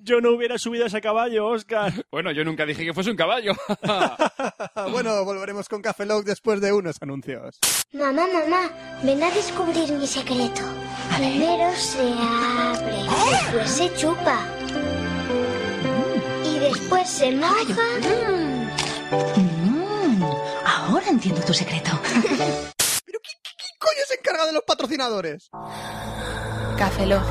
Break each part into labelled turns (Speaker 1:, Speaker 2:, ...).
Speaker 1: Yo no hubiera subido a ese caballo, Oscar.
Speaker 2: Bueno, yo nunca dije que fuese un caballo.
Speaker 3: Ah, bueno, volveremos con Café Lock después de unos anuncios.
Speaker 4: Mamá, mamá, ven a descubrir mi secreto. Primero se abre, después se chupa. Y después se moja.
Speaker 5: Mm, ahora entiendo tu secreto.
Speaker 3: ¿Pero qué, qué- qué coño se encarga de los patrocinadores?
Speaker 6: Café Lock.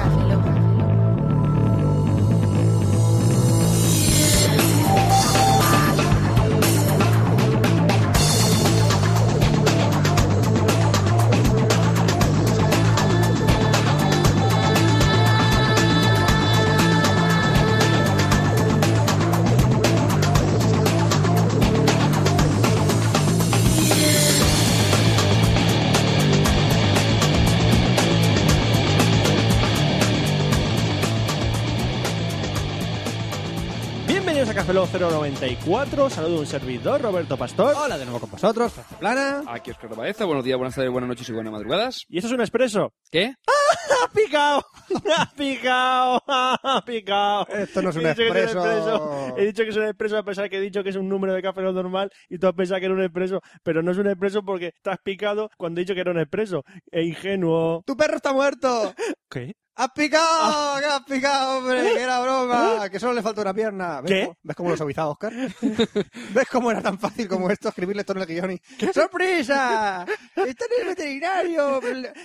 Speaker 1: Bienvenidos a Café Lock 094. Saludo a un servidor, Roberto Pastor.
Speaker 7: Hola de nuevo con vosotros, Franza Plana.
Speaker 2: Aquí Oscar Baeza, buenos días, buenas tardes, buenas noches y buenas madrugadas.
Speaker 1: Y esto es un expreso.
Speaker 2: ¿Qué?
Speaker 1: ¡Ha picado! ¡Ha picado! ¡Ha picado!
Speaker 3: Esto no es
Speaker 1: He
Speaker 3: un
Speaker 1: dicho que es un
Speaker 3: expreso.
Speaker 1: He dicho que es un expreso a pesar que he dicho que es un número de café Lock normal y tú has pensado que era un expreso. Pero no es un expreso porque te has picado cuando he dicho que era un expreso. E ingenuo.
Speaker 3: ¡Tu perro está muerto!
Speaker 1: ¿Qué?
Speaker 3: ¡Has
Speaker 1: Ah.
Speaker 3: picado! ¡Que has picado, hombre! ¡Que era broma! ¡Que solo le falta una pierna! ¿Ves
Speaker 1: ¿Eh? ¿Qué?
Speaker 3: cómo- ¿Ves cómo lo suavizaba, Oscar? ¿Ves cómo era tan fácil como esto escribirle esto en el guión y... ¡Sorpresa! ¡Está en el veterinario!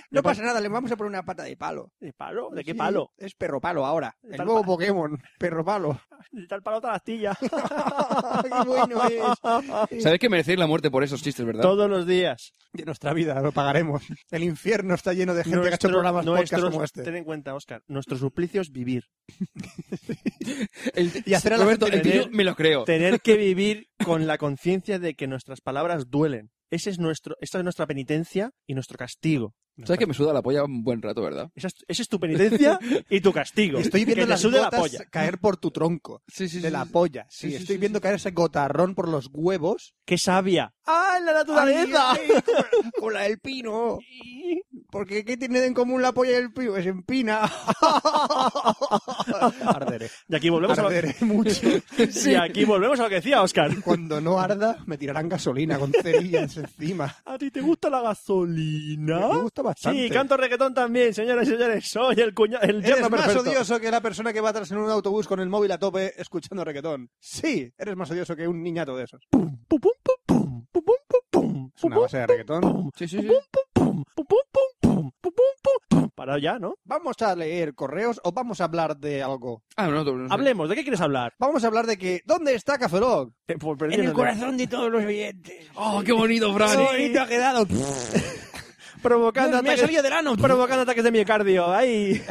Speaker 3: No pasa nada, le vamos a poner una pata de palo.
Speaker 1: ¿De palo? ¿De qué
Speaker 3: Sí,
Speaker 1: palo?
Speaker 3: Es perro palo ahora. El
Speaker 1: Tal
Speaker 3: nuevo
Speaker 1: pa-
Speaker 3: Pokémon, perro palo. Ah,
Speaker 1: De tal palo a tal astilla.
Speaker 3: ¡Qué bueno es!
Speaker 2: Sabéis que merecéis la muerte por esos chistes, ¿verdad?
Speaker 1: Todos los días.
Speaker 3: De nuestra vida lo pagaremos. El infierno está lleno de gente que ha
Speaker 1: Nuestro-
Speaker 3: hecho programas podcast
Speaker 1: nuestros-
Speaker 3: como este.
Speaker 1: Ten en cuenta, Oscar, nuestro suplicio es vivir.
Speaker 2: El-
Speaker 3: Y hacer a la
Speaker 2: Roberto,
Speaker 3: gente
Speaker 2: el
Speaker 1: creer-
Speaker 2: tuyo me lo creo.
Speaker 1: Tener que vivir con la conciencia de que nuestras palabras duelen. Ese es nuestro, esta es nuestra penitencia y nuestro castigo.
Speaker 2: Sabes que me suda la polla un buen rato, ¿verdad?
Speaker 1: Esa es, esa es tu penitencia y tu castigo.
Speaker 3: Estoy viendo
Speaker 1: que te
Speaker 3: las
Speaker 1: sude
Speaker 3: gotas
Speaker 1: la polla.
Speaker 3: caer por tu tronco.
Speaker 2: Sí, sí,
Speaker 3: de la polla. Sí,
Speaker 2: sí,
Speaker 3: estoy
Speaker 2: sí,
Speaker 3: viendo caer ese gotarrón por los huevos.
Speaker 1: ¡Qué sabia! ¡Ah, en la
Speaker 3: Ay, ay, con- Con la del pino. Porque ¿qué tiene en común la polla y el pino? Es empina. Arderé.
Speaker 1: Y aquí volvemos a lo que,
Speaker 3: Arderé mucho.
Speaker 1: y aquí volvemos a lo que decía Oscar.
Speaker 3: Cuando no arda, me tirarán gasolina con cerillas encima.
Speaker 1: ¿A ti te gusta la gasolina?
Speaker 3: Me gusta bastante.
Speaker 1: Sí, canto reggaetón también, señoras y señores. Soy el cuñado, el
Speaker 3: Eres
Speaker 1: yerno
Speaker 3: más
Speaker 1: perfecto.
Speaker 3: odioso que la persona que va atrás en un autobús con el móvil a tope escuchando reggaetón. Sí, eres más odioso que un niñato de esos.
Speaker 1: Pum, pum, pum, pum, pum, pum, pum, pum,
Speaker 3: Es una
Speaker 1: pum,
Speaker 3: base de reggaetón.
Speaker 2: Sí, sí, sí.
Speaker 1: pum, pum, pum, pum, pum, pum, pum, pum, pum. Parado ya, ¿no?
Speaker 3: ¿Vamos a leer correos o vamos a hablar de algo?
Speaker 2: Ah, no, no, no, no.
Speaker 1: Hablemos, ¿de qué quieres hablar?
Speaker 3: Vamos a hablar de que ¿dónde está Cafelog? de todos los oyentes.
Speaker 2: ¡Oh, qué bonito, Fran!
Speaker 3: ha quedado.
Speaker 1: Provocando,
Speaker 3: Me ha
Speaker 1: ataques,
Speaker 3: salido del ano.
Speaker 1: provocando ataques de miocardio. Ahí.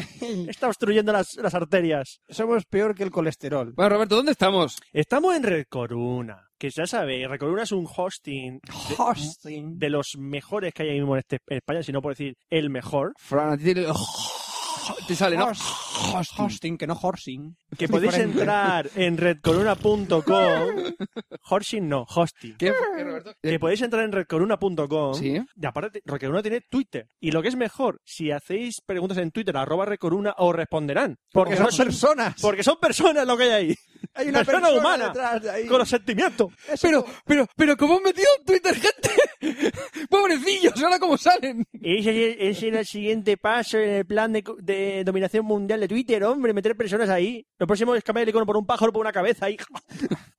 Speaker 1: Está obstruyendo las, las arterias.
Speaker 3: Somos peor que el colesterol.
Speaker 2: Bueno, Roberto, ¿dónde estamos?
Speaker 1: Estamos en Red Corona. Que ya sabéis, Red Corona es un hosting
Speaker 3: Hosting.
Speaker 1: de los mejores que hay ahí mismo en, este- en España, si no por decir el mejor.
Speaker 2: Fran, a ti te, Oh, te sale,
Speaker 1: Oh,
Speaker 2: ¿no?
Speaker 3: Hosting. que no horsing.
Speaker 1: Que
Speaker 3: Es
Speaker 1: podéis
Speaker 3: diferente.
Speaker 1: entrar en redcorona.com. Horsing no, hosting.
Speaker 2: ¿Qué, qué, Roberto?
Speaker 1: Que podéis entrar en redcoruna.com.
Speaker 2: Sí.
Speaker 1: Y aparte, Recoruna tiene Twitter. Y lo que es mejor, si hacéis preguntas en Twitter, arroba Recoruna, os responderán.
Speaker 3: Porque son
Speaker 1: no son-
Speaker 3: personas.
Speaker 1: porque son personas lo que hay ahí.
Speaker 3: Hay
Speaker 1: persona humana.
Speaker 3: detrás de ahí.
Speaker 1: Con los sentimientos.
Speaker 2: Pero, Eh, pero, pero, ¿cómo han metido en Twitter gente? ¡Pobrecillos! ¿Ahora cómo salen?
Speaker 1: Ese, era el siguiente paso en el plan de, dominación mundial de Twitter, hombre. Meter personas ahí. Lo próximo es cambiar el icono por un pájaro por una cabeza ahí.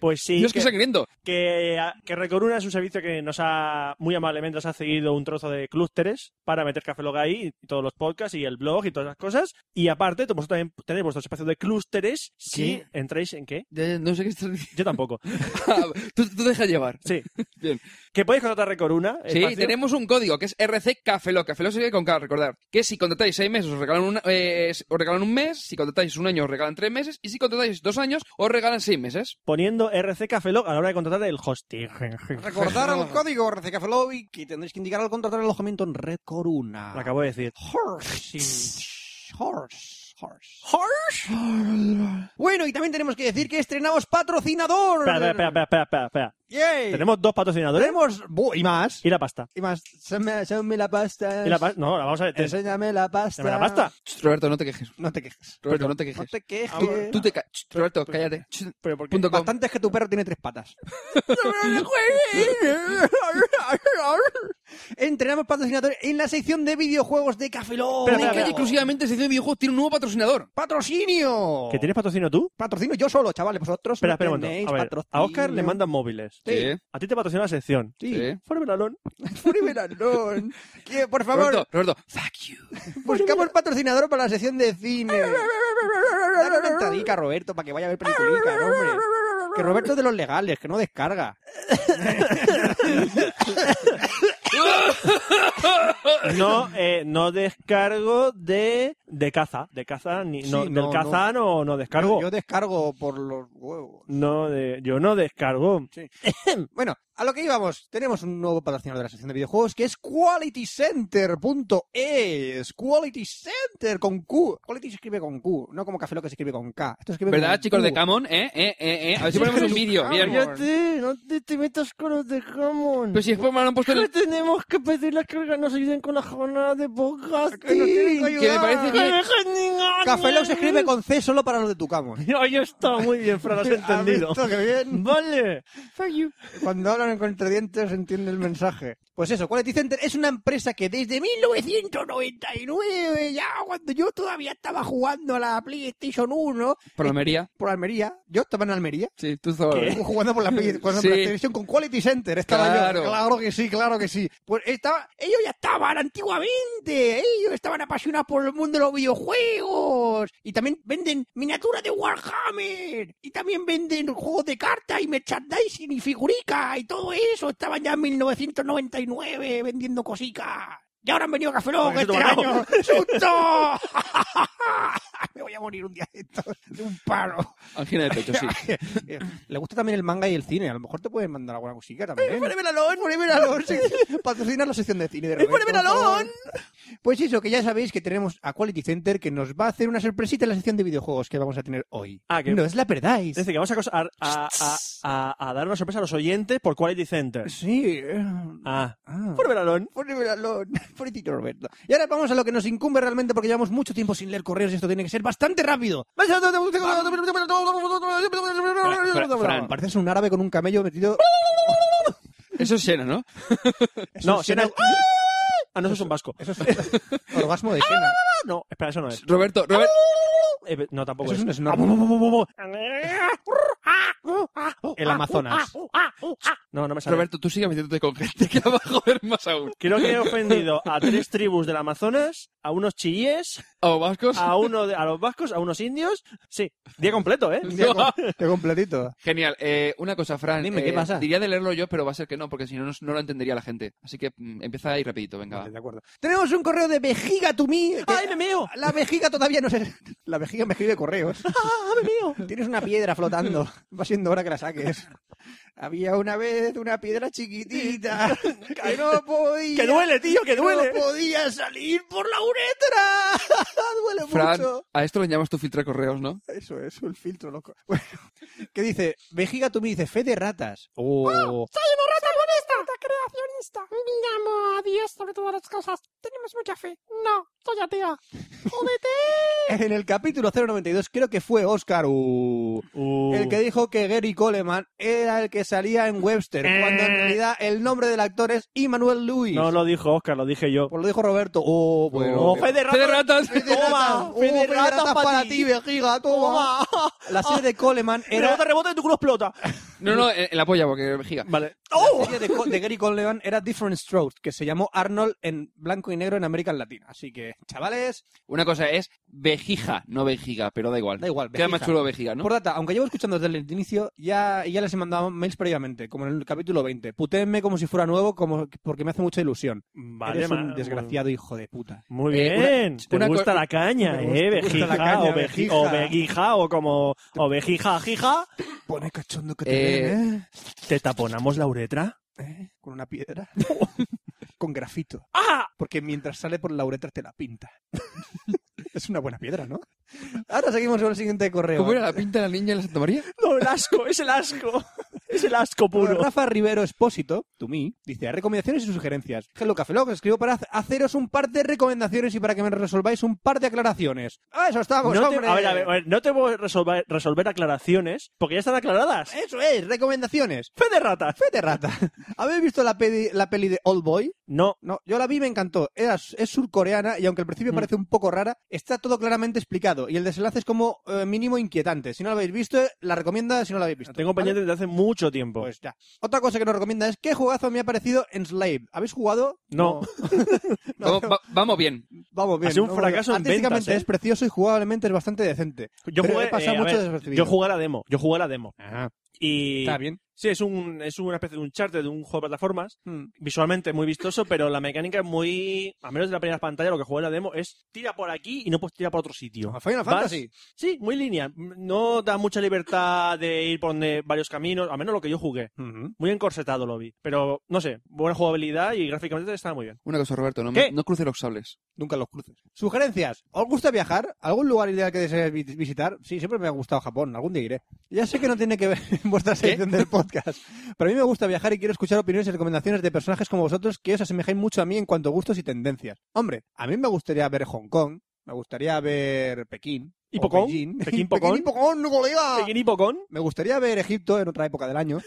Speaker 1: Pues sí.
Speaker 2: Dios,
Speaker 1: que-
Speaker 2: qué sangriento.
Speaker 1: que, que Recoruna es un servicio que nos ha muy amablemente nos ha seguido un trozo de clústeres para meter Café Log ahí y todos los podcasts y el blog y todas las cosas. Y aparte, vosotros también tenéis vuestros espacios de clústeres si
Speaker 2: ¿Qué?
Speaker 1: entráis en qué.
Speaker 2: Ya, ya, no sé qué estás diciendo. Ah,
Speaker 1: Yo tampoco.
Speaker 2: tú, tú deja llevar.
Speaker 1: Sí.
Speaker 2: Bien.
Speaker 1: Que podéis contratar Recoruna.
Speaker 2: Sí,
Speaker 1: espacio.
Speaker 2: tenemos un código que es RC Cafelo. Cafelo se escribe con K, recordar. Que si contratáis seis meses os regalan, una- eh, os regalan un mes, si contratáis un año os regalan tres meses y si contratáis dos años os regalan seis meses.
Speaker 1: Poniendo RC Café Log a la hora de contratar el hosting.
Speaker 3: Recordar el código RCCafelog y que tendréis que indicar al contratar el alojamiento en Red Corona.
Speaker 1: Lo acabo de decir.
Speaker 3: Horsing. Horse. Horse. Bueno, y también tenemos que decir que estrenamos patrocinador.
Speaker 1: Espera, espera, espera, espera, espera, espera.
Speaker 3: ¡Yay!
Speaker 1: Tenemos dos patrocinadores
Speaker 3: Tenemos- bu- y más.
Speaker 1: y la pasta.
Speaker 3: Y más. Enséñame enséñame la pasta.
Speaker 1: Y la pa- no, la vamos a ver. Ten-
Speaker 3: Enséñame la pasta.
Speaker 1: Dame la pasta.
Speaker 2: Ch, Roberto, no te quejes.
Speaker 3: No te quejes.
Speaker 2: Roberto, no te
Speaker 3: No
Speaker 2: quejes.
Speaker 3: te
Speaker 1: Tú-
Speaker 3: quejes.
Speaker 2: Tú te ca- Ch, Roberto, cállate. Ch,
Speaker 1: Pero porque
Speaker 2: Punto com.
Speaker 3: Bastante es que tu perro tiene tres patas. Entrenamos patrocinadores en la sección de videojuegos de Café Lock.
Speaker 1: Espera,
Speaker 2: Uy,
Speaker 1: espera,
Speaker 2: que exclusivamente sección de videojuegos tiene un nuevo patrocinador.
Speaker 3: ¡Patrocinio!
Speaker 1: ¿Que tienes patrocinio tú?
Speaker 3: Patrocino yo solo, chavales. Vosotros
Speaker 1: Espera,
Speaker 3: no
Speaker 1: espera un
Speaker 3: tenéis
Speaker 1: momento. A ver,
Speaker 3: patrocinio.
Speaker 1: a Oscar le mandan móviles.
Speaker 3: Sí.
Speaker 1: A ti te patrocina la sección.
Speaker 2: Sí. Sí.
Speaker 1: Forever Alone.
Speaker 3: Furibelalón. Que, Por favor,
Speaker 2: Roberto, Roberto, fuck you.
Speaker 3: buscamos patrocinador para la sección de cine. Dale una entradica a Roberto para que vaya a ver peliculica, ¿no, hombre. Que Roberto es de los legales, que no descarga.
Speaker 1: No, eh, no descargo de, de caza. De caza, ni,
Speaker 3: Sí,
Speaker 1: no,
Speaker 3: no,
Speaker 1: del caza no, no, descargo.
Speaker 3: Yo descargo por los huevos.
Speaker 1: No, de, yo no descargo.
Speaker 2: Mm.
Speaker 3: Bueno, a lo que íbamos, tenemos un nuevo patrocinador de la sección de videojuegos que es QualityCenter.es. Quality Center con Q. Quality se escribe con Q, no como Café Lock que se escribe con K. Esto se escribe
Speaker 2: ¿Verdad,
Speaker 3: con
Speaker 2: chicos
Speaker 3: Q.
Speaker 2: de Camon? ¿Eh? ¿Eh? ¿Eh? ¿Eh? A ver si ponemos un vídeo. Miren.
Speaker 1: Cállate, no Ah, te, te metas con los de Hammond.
Speaker 2: Pero
Speaker 3: Pues,
Speaker 2: si es por me lo han puesto en el...
Speaker 1: tenemos que pedirles que nos ayuden con la jornada de podcast.
Speaker 3: Que nos tienen que
Speaker 2: Que me parece
Speaker 3: ayudar.
Speaker 2: que...
Speaker 3: Café Lock se escribe con C solo para los de tu Camon.
Speaker 1: Ahí está, muy bien, Fran, has entendido.
Speaker 3: ¿Has visto qué bien?
Speaker 1: Vale.
Speaker 3: Cuando hablan con entre dientes se entiende el mensaje. Pues eso, Quality Center es una empresa que desde 1999, ya cuando yo todavía estaba jugando a la PlayStation 1
Speaker 2: Por la Almería.
Speaker 3: por Almería, yo estaba en Almería,
Speaker 2: Sí, tú sabes.
Speaker 3: ¿eh? jugando por la, Play- jugando
Speaker 2: Sí.
Speaker 3: por la televisión con Quality Center. Estaba
Speaker 2: Claro.
Speaker 3: yo. Claro que sí, claro que sí. Pues estaba, ellos ya estaban antiguamente. Ellos estaban apasionados por el mundo de los videojuegos. Y también venden miniaturas de Warhammer. Y también venden juegos de cartas y merchandising y figurica y todo eso. Estaban ya en 1999 vendiendo cositas. Y ahora han venido a Café Lock
Speaker 1: Porque se
Speaker 3: este
Speaker 1: tomaron.
Speaker 3: año. ¡Susto! Me voy a morir un día de estos, de un paro.
Speaker 2: Angina de pecho, sí.
Speaker 3: Eh, Le gusta también el manga y el cine. A lo mejor te pueden mandar alguna cosita también. ¡Poneme alón! ¡Poneme alón! Patrocina la sección de cine de Roberto.
Speaker 2: ¡Poneme el
Speaker 3: por favor.
Speaker 2: alón!
Speaker 3: Pues eso, que ya sabéis que tenemos a Quality Center que nos va a hacer una sorpresita en la sección de videojuegos que vamos a tener hoy.
Speaker 1: Ah, que-
Speaker 3: No es la perdáis.
Speaker 1: Es decir, que vamos a, cos- a- a- a- a- a dar una sorpresa a los oyentes por Quality Center.
Speaker 3: Sí. eh,
Speaker 1: Ah.
Speaker 3: ah.
Speaker 1: Por veralón.
Speaker 3: Poneme el alón. Pobrecito Roberto. Y ahora vamos a lo que nos incumbe realmente porque llevamos mucho tiempo sin leer correos y esto tiene que ser bastante rápido.
Speaker 1: Fran, Fran.
Speaker 3: Pareces un árabe con un camello metido...
Speaker 2: Eso es Xena, ¿no?
Speaker 1: No,
Speaker 3: Eso suena-
Speaker 1: Sena. Ah, no, eso es un vasco.
Speaker 3: Eso es orgasmo de Xena.
Speaker 1: Ah, No, espera, eso no es.
Speaker 2: Roberto, Robert...
Speaker 1: Eh, No, tampoco
Speaker 3: Eso es
Speaker 1: es.
Speaker 3: un
Speaker 1: Ah,
Speaker 3: snorkel.
Speaker 1: bu, bu, bu, bu, bu.
Speaker 3: El Amazonas.
Speaker 1: No, no me
Speaker 3: ¡Ah!
Speaker 1: sale.
Speaker 2: Roberto, tú sigue metiéndote con gente que la va a joder más aún.
Speaker 1: Creo que he ofendido a tres tribus del Amazonas, a unos chillés,
Speaker 2: ¿O vascos?
Speaker 3: Ah,
Speaker 1: a uno de- a los vascos, a unos indios. Sí, día completo, ¿eh?
Speaker 3: Tío, com- tío completito.
Speaker 2: Genial. Eh, una cosa, Fran.
Speaker 3: Dime,
Speaker 2: eh,
Speaker 3: ¿qué pasa?
Speaker 2: Diría de leerlo yo, pero va a ser que no, porque si no, no, no lo entendería la gente. Así que mm, empieza ahí rapidito, venga. va.
Speaker 3: Vale, de acuerdo. Tenemos un correo de vejiga to me. que-
Speaker 1: Ah. ¡Ay, me meo!
Speaker 3: La vejiga todavía no se... La vejiga me escribe correos.
Speaker 1: ¡Ah, me meo!
Speaker 3: Tienes una piedra flotando. Va siendo hora que la saques. Había una vez una piedra chiquitita que no podía...
Speaker 1: ¡Que duele, tío, que
Speaker 3: que
Speaker 1: duele!
Speaker 3: No podía salir por la uretra. duele
Speaker 2: Fran,
Speaker 3: mucho.
Speaker 2: a esto lo llamas tu filtro de correos, ¿no?
Speaker 3: Eso es, un filtro loco. Bueno, que dice, vejiga to me dice, fe de ratas. Oh.
Speaker 8: Llamo a Dios sobre todas las cosas. Tenemos mucha fe. No, soy atea.
Speaker 3: En el capítulo 092 creo que fue Oscar uh,
Speaker 1: Uh.
Speaker 3: el que dijo que Gary Coleman era el que salía en Webster,
Speaker 1: Eh.
Speaker 3: cuando en realidad el nombre del actor es Immanuel Lewis.
Speaker 1: No lo dijo Oscar, lo dije yo.
Speaker 3: Pues lo dijo Roberto. Oh,
Speaker 1: ¡Oh,
Speaker 2: Bueno.
Speaker 1: fe de
Speaker 2: ¡Fe
Speaker 1: rata!
Speaker 2: de ratas!
Speaker 3: Fe de ratas,
Speaker 1: Toma,
Speaker 3: oh,
Speaker 1: fe de
Speaker 3: fe de
Speaker 1: ratas
Speaker 3: ratas
Speaker 1: pa'
Speaker 3: para
Speaker 1: ti.
Speaker 3: ti, vejiga, toma. La serie de Coleman
Speaker 1: Era...
Speaker 3: era
Speaker 1: Rebota, rebota y tu culo explota.
Speaker 2: No, no, en en la polla, porque giga.
Speaker 1: Vale.
Speaker 3: La serie de, Co- de Gary Coleman era Different Strokes, que se llamó Arnold en blanco y negro en América Latina. Así que, chavales,
Speaker 2: Una cosa es vejija, no vejiga, pero da igual.
Speaker 3: Da igual,
Speaker 2: Queda
Speaker 3: vejiga.
Speaker 2: más chulo vejiga, ¿no?
Speaker 3: por data, aunque llevo escuchando desde el inicio, ya, ya les he mandado mails previamente, como en el capítulo 20. Putéenme como si fuera nuevo, como porque me hace mucha ilusión.
Speaker 1: Vale,
Speaker 3: Eres un
Speaker 1: ma-
Speaker 3: desgraciado hijo de puta.
Speaker 1: Muy
Speaker 2: Eh, una-
Speaker 1: bien. Te
Speaker 2: una co-
Speaker 1: gusta la caña,
Speaker 3: Me
Speaker 1: ¿eh?
Speaker 3: gusta-
Speaker 1: Vejija,
Speaker 3: gusta la caña,
Speaker 1: o veji-
Speaker 3: vejija.
Speaker 1: o vejija, o como... O vejija, jija.
Speaker 3: Pone cachondo que
Speaker 2: te Eh,
Speaker 3: ven,
Speaker 1: ¿Te taponamos la uretra?
Speaker 3: ¿Eh? Con una piedra. Con grafito.
Speaker 1: ¡Ah!
Speaker 3: Porque mientras sale por la uretra te la pinta. es una buena piedra, ¿no? Ahora seguimos con el siguiente correo.
Speaker 2: ¿Cómo era la pinta de la niña en la Santa María?
Speaker 1: No, el asco, es el asco. Es el asco
Speaker 3: Bueno,
Speaker 1: puro.
Speaker 3: Rafa Rivero Espósito, to me, dice recomendaciones y sugerencias. Hello Café Lock, os escribo para haceros un par de recomendaciones y para que me resolváis un par de aclaraciones. ¡Ah, eso estamos,
Speaker 1: No te-
Speaker 3: hombre!
Speaker 1: a ver, a ver, a ver, no te voy a resolver, resolver aclaraciones porque ya están aclaradas.
Speaker 3: Eso es, recomendaciones.
Speaker 1: ¡Fe de rata!
Speaker 3: Fe de rata. ¿Habéis visto la peli, la peli de Old Boy?
Speaker 1: No,
Speaker 3: No, yo la vi y me encantó. Era- es surcoreana y aunque al principio
Speaker 1: Mm.
Speaker 3: parece un poco rara, está todo claramente explicado y el desenlace es como eh, mínimo inquietante. Si no la habéis visto, eh, la recomienda si no la habéis visto.
Speaker 1: la tengo
Speaker 3: ¿vale?
Speaker 1: pendiente desde hace mucho tiempo.
Speaker 3: Pues ya. Otra cosa que nos recomienda es qué jugazo me ha parecido Enslaved. ¿Habéis jugado?
Speaker 1: No.
Speaker 3: No,
Speaker 2: Vamos,
Speaker 3: pero
Speaker 2: va- vamos bien.
Speaker 3: vamos bien.
Speaker 1: ha sido un
Speaker 3: no,
Speaker 1: fracaso en
Speaker 3: Artísticamente
Speaker 1: ventas, ¿eh?
Speaker 3: es precioso y jugablemente es bastante decente.
Speaker 1: yo
Speaker 3: pero
Speaker 1: jugué,
Speaker 3: he pasado
Speaker 1: eh, a
Speaker 3: mucho
Speaker 1: ver,
Speaker 3: desapercibido.
Speaker 1: yo jugué a la demo, yo jugué a la demo.
Speaker 3: Ah,
Speaker 1: Y
Speaker 3: está bien.
Speaker 1: sí, es un es una especie de un charter de un juego de plataformas,
Speaker 3: Hmm.
Speaker 1: visualmente muy vistoso, pero la mecánica es muy, a menos de la primera pantalla, lo que jugué en la demo es tira por aquí y no puedes tirar por otro sitio.
Speaker 3: Final
Speaker 1: Vas-
Speaker 3: Fantasy.
Speaker 1: Sí, muy lineal. No da mucha libertad de ir por donde- varios caminos, a menos lo que yo jugué.
Speaker 3: Ujú.
Speaker 1: Muy encorsetado lo vi. Pero, no sé, buena jugabilidad y gráficamente estaba muy bien.
Speaker 2: Una cosa, Roberto, no,
Speaker 1: ¿Qué?
Speaker 2: me- no cruces los sables.
Speaker 3: Nunca los cruces. Sugerencias. ¿Os gusta viajar? ¿Algún lugar ideal que deseáis vi- visitar? Sí, siempre me ha gustado Japón. Algún día iré. Ya sé que no tiene que ver en vuestra sección del podcast. Pero a mí me gusta viajar y quiero escuchar opiniones y recomendaciones de personajes como vosotros que os asemejáis mucho a mí en cuanto a gustos y tendencias. Hombre, a mí me gustaría ver Hong Kong. Me gustaría ver Pekín.
Speaker 1: ¿Y
Speaker 3: o
Speaker 1: Pocón?
Speaker 3: Beijing.
Speaker 1: ¿Pekín,
Speaker 3: Pekín
Speaker 1: Pocón?
Speaker 3: y Pocón, colega.
Speaker 1: Pequeño y pocón.
Speaker 3: Me gustaría ver Egipto en otra época del año.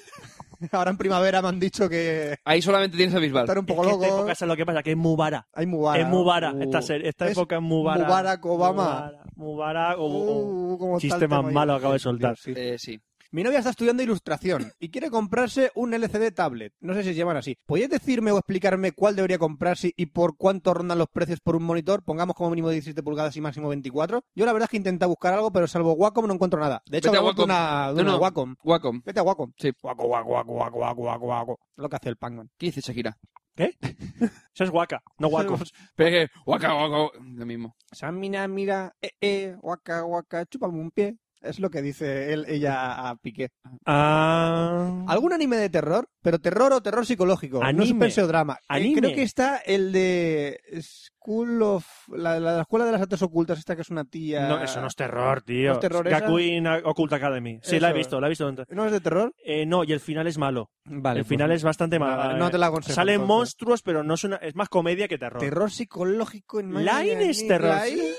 Speaker 3: Ahora en primavera me han dicho que
Speaker 2: Ahí solamente tienes a Bisbal.
Speaker 3: estar un
Speaker 1: Es
Speaker 3: poco
Speaker 1: que esta
Speaker 3: loco.
Speaker 1: época es lo que pasa, que es Mubara.
Speaker 3: Hay Mubarak.
Speaker 1: Es Mubara.
Speaker 3: Uh,
Speaker 1: Esta, ser- esta
Speaker 3: es
Speaker 1: época es Mubara.
Speaker 3: Mubarak Obama.
Speaker 1: Mubara o, o-
Speaker 3: Uh, cómo está el
Speaker 1: chiste más
Speaker 3: tema ahí.
Speaker 1: malo acabo de soltar.
Speaker 3: Dios, sí.
Speaker 2: Eh, sí.
Speaker 3: Mi novia está estudiando ilustración y quiere comprarse un LCD tablet. No sé si se llaman así. ¿Podrías decirme o explicarme cuál debería comprarse y por cuánto rondan los precios por un monitor? Pongamos como mínimo 17 pulgadas y máximo 24. Yo la verdad es que intenté buscar algo, pero salvo Wacom no encuentro nada. De hecho,
Speaker 2: Vete a
Speaker 3: hablamos de
Speaker 2: Wacom.
Speaker 3: una, de
Speaker 2: No,
Speaker 3: una
Speaker 2: no.
Speaker 3: Wacom.
Speaker 2: Wacom.
Speaker 3: Vete a Wacom.
Speaker 2: Sí.
Speaker 3: Wacom, Wacom, Wacom, Wacom, Wacom, Wacom, Wacom. Lo que hace el Pac-Man.
Speaker 2: ¿Qué dice Shakira?
Speaker 1: Eso es guaca, no guaco.
Speaker 2: Pero es que, guaca, guaca, lo mismo.
Speaker 3: Samina, mira, eh, eh, Waka, Waka, chúpame un pie. Es lo que dice él, ella a Piqué.
Speaker 1: Ah,
Speaker 3: ¿Algún anime de terror? Pero terror o terror psicológico. No
Speaker 1: Anime.
Speaker 3: suspense o drama. Eh,
Speaker 1: Anime.
Speaker 3: Creo que está el de School of... La, la- la escuela de las artes ocultas, esta que es una tía...
Speaker 1: no, eso no es terror, tío.
Speaker 3: ¿No es terror esa?
Speaker 1: Gakuin Occult Academy. Sí, la he
Speaker 3: Eso.
Speaker 1: visto, la he visto. antes.
Speaker 3: ¿No es de terror?
Speaker 1: Eh, no, y el final es malo.
Speaker 3: Vale.
Speaker 1: el final es bastante malo.
Speaker 3: nada, no te la aconsejo,
Speaker 1: Salen
Speaker 3: entonces.
Speaker 1: monstruos, pero no es una, es más comedia que terror.
Speaker 3: Terror psicológico en
Speaker 1: Line
Speaker 3: Miami,
Speaker 1: es terror,
Speaker 3: Line.
Speaker 1: sí.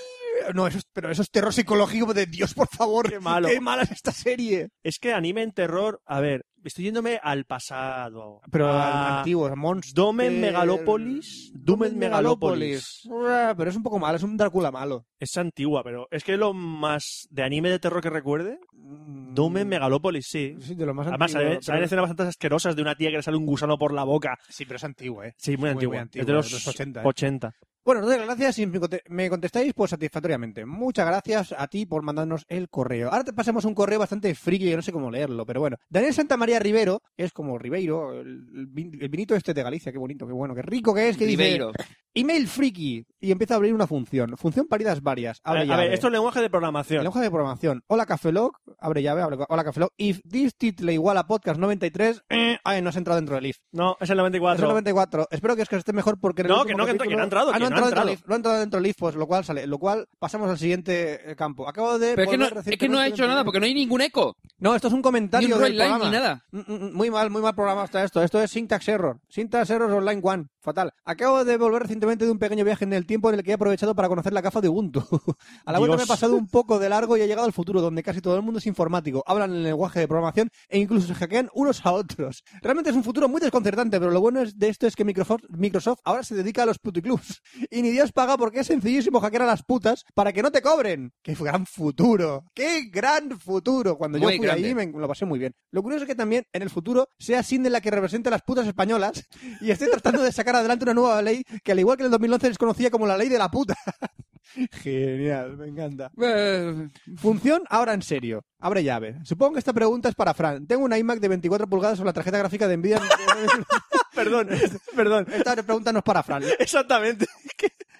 Speaker 3: No, eso es- pero eso es terror psicológico de Dios, por favor.
Speaker 1: Qué malo.
Speaker 3: Qué mala es esta serie.
Speaker 1: Es que anime en terror, a ver, estoy yéndome al pasado.
Speaker 3: Pero
Speaker 1: a
Speaker 3: antiguos, monstruos.
Speaker 1: Ah, Domen Megalopolis. Domen Megalopolis.
Speaker 3: Uah, Pero es un poco malo, es un Drácula malo.
Speaker 1: Es antigua, pero es que lo más de anime de terror que recuerde, Domen
Speaker 3: Domen
Speaker 1: Megalopolis, sí.
Speaker 3: Mm. Sí, de lo más
Speaker 1: Además, eh,
Speaker 3: antiguo,
Speaker 1: salen, salen
Speaker 3: pero-
Speaker 1: escenas bastante asquerosas de una tía que le sale un gusano por la boca.
Speaker 3: Sí, pero es antiguo, ¿eh?
Speaker 1: Sí, muy,
Speaker 3: Muy,
Speaker 1: antigua.
Speaker 3: muy antigua,
Speaker 1: es de los,
Speaker 3: de los 80,
Speaker 1: 80.
Speaker 3: ¿eh? Bueno, no doy las gracias. Si me conte- me contestáis, pues satisfactoriamente. Muchas gracias a ti por mandarnos el correo. Ahora te pasamos un correo bastante friki, yo no sé cómo leerlo, pero bueno. Daniel Santa María Rivero, que es como Ribeiro, el, el vin- el vinito este de Galicia, qué bonito, qué bueno, qué rico que es, que
Speaker 2: Ribeiro.
Speaker 3: dice email friki y empieza a abrir una función. Función paridas varias.
Speaker 1: A,
Speaker 3: Abre
Speaker 1: a ver,
Speaker 3: llave.
Speaker 1: esto es lenguaje de
Speaker 3: En
Speaker 1: programación.
Speaker 3: la hoja de programación. Hola Cafelog, abre llave, abre, hola Cafelog. If this title igual a podcast 93, eh, ay, no has entrado dentro del if.
Speaker 1: No, es el
Speaker 3: Es el
Speaker 1: 94.
Speaker 3: 94. Espero que os esté mejor porque en el
Speaker 1: No,
Speaker 3: último
Speaker 1: que no, que no,
Speaker 3: capítulo-
Speaker 1: que no ha entrado,
Speaker 3: Ah,
Speaker 1: que
Speaker 3: no ha
Speaker 1: no ha
Speaker 3: entrado, dentro
Speaker 1: entrado.
Speaker 3: del if, no ha entrado dentro del if, pues lo cual sale, lo cual pasamos al siguiente eh, campo. Acabo de
Speaker 2: Pero es que, no,
Speaker 3: volver
Speaker 2: es que no ha
Speaker 3: recientemente-
Speaker 2: hecho nada porque no hay ningún eco.
Speaker 3: No, esto es un comentario
Speaker 2: Ni un
Speaker 3: del
Speaker 2: Roy Line,
Speaker 3: programa.
Speaker 2: ni nada.
Speaker 3: Mm, mm, mm, Muy mal, muy mal programa está esto. Esto es Syntax Error. Syntax Error Online One. Fatal. Acabo de volver recientemente de un pequeño viaje en el tiempo en el que he aprovechado para conocer la gafa de Ubuntu. A la vuelta
Speaker 1: Dios.
Speaker 3: me he pasado un poco de largo y he llegado al futuro, donde casi todo el mundo es informático, hablan el lenguaje de programación e incluso se hackean unos a otros. Realmente es un futuro muy desconcertante, pero lo bueno es- de esto es que Microsoft, Microsoft ahora se dedica a los puticlubs. Y ni Dios paga porque es sencillísimo hackear a las putas para que no te cobren. ¡Qué gran futuro! ¡Qué gran futuro! Cuando yo
Speaker 2: Muy
Speaker 3: fui
Speaker 2: grande.
Speaker 3: ahí me lo pasé muy bien. Lo curioso es que también en el futuro sea Cindy la que represente a las putas españolas y esté tratando de sacar adelante una nueva ley que al igual que en el 2011 les conocía como la ley de la puta. Genial, me encanta.
Speaker 2: Eh,
Speaker 3: Función ahora en serio. Abre llave. Supongo que esta pregunta es para Fran. Tengo una iMac de 24 pulgadas sobre la tarjeta gráfica de Nvidia.
Speaker 1: Perdón, perdón.
Speaker 3: esta pregunta no es para Fran.
Speaker 1: Exactamente.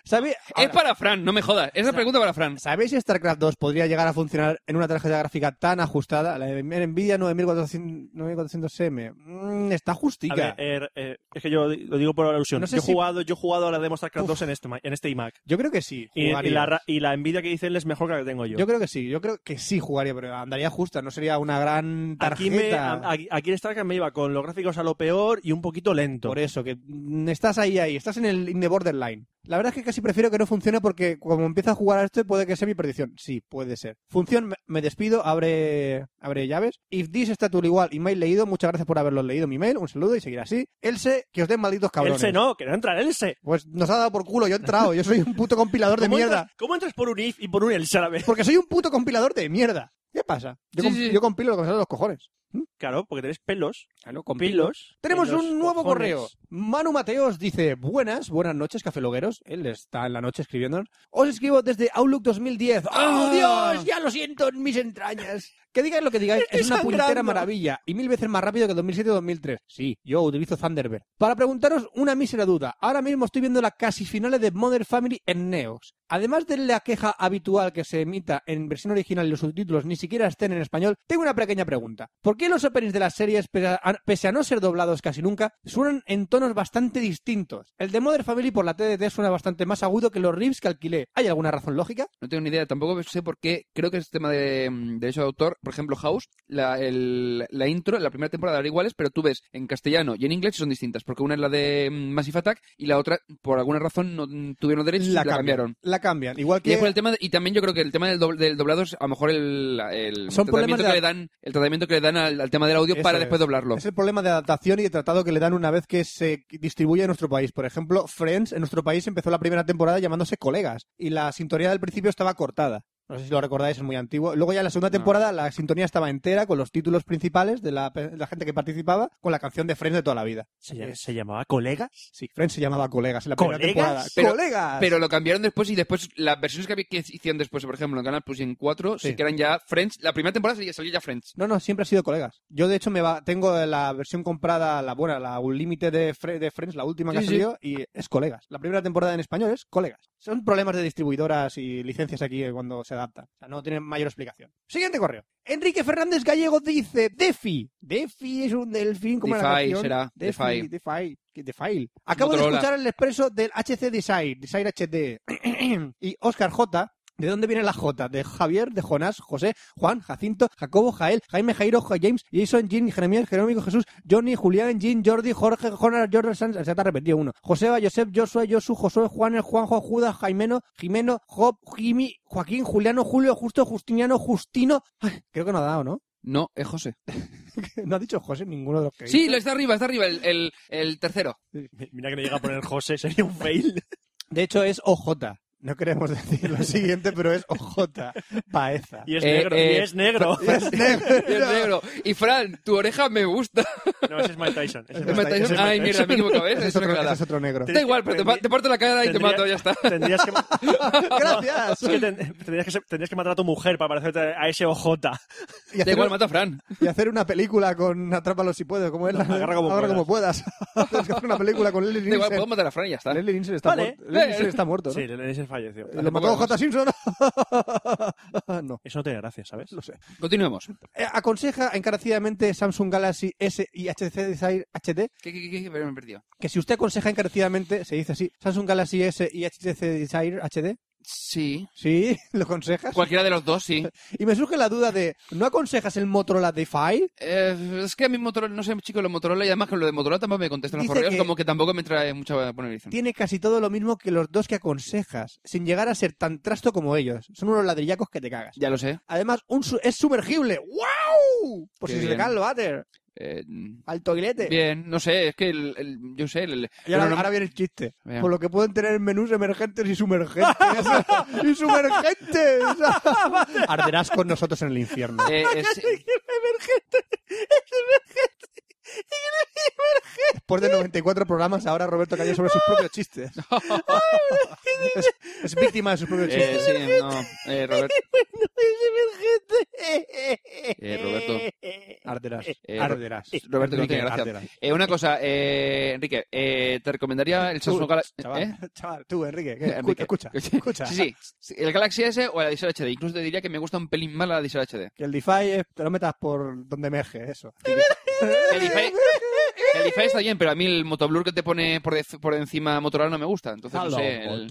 Speaker 3: ¿Sabe-
Speaker 2: Es para Fran, no me jodas. Es la pregunta para Fran.
Speaker 3: ¿Sabéis si StarCraft 2 podría llegar a funcionar en una tarjeta gráfica tan ajustada? La de Nvidia 9400, 9400M. Mm, está
Speaker 1: A
Speaker 3: justica.
Speaker 1: ver, eh, eh, es que yo lo digo por alusión.
Speaker 3: No sé
Speaker 1: yo, he
Speaker 3: si-
Speaker 1: jugado, yo he jugado a la demo StarCraft 2 en este, ma- en este iMac.
Speaker 3: yo creo que sí.
Speaker 1: Y, y
Speaker 3: jugaría.
Speaker 1: la, ra- y la envidia que dice él es mejor que la que tengo yo.
Speaker 3: Yo creo que sí. Yo creo que sí jugaría, pero andaría justa. No sería una gran tarjeta.
Speaker 1: aquí, me, a- aquí, aquí en StarCraft me iba con los gráficos a lo peor y un poquito lento.
Speaker 3: Por eso, que mm, estás ahí, ahí, estás en el in the borderline. La verdad es que casi prefiero que no funcione porque como empieza a jugar a esto puede que sea mi perdición. Sí, puede ser. Función, me- me despido, abre, abre llaves. If this está tu igual, email leído, muchas gracias por haberlo leído, mi mail, un saludo y seguir así. Else, que os den malditos cabrones.
Speaker 1: Else no, que no entra el Else.
Speaker 3: Pues nos ha dado por culo, yo he entrado, yo soy un puto compilador de
Speaker 1: ¿Cómo
Speaker 3: mierda.
Speaker 1: entras, cómo entras por un if y por un Else a la vez?
Speaker 3: Porque soy un puto compilador de mierda. ¿Qué pasa? Yo,
Speaker 2: Sí,
Speaker 3: com-
Speaker 2: sí.
Speaker 3: yo compilo lo que me salen los cojones.
Speaker 1: Claro, porque tenés pelos.
Speaker 2: Claro,
Speaker 1: Pilos.
Speaker 3: Tenemos
Speaker 1: en los
Speaker 3: un nuevo
Speaker 1: cojones.
Speaker 3: correo. Manu Mateos dice, buenas, buenas noches, cafelogueros. Él está en la noche escribiéndonos. Os escribo desde Outlook 2010. ¡Oh,
Speaker 2: ¡Ah!
Speaker 3: Dios! Ya lo siento en mis entrañas. Que digáis lo que digáis, es una puñetera maravilla. Y mil veces más rápido que 2007-2003. Sí, yo utilizo Thunderbird. Para preguntaros una mísera duda. Ahora mismo estoy viendo las casi finales de Modern Family en Neox. Además de la queja habitual que se emita en versión original y los subtítulos ni siquiera estén en español, tengo una pequeña pregunta. ¿Por qué los openings de las series, pese a- pese a no ser doblados casi nunca, suenan en tonos bastante distintos? El de Modern Family por la TDT suena bastante más agudo que los riffs que alquilé. ¿Hay alguna razón lógica?
Speaker 2: No tengo ni idea, tampoco sé por qué. Creo que es tema de mm, derecho de autor. Por ejemplo, House, la, el- la intro, la primera temporada eran iguales, pero tú ves en castellano y en inglés son distintas, porque una es la de mm, Massive Attack y la otra, por alguna razón, no mm, tuvieron derechos y la cambiaron.
Speaker 3: La cambian. Igual
Speaker 2: Y, es
Speaker 3: que...
Speaker 2: por el tema de- y también yo creo que el tema del, doble- del doblado es a lo mejor el, el
Speaker 3: Son
Speaker 2: tratamiento
Speaker 3: problemas de
Speaker 2: que
Speaker 3: la-
Speaker 2: le dan, el tratamiento que le dan al, al tema del audio
Speaker 3: Eso
Speaker 2: para
Speaker 3: es.
Speaker 2: después doblarlo.
Speaker 3: Es el problema de adaptación y de tratado que le dan una vez que se distribuye en nuestro país. Por ejemplo, Friends en nuestro país empezó la primera temporada llamándose Colegas y la sintonía del principio estaba cortada. No sé si lo recordáis, es muy antiguo. Luego ya en la segunda temporada la sintonía estaba entera con los títulos principales de la, pe- la gente que participaba con la canción de Friends de toda la vida.
Speaker 1: ¿Se, llama- se llamaba colegas?
Speaker 3: Sí, Friends se llamaba Colegas en la primera
Speaker 1: ¿Colegas?
Speaker 3: temporada.
Speaker 2: Pero-
Speaker 3: ¡Colegas!
Speaker 2: Pero lo cambiaron después y después las versiones que, había- que hicieron después, por ejemplo, en Canal Plus y en 4, sí.
Speaker 3: Sí.
Speaker 2: que eran ya Friends. La primera temporada salía, salía ya Friends.
Speaker 3: No, no, siempre ha sido colegas. Yo, de hecho, me va, tengo la versión comprada, la buena, la un límite de, Fre- de Friends, la última que
Speaker 2: Sí,
Speaker 3: ha
Speaker 2: sí.
Speaker 3: salido, y es colegas. La primera temporada en español es colegas. Son problemas de distribuidoras y licencias aquí eh, cuando se adapta. O sea, no tienen mayor explicación. Siguiente correo. Enrique Fernández Gallego dice Defi. Defi es un delfín como la
Speaker 2: Defy
Speaker 3: canción.
Speaker 2: será,
Speaker 3: Defi,
Speaker 2: Defy.
Speaker 3: Defy. ¿Qué Defy? Acabo
Speaker 2: Motorola.
Speaker 3: de escuchar el expreso del HC Desire, Desire HD. y Oscar J. ¿De dónde viene la J? De Javier, de Jonás, José, Juan, Jacinto, Jacobo, Jael, Jaime, Jairo, Ja- James, Jason, Jim, Jeremías, Jerónimo, Jesús, Johnny, Julián, Jim, Jordi, Jorge, Jonas, Jordan, Sanz, se te ha repetido uno. Joseba, Josep, Joshua, Josu, Josué, Juan, Juanjo, Judas, Jaimeno, Jimeno, Job, Jimmy, Joaquín, Juliano, Julio, Justo, Justiniano, Justino. Ay, creo que no ha dado, ¿no?
Speaker 2: No, es José.
Speaker 3: No ha dicho José ninguno de los que.
Speaker 2: Sí, lo está arriba, está arriba, el, el, el tercero.
Speaker 1: Mi- Mira que le llega a poner José, sería un fail.
Speaker 3: De hecho, es OJ. No queremos decir lo siguiente, pero es OJ. Paeza.
Speaker 1: Y es
Speaker 2: Eh,
Speaker 1: negro.
Speaker 2: eh,
Speaker 1: y es negro.
Speaker 3: Es negro.
Speaker 2: Y el negro. Y Fran, tu oreja me gusta.
Speaker 1: no, ese es Mike Tyson. Ese es
Speaker 3: Es
Speaker 2: Me
Speaker 1: Mike
Speaker 3: Mike
Speaker 2: traes-
Speaker 1: Tyson.
Speaker 2: Ay, mierda, me he equivocado, ¿ves?
Speaker 3: Ese
Speaker 2: Es
Speaker 3: es
Speaker 2: una
Speaker 3: otro, ese
Speaker 2: cagada.
Speaker 3: es otro negro.
Speaker 2: Da igual, pero te, ma- te parto la cara y te
Speaker 1: Tendría-
Speaker 2: mato, ya está.
Speaker 1: Tendrías que, ma-
Speaker 3: Gracias.
Speaker 1: Es que ten- tendrías, que, ser- tendrías que matar a tu mujer para parecerte a ese OJ.
Speaker 3: Y
Speaker 2: Da
Speaker 3: hacer,
Speaker 2: igual, mata a Fran.
Speaker 3: y hacer una película con Atrápalo si puedo, como es la
Speaker 1: Agarra como
Speaker 3: Agarra puedas. Tienes que hacer una película con Leslie
Speaker 2: Da igual,
Speaker 3: Nielsen.
Speaker 2: puedo matar a Fran y ya está.
Speaker 3: Leslie Nielsen está,
Speaker 1: Vale.
Speaker 3: muerto. Leslie
Speaker 2: Eh.
Speaker 3: Nielsen está muerto, ¿no?
Speaker 1: Sí,
Speaker 3: Eh,
Speaker 1: Lenny se falleció.
Speaker 3: ¿Lo mató J. Simpson? no,
Speaker 1: Eso no tiene gracia, ¿sabes?
Speaker 3: lo sé.
Speaker 2: Continuemos.
Speaker 3: Eh, aconseja encarecidamente Samsung Galaxy S y HC Desire HD
Speaker 2: ¿Qué, qué, qué, qué? Pero me he perdido.
Speaker 3: que si usted aconseja encarecidamente, se dice así, Samsung Galaxy S y HTC Desire HD,
Speaker 2: Sí.
Speaker 3: sí, lo aconsejas.
Speaker 2: Cualquiera de los dos, sí.
Speaker 3: Y me surge la duda de, ¿no aconsejas el Motorola Defy?
Speaker 2: Eh, es que a mí Motorola, no sé, chico, lo Motorola y además con lo de Motorola tampoco me contestan los
Speaker 3: Dice
Speaker 2: correos,
Speaker 3: que-
Speaker 2: como que tampoco me trae mucha ponerización.
Speaker 3: Tiene casi todo lo mismo que los dos que aconsejas, sin llegar a ser tan trasto como ellos. Son unos ladrillacos que te cagas.
Speaker 2: Ya lo sé.
Speaker 3: Además, un su- es sumergible. ¡Wow! Por
Speaker 2: Qué
Speaker 3: si se le
Speaker 2: bien.
Speaker 3: cae el váter,
Speaker 2: Eh,
Speaker 3: al toilete.
Speaker 2: bien, no sé, es que el, el- yo sé, el,
Speaker 3: Y ahora,
Speaker 2: bueno, no-
Speaker 3: Eh. ahora viene el chiste.
Speaker 2: Bien.
Speaker 3: Por lo que pueden tener menús emergentes y sumergentes. ¡Y sumergentes! Arderás con nosotros en el infierno.
Speaker 2: eh, es-
Speaker 3: Después de 94 programas, ahora Roberto Calle sobre sus propios chistes. es, es víctima de sus propios
Speaker 2: eh,
Speaker 3: chistes.
Speaker 2: sí, no, eh, Roberto. Eh, Roberto.
Speaker 3: Arderás.
Speaker 2: Eh,
Speaker 3: arderás.
Speaker 2: Roberto, que no tiene
Speaker 3: Enrique,
Speaker 2: gracia.
Speaker 3: arderás.
Speaker 2: Eh, una cosa, eh, Enrique, eh, te recomendaría el Samsung
Speaker 3: Tú,
Speaker 2: Galaxy.
Speaker 3: Chaval,
Speaker 2: ¿eh?
Speaker 3: chaval, tú, Enrique, que-
Speaker 2: Enrique.
Speaker 3: escucha, escucha.
Speaker 2: Sí, sí, sí, El Galaxy S o el Acer HD. Incluso te diría que me gusta un pelín más la Acer HD.
Speaker 3: Que el DeFi es- te lo metas por donde meje, eso.
Speaker 2: El DeFi, el DeFi está bien, pero a mí el Motoblur que te pone por, def- por encima Motorola no me gusta. Entonces, no sé. el-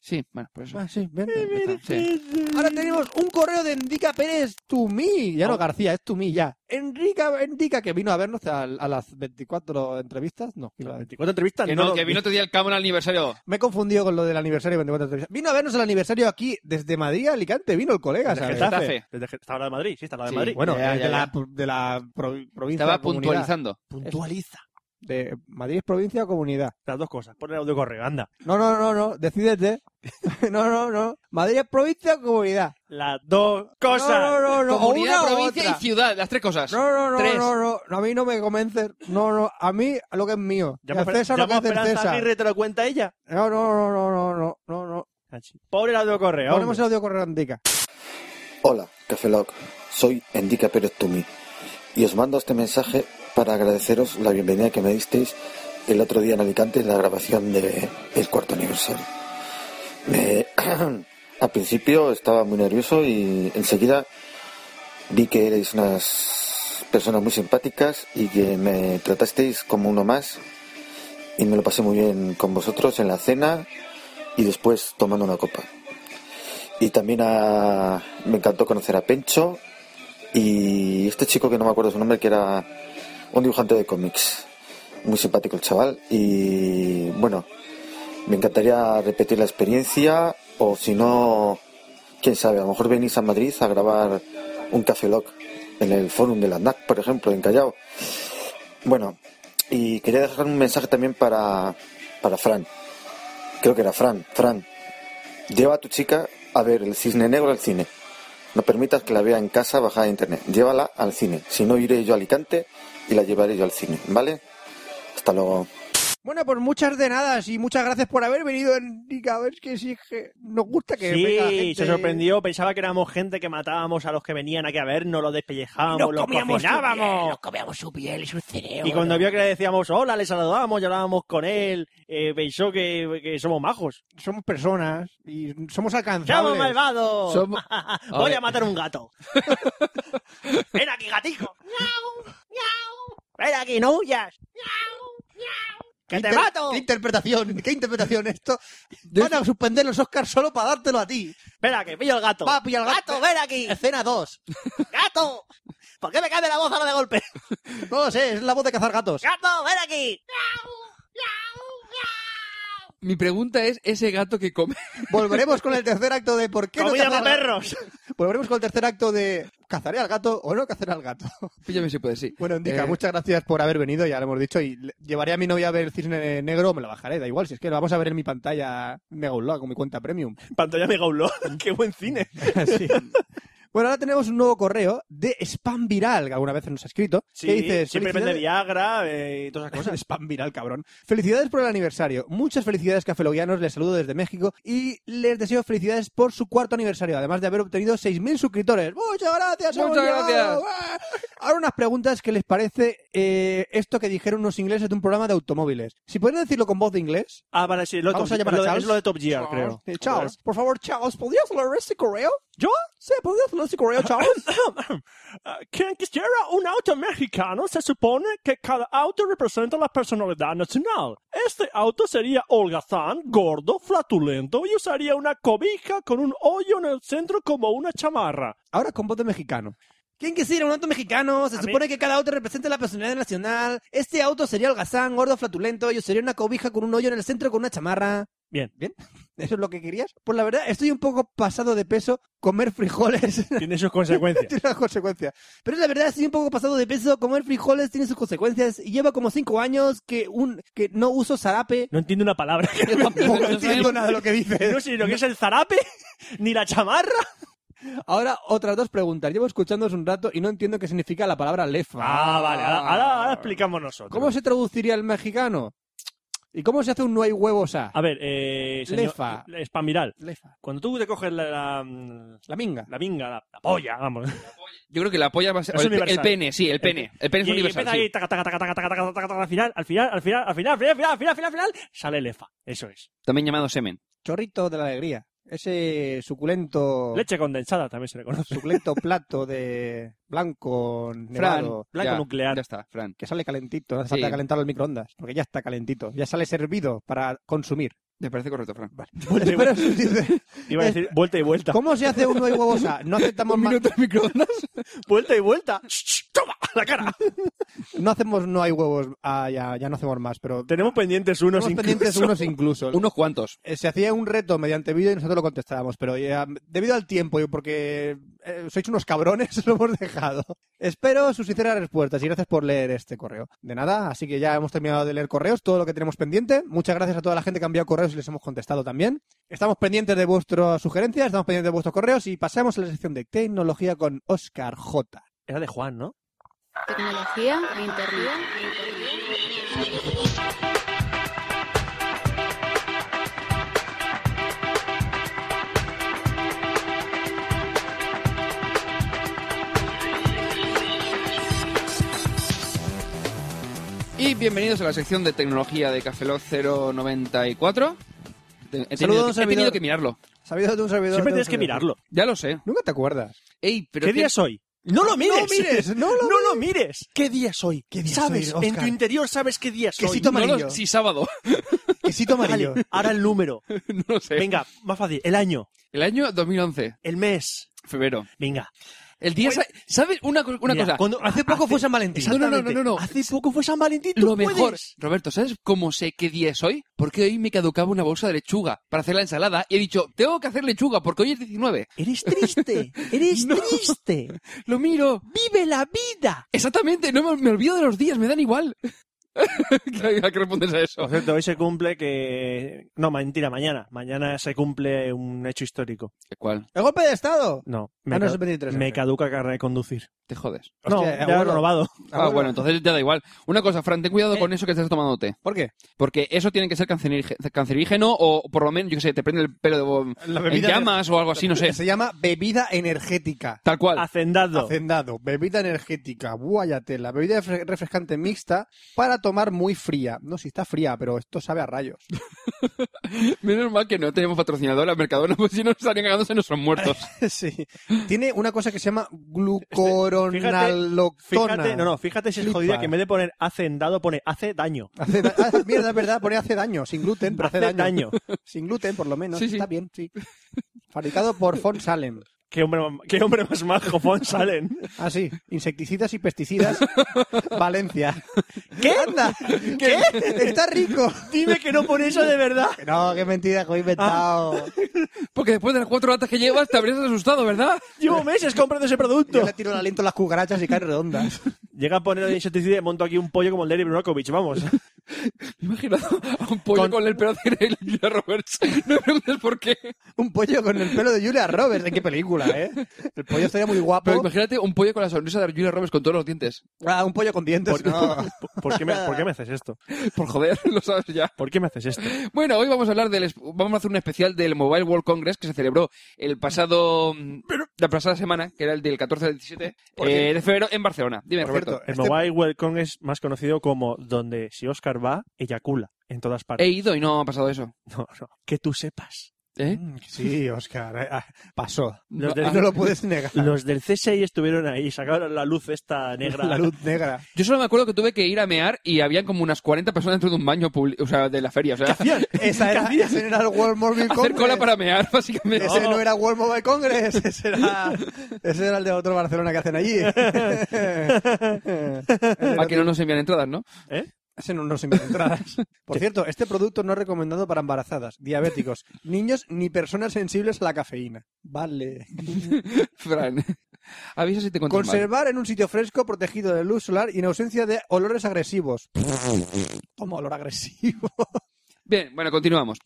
Speaker 2: Sí, bueno, por eso.
Speaker 3: Ah, sí, ven.
Speaker 2: Ya está, sí.
Speaker 3: Ahora tenemos un correo de Enrica Pérez Tumí. Ya
Speaker 2: Oh.
Speaker 3: no García, es Tumí ya. Enrica, Enrica, que vino a vernos a, a las 24 entrevistas. No, vino a las 24.
Speaker 1: 24 entrevistas,
Speaker 2: Que,
Speaker 1: no,
Speaker 2: no,
Speaker 1: lo
Speaker 2: que
Speaker 1: vi.
Speaker 2: vino otro día el Cameron aniversario.
Speaker 3: Me he confundido con lo del aniversario 24 entrevistas. Vino a vernos el aniversario aquí, desde Madrid a Alicante. Vino el colega,
Speaker 1: Desde
Speaker 3: ¿sabes?
Speaker 1: Getafe.
Speaker 2: Getafe.
Speaker 1: Desde Ge- está la de Madrid, sí, está la de
Speaker 2: Sí,
Speaker 1: Madrid.
Speaker 3: Bueno,
Speaker 2: Ya,
Speaker 3: es
Speaker 2: ya,
Speaker 3: de,
Speaker 2: ya.
Speaker 3: La, de la pro- provincia.
Speaker 2: Estaba
Speaker 3: comunidad.
Speaker 2: puntualizando.
Speaker 1: Puntualiza.
Speaker 3: De Madrid es provincia o comunidad.
Speaker 1: Las dos cosas. Pon el audio correo, anda.
Speaker 3: No, no, no, no. Decídete. no, no, no. Madrid es provincia o comunidad.
Speaker 1: Las dos cosas.
Speaker 3: No, no, no. no. O
Speaker 2: Comunidad,
Speaker 3: una o
Speaker 2: provincia y
Speaker 3: otra.
Speaker 2: ciudad, las tres cosas.
Speaker 3: No, no, no,
Speaker 2: Tres.
Speaker 3: no, no, no, a mí no me convences. No, no, a mí a lo que es mío. Y
Speaker 1: Llamo
Speaker 3: a
Speaker 1: a Esper-
Speaker 3: César lo
Speaker 1: llamo
Speaker 3: que
Speaker 1: a
Speaker 3: es del
Speaker 1: Esperanza
Speaker 3: César.
Speaker 1: Aguirre, ¿te lo cuenta ella?
Speaker 3: No, no, no, no, no, no, no, no.
Speaker 2: Ah,
Speaker 1: Pobre el audio correo.
Speaker 3: Ponemos el
Speaker 1: hombre.
Speaker 3: audio correo antica.
Speaker 9: Hola, Cafeloc. Soy Endica Pérez Tumi y os mando este mensaje para agradeceros la bienvenida que me disteis el otro día en Alicante en la grabación de el cuarto aniversario. Me- al principio estaba muy nervioso y enseguida vi que erais unas personas muy simpáticas y que me tratasteis como uno más y me lo pasé muy bien con vosotros en la cena y después tomando una copa. Y también a- me encantó conocer a Pencho y este chico que no me acuerdo su nombre, que era un dibujante de cómics. Muy simpático el chaval. Y bueno, me encantaría repetir la experiencia o si no, quién sabe, a lo mejor venís a Madrid a grabar un café log en el forum de la NAC, por ejemplo, en Callao. Bueno, y quería dejar un mensaje también para, para Fran. Creo que era Fran. Fran, Lleva a tu chica a ver el cisne negro al cine. No permitas que la vea en casa bajada de internet. Llévala al cine. Si no, iré yo a Alicante y la llevaré yo al cine. ¿Vale? Hasta luego.
Speaker 3: Bueno, pues muchas de nada y muchas gracias por haber venido, Enrica. Es que sí, es que nos gusta que venga la
Speaker 1: Sí,
Speaker 3: gente.
Speaker 1: se sorprendió. Pensaba que éramos gente que matábamos a los que venían aquí a vernos, los despellejábamos,
Speaker 10: Nos
Speaker 1: los
Speaker 10: comíamos su piel,
Speaker 1: cocinábamos.
Speaker 10: nos comíamos su piel y sus cerebros.
Speaker 1: Y cuando vio que le decíamos hola, le saludábamos, hablábamos con él, eh, pensó que, que somos majos.
Speaker 3: Somos personas y somos
Speaker 1: ¡Somos
Speaker 3: alcanzables.
Speaker 1: malvados!
Speaker 2: Somos-
Speaker 1: Voy
Speaker 2: Oye.
Speaker 1: a matar un gato. Ven aquí, gatico. Miau, miau. Ven aquí, no huyas. Miau, miau. ¡Que te
Speaker 3: Inter-
Speaker 1: mato!
Speaker 3: ¡Qué interpretación! ¡Qué interpretación! Esto van a suspender los Oscars solo para dártelo a ti.
Speaker 1: Ven aquí, pillo el gato.
Speaker 3: Va, pilla el gato.
Speaker 1: ¡Gato, ven aquí!
Speaker 3: Escena 2.
Speaker 1: ¡Gato! ¿Por qué me cambia la voz ahora de golpe?
Speaker 3: No lo sé, es la voz de cazar gatos.
Speaker 1: ¡Gato, ven aquí!
Speaker 2: Mi pregunta es, ¿ese gato que come?
Speaker 3: Volveremos con el tercer acto de por qué
Speaker 1: ¡Comida
Speaker 3: no
Speaker 1: para
Speaker 3: cazar
Speaker 1: perros!
Speaker 3: Volveremos con el tercer acto de ¿cazaré al gato o no cazaré al gato?
Speaker 2: Píllame si puedes, sí.
Speaker 3: Bueno, Indica,
Speaker 2: Eh,
Speaker 3: muchas gracias por haber venido, ya lo hemos dicho, y le- llevaré a mi novia a ver Cisne Negro, me la bajaré, da igual, si es que lo vamos a ver en mi pantalla Mega Unlock, con mi cuenta premium.
Speaker 1: Pantalla Mega Upload. ¡Qué buen cine!
Speaker 3: Sí. Bueno, ahora tenemos un nuevo correo de spam viral, que alguna vez nos ha escrito.
Speaker 1: Sí,
Speaker 3: que dice,
Speaker 1: siempre
Speaker 3: "Felicidades-
Speaker 1: vende Viagra eh, y todas esas cosas.
Speaker 3: Spam viral, cabrón. Felicidades por el aniversario. Muchas felicidades, cafeloguianos. Les saludo desde México y les deseo felicidades por su cuarto aniversario, además de haber obtenido 6.000 suscriptores. Muchas gracias. hemos
Speaker 2: Muchas
Speaker 3: llegado.
Speaker 2: gracias.
Speaker 3: ¡Ah! Ahora unas preguntas que les parece eh, esto que dijeron unos ingleses de un programa de automóviles. Si pueden decirlo con voz de inglés.
Speaker 1: Ah, vale, sí, lo, de
Speaker 3: Vamos
Speaker 1: Top-
Speaker 3: a llamar a
Speaker 1: lo de-
Speaker 3: Charles.
Speaker 1: es lo de Top Gear, creo.
Speaker 3: Eh, Charles, por favor, Charles, ¿podrías leer este correo? ¿Yo? Sí, ¿podrías leer este correo, Charles?
Speaker 1: Ah, Quien quisiera un auto mexicano se supone que cada auto representa la personalidad nacional. Este auto sería holgazán, gordo, flatulento y usaría una cobija con un hoyo en el centro como una chamarra.
Speaker 3: Ahora con voz de mexicano. ¿Quién quisiera un auto mexicano? Se
Speaker 1: A
Speaker 3: supone que cada auto representa la personalidad nacional. Este auto sería holgazán, gordo, flatulento. Yo sería una cobija con un hoyo en el centro con una chamarra.
Speaker 1: Bien.
Speaker 3: ¿Bien? ¿Eso es lo que querías? Pues la verdad, estoy un poco pasado de peso. Comer frijoles
Speaker 1: Tiene sus consecuencias.
Speaker 3: tiene las consecuencias. Pero la verdad, estoy un poco pasado de peso. Comer frijoles tiene sus consecuencias. Y lleva como cinco años que, un, que no uso zarape.
Speaker 1: No entiendo una palabra.
Speaker 3: Tampoco
Speaker 2: no
Speaker 3: entiendo
Speaker 2: sé.
Speaker 3: nada de lo que dices.
Speaker 1: No sé ni lo que es el zarape, ni la chamarra.
Speaker 3: Ahora, otras dos preguntas. Llevo escuchándoos un rato y no entiendo qué significa la palabra lefa.
Speaker 1: Ah, vale, ahora, ahora- ahora explicamos nosotros.
Speaker 3: ¿Cómo se traduciría el mexicano? ¿Y cómo se hace un no hay huevos a?
Speaker 1: A ver, eh, señor,
Speaker 3: Lefa.
Speaker 1: Spamiral,
Speaker 3: Lefa.
Speaker 1: cuando tú te coges la, la,
Speaker 3: La minga.
Speaker 1: la minga, la, la polla, vamos.
Speaker 2: Yo creo que la polla va a ser.
Speaker 1: Es
Speaker 2: o el, pe-
Speaker 1: universal.
Speaker 2: el pene, sí, el pene. El pene es
Speaker 1: y, y
Speaker 2: universal.
Speaker 1: empieza ahí,
Speaker 2: sí.
Speaker 1: taca, taca, taca, taca, taca, taca, taca, taca, al final, al final, al final, al final, al final, al final, al final, al final, al final, sale el EFA. Eso es.
Speaker 2: También llamado semen.
Speaker 3: Chorrito de la alegría. Ese suculento,
Speaker 1: Leche condensada también se le conoce.
Speaker 3: suculento plato de blanco nevado
Speaker 1: Blanco
Speaker 2: Ya,
Speaker 1: nuclear.
Speaker 2: Ya está, Fran.
Speaker 3: que sale calentito. No hace
Speaker 2: Sí.
Speaker 3: falta calentarlo al microondas, porque ya está calentito. Ya sale servido para consumir.
Speaker 2: Me parece correcto, Fran.
Speaker 1: Vuelta y vuelta.
Speaker 3: Pero,
Speaker 1: Iba a decir vuelta y vuelta.
Speaker 3: ¿Cómo se hace uno y huevosa? No aceptamos
Speaker 2: Un
Speaker 3: más-
Speaker 2: minuto en microondas.
Speaker 1: Vuelta y vuelta. ¡Toma! ¡A la cara!
Speaker 3: No hacemos no hay huevos. Ah, ya, ya no hacemos más, pero
Speaker 1: Tenemos pendientes unos
Speaker 3: tenemos pendientes
Speaker 1: incluso.
Speaker 3: unos incluso.
Speaker 2: Unos cuantos.
Speaker 3: Eh, se hacía un reto mediante vídeo y nosotros lo contestábamos, pero ya, debido al tiempo y porque eh, sois unos cabrones, lo hemos dejado. Espero sus sinceras respuestas y gracias por leer este correo. De nada, así que ya hemos terminado de leer correos, todo lo que tenemos pendiente. Muchas gracias a toda la gente que ha enviado correos y les hemos contestado también. Estamos pendientes de vuestras sugerencias, estamos pendientes de vuestros correos y pasamos a la sección de tecnología con Oscar J.
Speaker 1: Era de Juan, ¿no?
Speaker 11: Tecnología e internet.
Speaker 2: Y bienvenidos a la sección de tecnología de Cafeloc 094. Te- He
Speaker 3: Saludos,
Speaker 2: tenido, que- he
Speaker 3: servidor.
Speaker 2: tenido que mirarlo.
Speaker 3: Sabido de un servidor.
Speaker 1: Siempre
Speaker 3: de un
Speaker 1: tienes que
Speaker 3: servidor.
Speaker 1: mirarlo.
Speaker 2: Ya lo sé.
Speaker 3: Nunca te acuerdas.
Speaker 2: Ey, pero
Speaker 1: ¿Qué
Speaker 2: es que-
Speaker 1: día es hoy? ¡No lo mires!
Speaker 3: mires, no lo
Speaker 1: mires! ¿Qué día es hoy?
Speaker 3: ¿Qué día es
Speaker 1: ¿Sabes?
Speaker 3: hoy,
Speaker 1: en tu
Speaker 3: Oscar?
Speaker 1: interior sabes qué día es hoy.
Speaker 3: Quesito
Speaker 2: No lo-
Speaker 3: amarillo.
Speaker 2: sí, sábado.
Speaker 3: Quesito amarillo.
Speaker 1: Vale, ahora el número.
Speaker 2: no lo sé.
Speaker 1: Venga, más fácil. El año,
Speaker 2: El año 2011,
Speaker 1: el mes.
Speaker 2: febrero.
Speaker 1: Venga.
Speaker 2: El día... sa- ¿Sabes una, co- una
Speaker 1: Mira,
Speaker 2: cosa?
Speaker 1: cuando-
Speaker 3: Hace poco fue San Valentín.
Speaker 2: No, no, no, no, no, no.
Speaker 1: Hace poco fue San Valentín. ¿tú
Speaker 2: Lo mejor,
Speaker 1: puedes?
Speaker 2: Roberto, ¿sabes cómo sé qué día es hoy? Porque hoy me caducaba una bolsa de lechuga para hacer la ensalada y he dicho, tengo que hacer lechuga porque hoy es 19.
Speaker 1: Eres triste. Eres
Speaker 2: No.
Speaker 1: triste.
Speaker 2: Lo miro.
Speaker 1: Vive la vida.
Speaker 2: Exactamente, no me, me olvido de los días, me dan igual. ¿Qué- ¿A qué respondes a eso?
Speaker 1: Por cierto, hoy se cumple que... No, mentira, mañana. Mañana se cumple un hecho histórico.
Speaker 2: ¿Cuál?
Speaker 3: ¡El golpe de Estado!
Speaker 1: No, me,
Speaker 3: Ah, no,
Speaker 1: ca-
Speaker 3: es el 23.
Speaker 1: me caduca carne de conducir.
Speaker 2: Te jodes.
Speaker 1: no,
Speaker 3: Hostia,
Speaker 1: ya lo he
Speaker 3: abuelo.
Speaker 1: renovado.
Speaker 2: Ah, bueno, entonces te da igual. Una cosa, Fran, ten cuidado
Speaker 1: Eh.
Speaker 2: con eso que estás tomándote.
Speaker 3: ¿Por qué?
Speaker 2: Porque eso tiene que ser canceríge- cancerígeno o por lo menos, yo qué sé, te prende el pelo de
Speaker 3: La
Speaker 2: en llamas o algo así, no sé.
Speaker 3: Se llama bebida energética.
Speaker 2: Tal cual.
Speaker 1: Hacendado.
Speaker 3: Hacendado, bebida energética, guayatela, bebida fre- refrescante mixta para tomar muy fría. No, si está fría, pero esto sabe a rayos.
Speaker 2: Menos mal que no tenemos patrocinador a Mercadona, pues si no estarían cagándose nuestros muertos.
Speaker 3: sí. Tiene una cosa que se llama
Speaker 1: Fíjate,
Speaker 3: glucoronaloctona.
Speaker 1: no, no, fíjate si es
Speaker 3: Flipas.
Speaker 1: jodida que en vez de poner hacendado pone hace daño.
Speaker 3: Hace da- ah, mierda, es verdad, pone hace daño, sin gluten, pero hace,
Speaker 1: Hace daño.
Speaker 3: Sin gluten, por lo menos,
Speaker 2: Sí, sí.
Speaker 3: está bien, sí. Fabricado por Font Salem.
Speaker 1: Qué hombre, qué hombre más majo, Fon Salen.
Speaker 3: Ah, sí, insecticidas y pesticidas, Valencia.
Speaker 1: ¿Qué?
Speaker 3: ¡Anda!
Speaker 1: ¿Qué?
Speaker 3: ¡Está rico!
Speaker 1: Dime que no pone eso de verdad.
Speaker 3: No, qué mentira, que lo he inventado.
Speaker 2: Porque después de las cuatro latas que llevas te habrías asustado, ¿verdad?
Speaker 1: Llevo meses comprando ese producto.
Speaker 3: Yo le tiro el aliento a las cucarachas y caen redondas.
Speaker 1: Llega a poner el insecticida y monto aquí un pollo como el Larry Brokovich, vamos.
Speaker 2: Imagina a un pollo con, el pelo de la Julia Roberts. No me preguntes por qué.
Speaker 3: Un pollo con el pelo de Julia Roberts. ¿En qué película, eh? El pollo estaría muy guapo.
Speaker 2: Pero imagínate un pollo con la sonrisa de Julia Roberts con todos los dientes.
Speaker 3: Ah, un pollo con dientes. No.
Speaker 1: ¿Por- ¿Por qué, me, por qué me haces esto?
Speaker 2: Por joder, lo sabes ya.
Speaker 1: ¿Por qué me haces esto?
Speaker 2: Bueno, hoy vamos a hablar del. Vamos a hacer un especial del Mobile World Congress que se celebró el pasado. La pasada semana, que era el del 14 al 17 eh, de febrero en Barcelona. Dime,
Speaker 3: Por
Speaker 2: Roberto.
Speaker 3: cierto,
Speaker 1: El
Speaker 3: Este-
Speaker 1: Mobile World Congress es más conocido como donde si Oscar va, eyacula en todas partes.
Speaker 2: He ido y no ha pasado eso.
Speaker 1: No, no, que tú sepas.
Speaker 2: ¿Eh?
Speaker 3: Mm, Sí, Oscar. eh, ah, Pasó.
Speaker 1: Los
Speaker 3: Ah,
Speaker 1: del,
Speaker 3: No lo puedes negar.
Speaker 1: los del CSI estuvieron ahí, sacaron la luz esta negra.
Speaker 3: La luz negra.
Speaker 2: Yo solo me acuerdo que tuve que ir a mear y habían como unas 40 personas dentro de un baño publi- o sea, de la feria. O sea,
Speaker 3: Esa era, ese no era el World Mobile
Speaker 2: hacer cola
Speaker 3: Congress.
Speaker 2: para mear, básicamente.
Speaker 3: Ese no era World Mobile Congress, ese era, ese era el de otro Barcelona que hacen allí.
Speaker 2: Para que no nos envían entradas, ¿no?
Speaker 3: Ese no nos envían entradas. Por cierto, este producto no es recomendado para embarazadas, diabéticos, niños ni personas sensibles a la cafeína. Vale.
Speaker 2: Fran, avisa si te encuentras mal.
Speaker 3: Conservar en un sitio fresco, protegido de luz solar y en ausencia de olores agresivos. Toma olor agresivo.
Speaker 2: Bien, bueno, continuamos.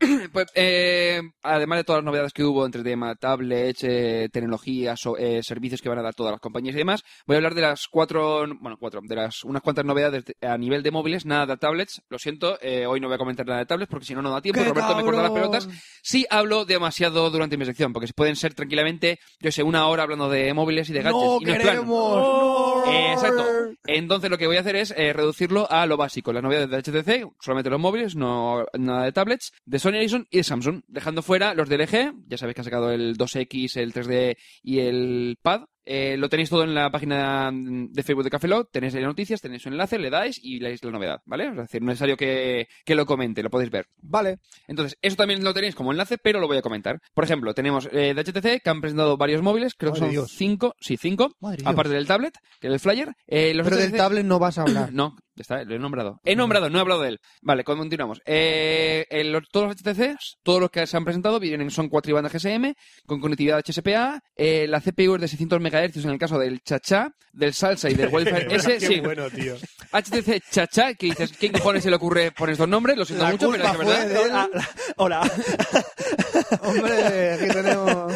Speaker 2: Pues, eh, además de todas las novedades que hubo entre tema tablets, eh, tecnologías, o, eh, servicios que van a dar todas las compañías y demás, voy a hablar de las cuatro, bueno, cuatro, de las unas cuantas novedades de- a nivel de móviles, nada de tablets, lo siento, eh, hoy no voy a comentar nada de tablets porque si no, no da tiempo,
Speaker 10: ¡Qué
Speaker 2: Roberto me corta las
Speaker 10: cabrón!
Speaker 2: pelotas. Sí hablo demasiado durante mi sección, porque pueden ser tranquilamente, yo sé, una hora hablando de móviles y de gadgets.
Speaker 10: No
Speaker 2: y no es plan.
Speaker 10: queremos.
Speaker 2: Eh, exacto. Entonces lo que voy a hacer es eh, reducirlo a lo básico, las novedades de HTC, solamente los móviles, no nada de tablets, de Sony Ericsson y de Samsung, dejando fuera los de LG, ya sabéis que ha sacado el 2X, el 3D y el Pad. Eh, lo tenéis todo en la página de Facebook de Cafelog, tenéis ahí las noticias, tenéis un enlace, le dais y leéis la novedad, ¿vale? Es decir, no es necesario que, que lo comente, lo podéis ver.
Speaker 3: Vale.
Speaker 2: Entonces, eso también lo tenéis como enlace, pero lo voy a comentar. Por ejemplo, tenemos eh, de HTC que han presentado varios móviles, creo que
Speaker 3: Madre
Speaker 2: son
Speaker 3: Dios.
Speaker 2: cinco, sí, cinco,
Speaker 3: Madre Dios.
Speaker 2: aparte del tablet, que es el flyer. Eh, los
Speaker 3: Pero del
Speaker 2: HTC
Speaker 3: tablet no vas a hablar.
Speaker 2: no, ya está, lo he nombrado. He nombrado, no he hablado de él. Vale, continuamos. Eh, el- los- todos los HTCs, todos los que se han presentado, vienen, son cuatro bandas GSM, con conectividad HSPA, eh, la CPU es de 600 MHz en el caso del Chacha, del Salsa y del Wi-Fi S. sí,
Speaker 1: bueno, tío.
Speaker 2: HTC Chacha, que dices, ¿quién cojones se le ocurre poner estos nombres? Lo siento
Speaker 3: La
Speaker 2: mucho, pero es
Speaker 3: culpa
Speaker 2: que es verdad.
Speaker 3: fue de él.
Speaker 1: Hola. Ah, hola.
Speaker 3: Hombre, aquí tenemos.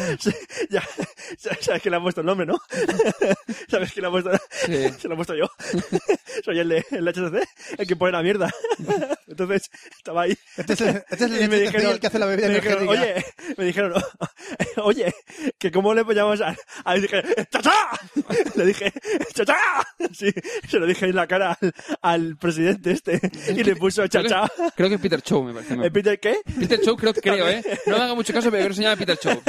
Speaker 1: Ya, ya sabes que le ha puesto el nombre, ¿no? ¿Sabes que le ha puesto?
Speaker 2: Sí.
Speaker 1: Se lo he puesto yo. Soy el, de, el HCC, el que pone la mierda. Entonces, estaba ahí.
Speaker 3: Este es el, este es el,
Speaker 1: Y me
Speaker 3: HTC y
Speaker 1: dijeron-
Speaker 3: el que hace la bebida
Speaker 1: me dijeron,
Speaker 3: energética.
Speaker 1: oye, me dijeron, oye, que cómo le llamamos a... a- dije, ¡Chachá! Le dije, ¡Chachá! Sí, se lo dije en la cara al, al presidente este y le puso
Speaker 2: Creo que-
Speaker 1: chachá.
Speaker 2: Creo que es Peter Chow, me parece.
Speaker 1: ¿El Peter qué?
Speaker 2: Peter Chow, creo, creo, ¿eh? No me haga mucho caso, pero creo que se llama Peter Chow.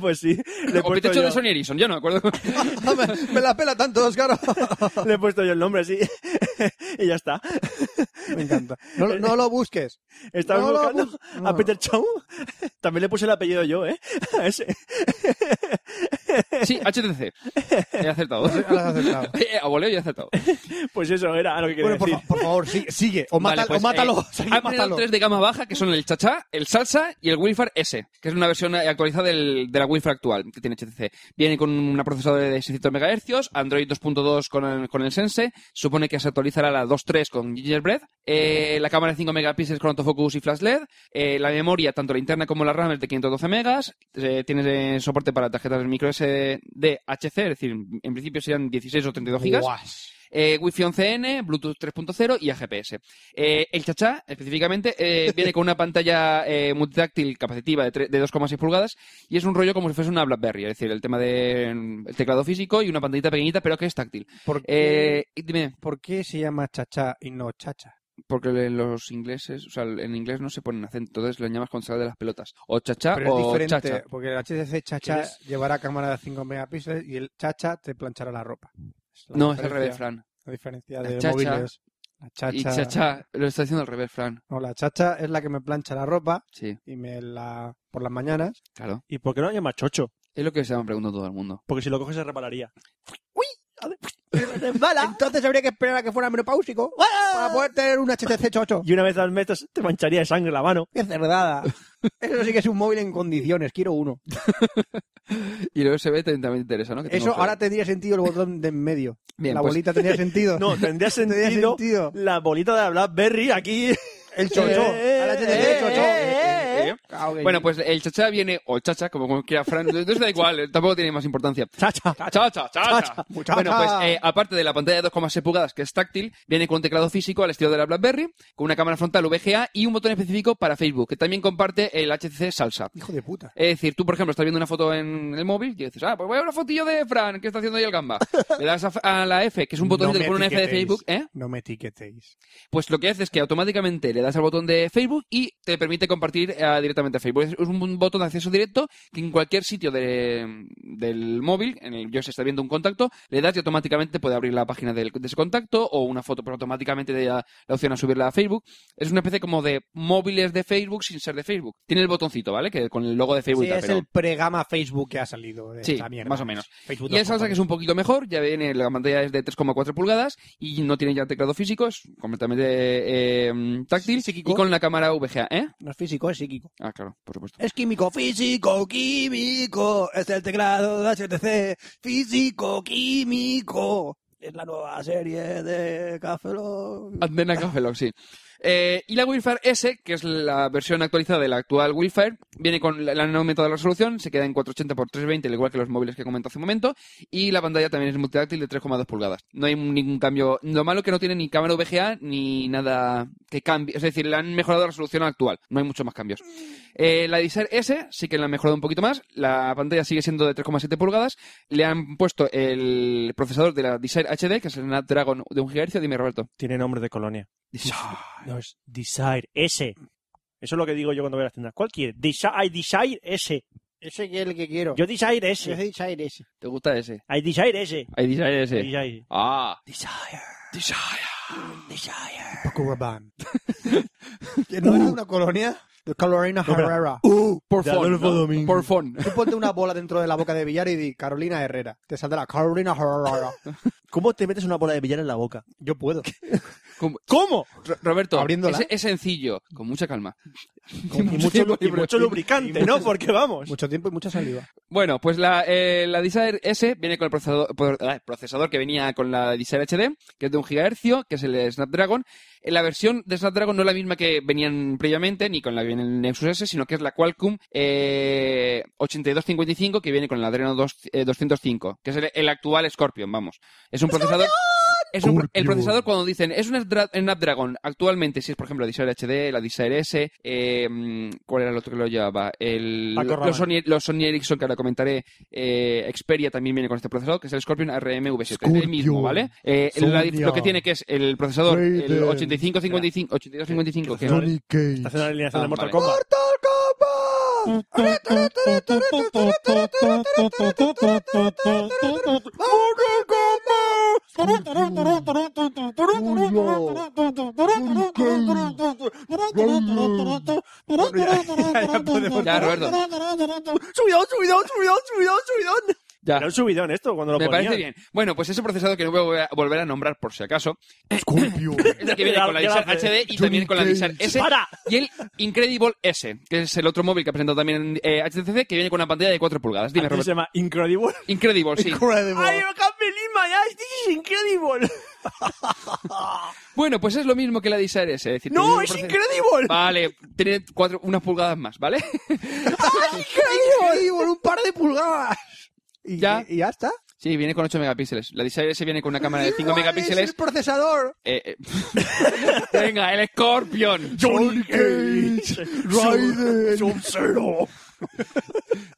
Speaker 1: Pues sí, le he
Speaker 2: O
Speaker 1: puesto
Speaker 2: Peter Chow de
Speaker 1: yo,
Speaker 2: Sony Ericsson, yo no me acuerdo.
Speaker 3: No, me, me la pela tanto, Oscar.
Speaker 1: le he puesto yo el nombre, sí. Y ya está.
Speaker 3: me encanta. No, lo- no lo busques.
Speaker 1: Estaba
Speaker 3: No lo
Speaker 1: buscando
Speaker 3: bus- no.
Speaker 1: a Peter Chow. También le puse el apellido yo, ¿eh? A ese.
Speaker 2: Sí, HTC. He acertado.
Speaker 3: No lo has acertado.
Speaker 2: Eh, A voleo y he acertado.
Speaker 1: Pues eso era lo que quería
Speaker 3: Bueno, por,
Speaker 1: decir.
Speaker 3: fa- por favor, sigue, sigue. O,
Speaker 2: Vale,
Speaker 3: mátalo,
Speaker 2: pues,
Speaker 3: o mátalo.
Speaker 2: eh,
Speaker 3: Sigue,
Speaker 2: han
Speaker 3: mátalo.
Speaker 2: venido tres de gama baja, que son el Chacha, el Salsa y el Wilfar S, que es una versión actualizada del- de la Wilfar actual que tiene HTC. Viene con una procesadora de 600 MHz, Android 2.2 con el, con el Sense, supone que se actualizará la 2.3 con Gingerbread, eh, la cámara de 5 megapíxeles con autofocus y flash LED, eh, la memoria, tanto la interna como la RAM, es de 512 megas, eh, tiene eh, soporte para tarjetas micro SD HC, es decir, en principio serían 16 o 32 gigas
Speaker 3: Guas.
Speaker 2: eh, Wi-Fi 11N, Bluetooth 3.0 y AGPS. Eh, el Chachá, específicamente, eh, viene con una pantalla eh, multitáctil capacitiva de, tre- de 2,6 pulgadas y es un rollo como si fuese una BlackBerry, es decir, el tema del teclado físico y una pantallita pequeñita pero que es táctil.
Speaker 3: ¿Por qué,
Speaker 2: Eh, y dime,
Speaker 3: ¿Por qué se llama chacha y no chacha?
Speaker 2: porque los ingleses, o sea, en inglés no se ponen acento, entonces lo llamas con sal de las pelotas. O Chachá
Speaker 3: Pero es
Speaker 2: o
Speaker 3: diferente,
Speaker 2: Chacha.
Speaker 3: porque el HTC Chacha
Speaker 1: ¿Quieres?
Speaker 3: llevará cámara de 5 megapíxeles y el Chacha te planchará la ropa. la
Speaker 2: No, es al
Speaker 3: diferencia-
Speaker 2: revés, Fran.
Speaker 3: La diferencia
Speaker 2: La
Speaker 3: de
Speaker 2: Chacha.
Speaker 3: móviles. La chacha,
Speaker 2: Y Chacha, lo está diciendo al revés, Fran.
Speaker 3: No, la Chacha es la que me plancha la ropa
Speaker 2: Sí,
Speaker 3: y me la por las mañanas.
Speaker 2: claro.
Speaker 1: ¿Y por qué no lo llama Chocho?
Speaker 2: Es lo que se llama preguntando todo el mundo.
Speaker 1: Porque si lo coges se repararía.
Speaker 3: Entonces habría que esperar a que fuera menopáusico para poder tener un HTC Chocho.
Speaker 1: Y una vez al metas te mancharía de sangre la mano.
Speaker 3: ¡Qué cerdada! Eso sí que es un móvil en condiciones, quiero uno.
Speaker 2: Y el USB también te interesa, ¿no? Que
Speaker 3: Eso
Speaker 2: tengo-
Speaker 3: ahora tendría sentido el botón de en medio.
Speaker 2: Bien,
Speaker 3: la
Speaker 2: pues-
Speaker 3: bolita tenía sentido.
Speaker 1: No, tendría
Speaker 3: tenía
Speaker 1: sentido
Speaker 3: sentido.
Speaker 1: la bolita de la Blackberry aquí.
Speaker 3: El chocho.
Speaker 1: Eh,
Speaker 3: Al HTC
Speaker 1: eh,
Speaker 3: chocho.
Speaker 1: eh, eh, eh.
Speaker 3: Ah, ok.
Speaker 2: Bueno, pues el chacha viene, o chacha, como quiera Fran, no da igual, eh, tampoco tiene más importancia.
Speaker 1: Chacha.
Speaker 2: Chacha, chacha.
Speaker 3: muchacha.
Speaker 2: Bueno, pues eh, aparte de la pantalla de 2,6 pulgadas, que es táctil, viene con un teclado físico al estilo de la BlackBerry, con una cámara frontal VGA y un botón específico para Facebook, que también comparte el HTC Salsa.
Speaker 3: Hijo de puta.
Speaker 2: Es decir, tú, por ejemplo, estás viendo una foto en el móvil y dices, ah, pues voy a ver una fotillo de Fran, que está haciendo ahí el gamba. Le das a, a la F, que es un botón
Speaker 3: No
Speaker 2: que
Speaker 3: me
Speaker 2: te pone una F de
Speaker 3: etiquetéis.
Speaker 2: Facebook, ¿eh?
Speaker 3: No me etiquetéis.
Speaker 2: Pues lo que hace es que automáticamente le das al botón de Facebook y te permite compartir eh, directamente a Facebook. Es un un botón de acceso directo que en cualquier sitio de- del móvil, en el yo se está viendo un contacto, le das y automáticamente puede abrir la página del- de ese contacto o una foto, pero automáticamente te da la opción a subirla a Facebook. Es una especie como de móviles de Facebook sin ser de Facebook. Tiene el botoncito, ¿vale? Que con el logo de Facebook. y
Speaker 3: Sí,
Speaker 2: tal,
Speaker 3: es
Speaker 2: pero-
Speaker 3: el pregama Facebook que ha salido de
Speaker 2: Sí,
Speaker 3: esta mierda.
Speaker 2: más o menos.
Speaker 3: Facebook
Speaker 2: Y el salsa que es un poquito mejor, ya viene, la pantalla es de 3,4 pulgadas y no tiene ya teclado físico, es completamente eh, táctil
Speaker 3: Psíquico.
Speaker 2: y con la cámara VGA, ¿eh?
Speaker 3: No es físico, es psíquico.
Speaker 2: Ah, claro, por supuesto.
Speaker 3: Es químico, físico, químico. Es el teclado de HTC. Físico, químico. Es la nueva serie de Café Lock.
Speaker 2: Antena Cafelox, sí. Eh, y la Wildfire S, que es la versión actualizada de la actual Wildfire, viene con la- el aumento de la resolución, se queda en 480x320, al igual que los móviles que comenté hace un momento, y la pantalla también es multidáctil de 3,2 pulgadas. No hay ningún cambio. Lo malo es que no tiene ni cámara VGA ni nada que cambie. Es decir, le han mejorado la resolución actual. No hay muchos más cambios. Eh, la Desire S sí que la han mejorado un poquito más. La pantalla sigue siendo de 3,7 pulgadas. Le han puesto el procesador de la Desire HD, que es el Snapdragon de 1 GHz. Dime, Roberto.
Speaker 1: Tiene nombre de colonia.
Speaker 2: "Ah,
Speaker 1: No, es Desire. S. Eso es lo que digo yo cuando voy a las tiendas. ¿Cuál quiere? Desire, I desire S.
Speaker 10: Ese que es el que quiero.
Speaker 1: Yo desire
Speaker 10: Ese
Speaker 1: S.
Speaker 10: es Shire ese.
Speaker 2: ¿Te gusta ese?
Speaker 1: I desire S.
Speaker 2: Hay Desire S.
Speaker 1: Desire.
Speaker 2: Ah.
Speaker 3: Paco Rabanne. ¿Que no es una colonia? Uh. De Carolina Herrera.
Speaker 1: Uh,
Speaker 2: Por
Speaker 1: de
Speaker 2: fon.
Speaker 1: Adolfo
Speaker 2: ¿no?
Speaker 1: Domingo.
Speaker 2: Por fon.
Speaker 3: Tú ponte una bola dentro de la boca de Villar y di Carolina Herrera. Te saldrá Carolina Herrera.
Speaker 1: ¿Cómo te metes una bola de billar en la boca?
Speaker 3: Yo puedo.
Speaker 2: Como-
Speaker 1: ¿Cómo?
Speaker 2: Ro- Roberto,
Speaker 3: ¿Abriéndola?
Speaker 2: es, es sencillo, con mucha calma.
Speaker 1: Y mucho,
Speaker 2: tiempo
Speaker 1: y
Speaker 2: libre.
Speaker 1: mucho lubricante, ¿no? Porque vamos.
Speaker 3: Mucho tiempo y mucha saliva.
Speaker 2: Bueno, pues la, eh, la Desire S viene con el procesador, por- ah, procesador que venía con la Desire HD, que es de un GHz, que es el Snapdragon. Eh, La versión de Snapdragon no es la misma que venían previamente, ni con la que viene el Nexus S, sino que es la Qualcomm eh, 8255, que viene con el Adreno dos- eh, 205, que es el, el actual Scorpion, vamos. Es un procesador... Es un- el procesador cuando dicen es un Snapdra- Snapdragon actualmente si es por ejemplo la Desire HD la Desire S eh, mm, cuál era el otro que lo llevaba el,
Speaker 1: Paco Rabanne.
Speaker 2: los, Sony, los Sony Ericsson que ahora comentaré eh, Xperia también viene con este procesador que es el Scorpion RM V7 es el mismo ¿vale? Eh, la- lo que tiene que es el procesador el 8555 8255 que es-
Speaker 1: Está haciendo la alineación de
Speaker 2: Ah,
Speaker 1: Mortal
Speaker 2: vale.
Speaker 1: Kombat.
Speaker 2: ya Roberto ya
Speaker 1: Era un subidón esto cuando lo
Speaker 2: me
Speaker 1: ponían.
Speaker 2: parece bien bueno pues ese procesador que no voy a volver a- volver a nombrar por si acaso es el que viene con la
Speaker 1: Ya la-
Speaker 2: Desire
Speaker 1: ya la-
Speaker 2: HD y también con la Desire S
Speaker 1: ¡Para!
Speaker 2: Y el Incredible S, que es el otro móvil que ha presentado también eh, HTC, que viene con una pantalla de 4 pulgadas. Dime,
Speaker 1: Aquí se
Speaker 2: Roberto.
Speaker 1: llama Incredible.
Speaker 2: Incredible, sí.
Speaker 1: ¡Ay, I can't believe my eyes! ¡This is incredible!
Speaker 2: Bueno, pues es lo mismo que la Desire S. Es decir,
Speaker 1: ¡No,
Speaker 2: tiene un
Speaker 1: es
Speaker 2: proce-
Speaker 1: incredible!
Speaker 2: Vale, tiene cuatro, unas pulgadas más, ¿vale?
Speaker 3: ¡Increíble! ¡Un par de pulgadas! ¿Y
Speaker 2: Ya.
Speaker 3: y ya está?
Speaker 2: Sí, viene con 8 megapíxeles. La Desire S viene con una cámara de 5
Speaker 3: ¿Cuál es
Speaker 2: megapíxeles.
Speaker 3: el procesador?
Speaker 2: Eh, eh. Venga, el Scorpion.
Speaker 1: Johnny Cage, Raiden, Sub-Zero.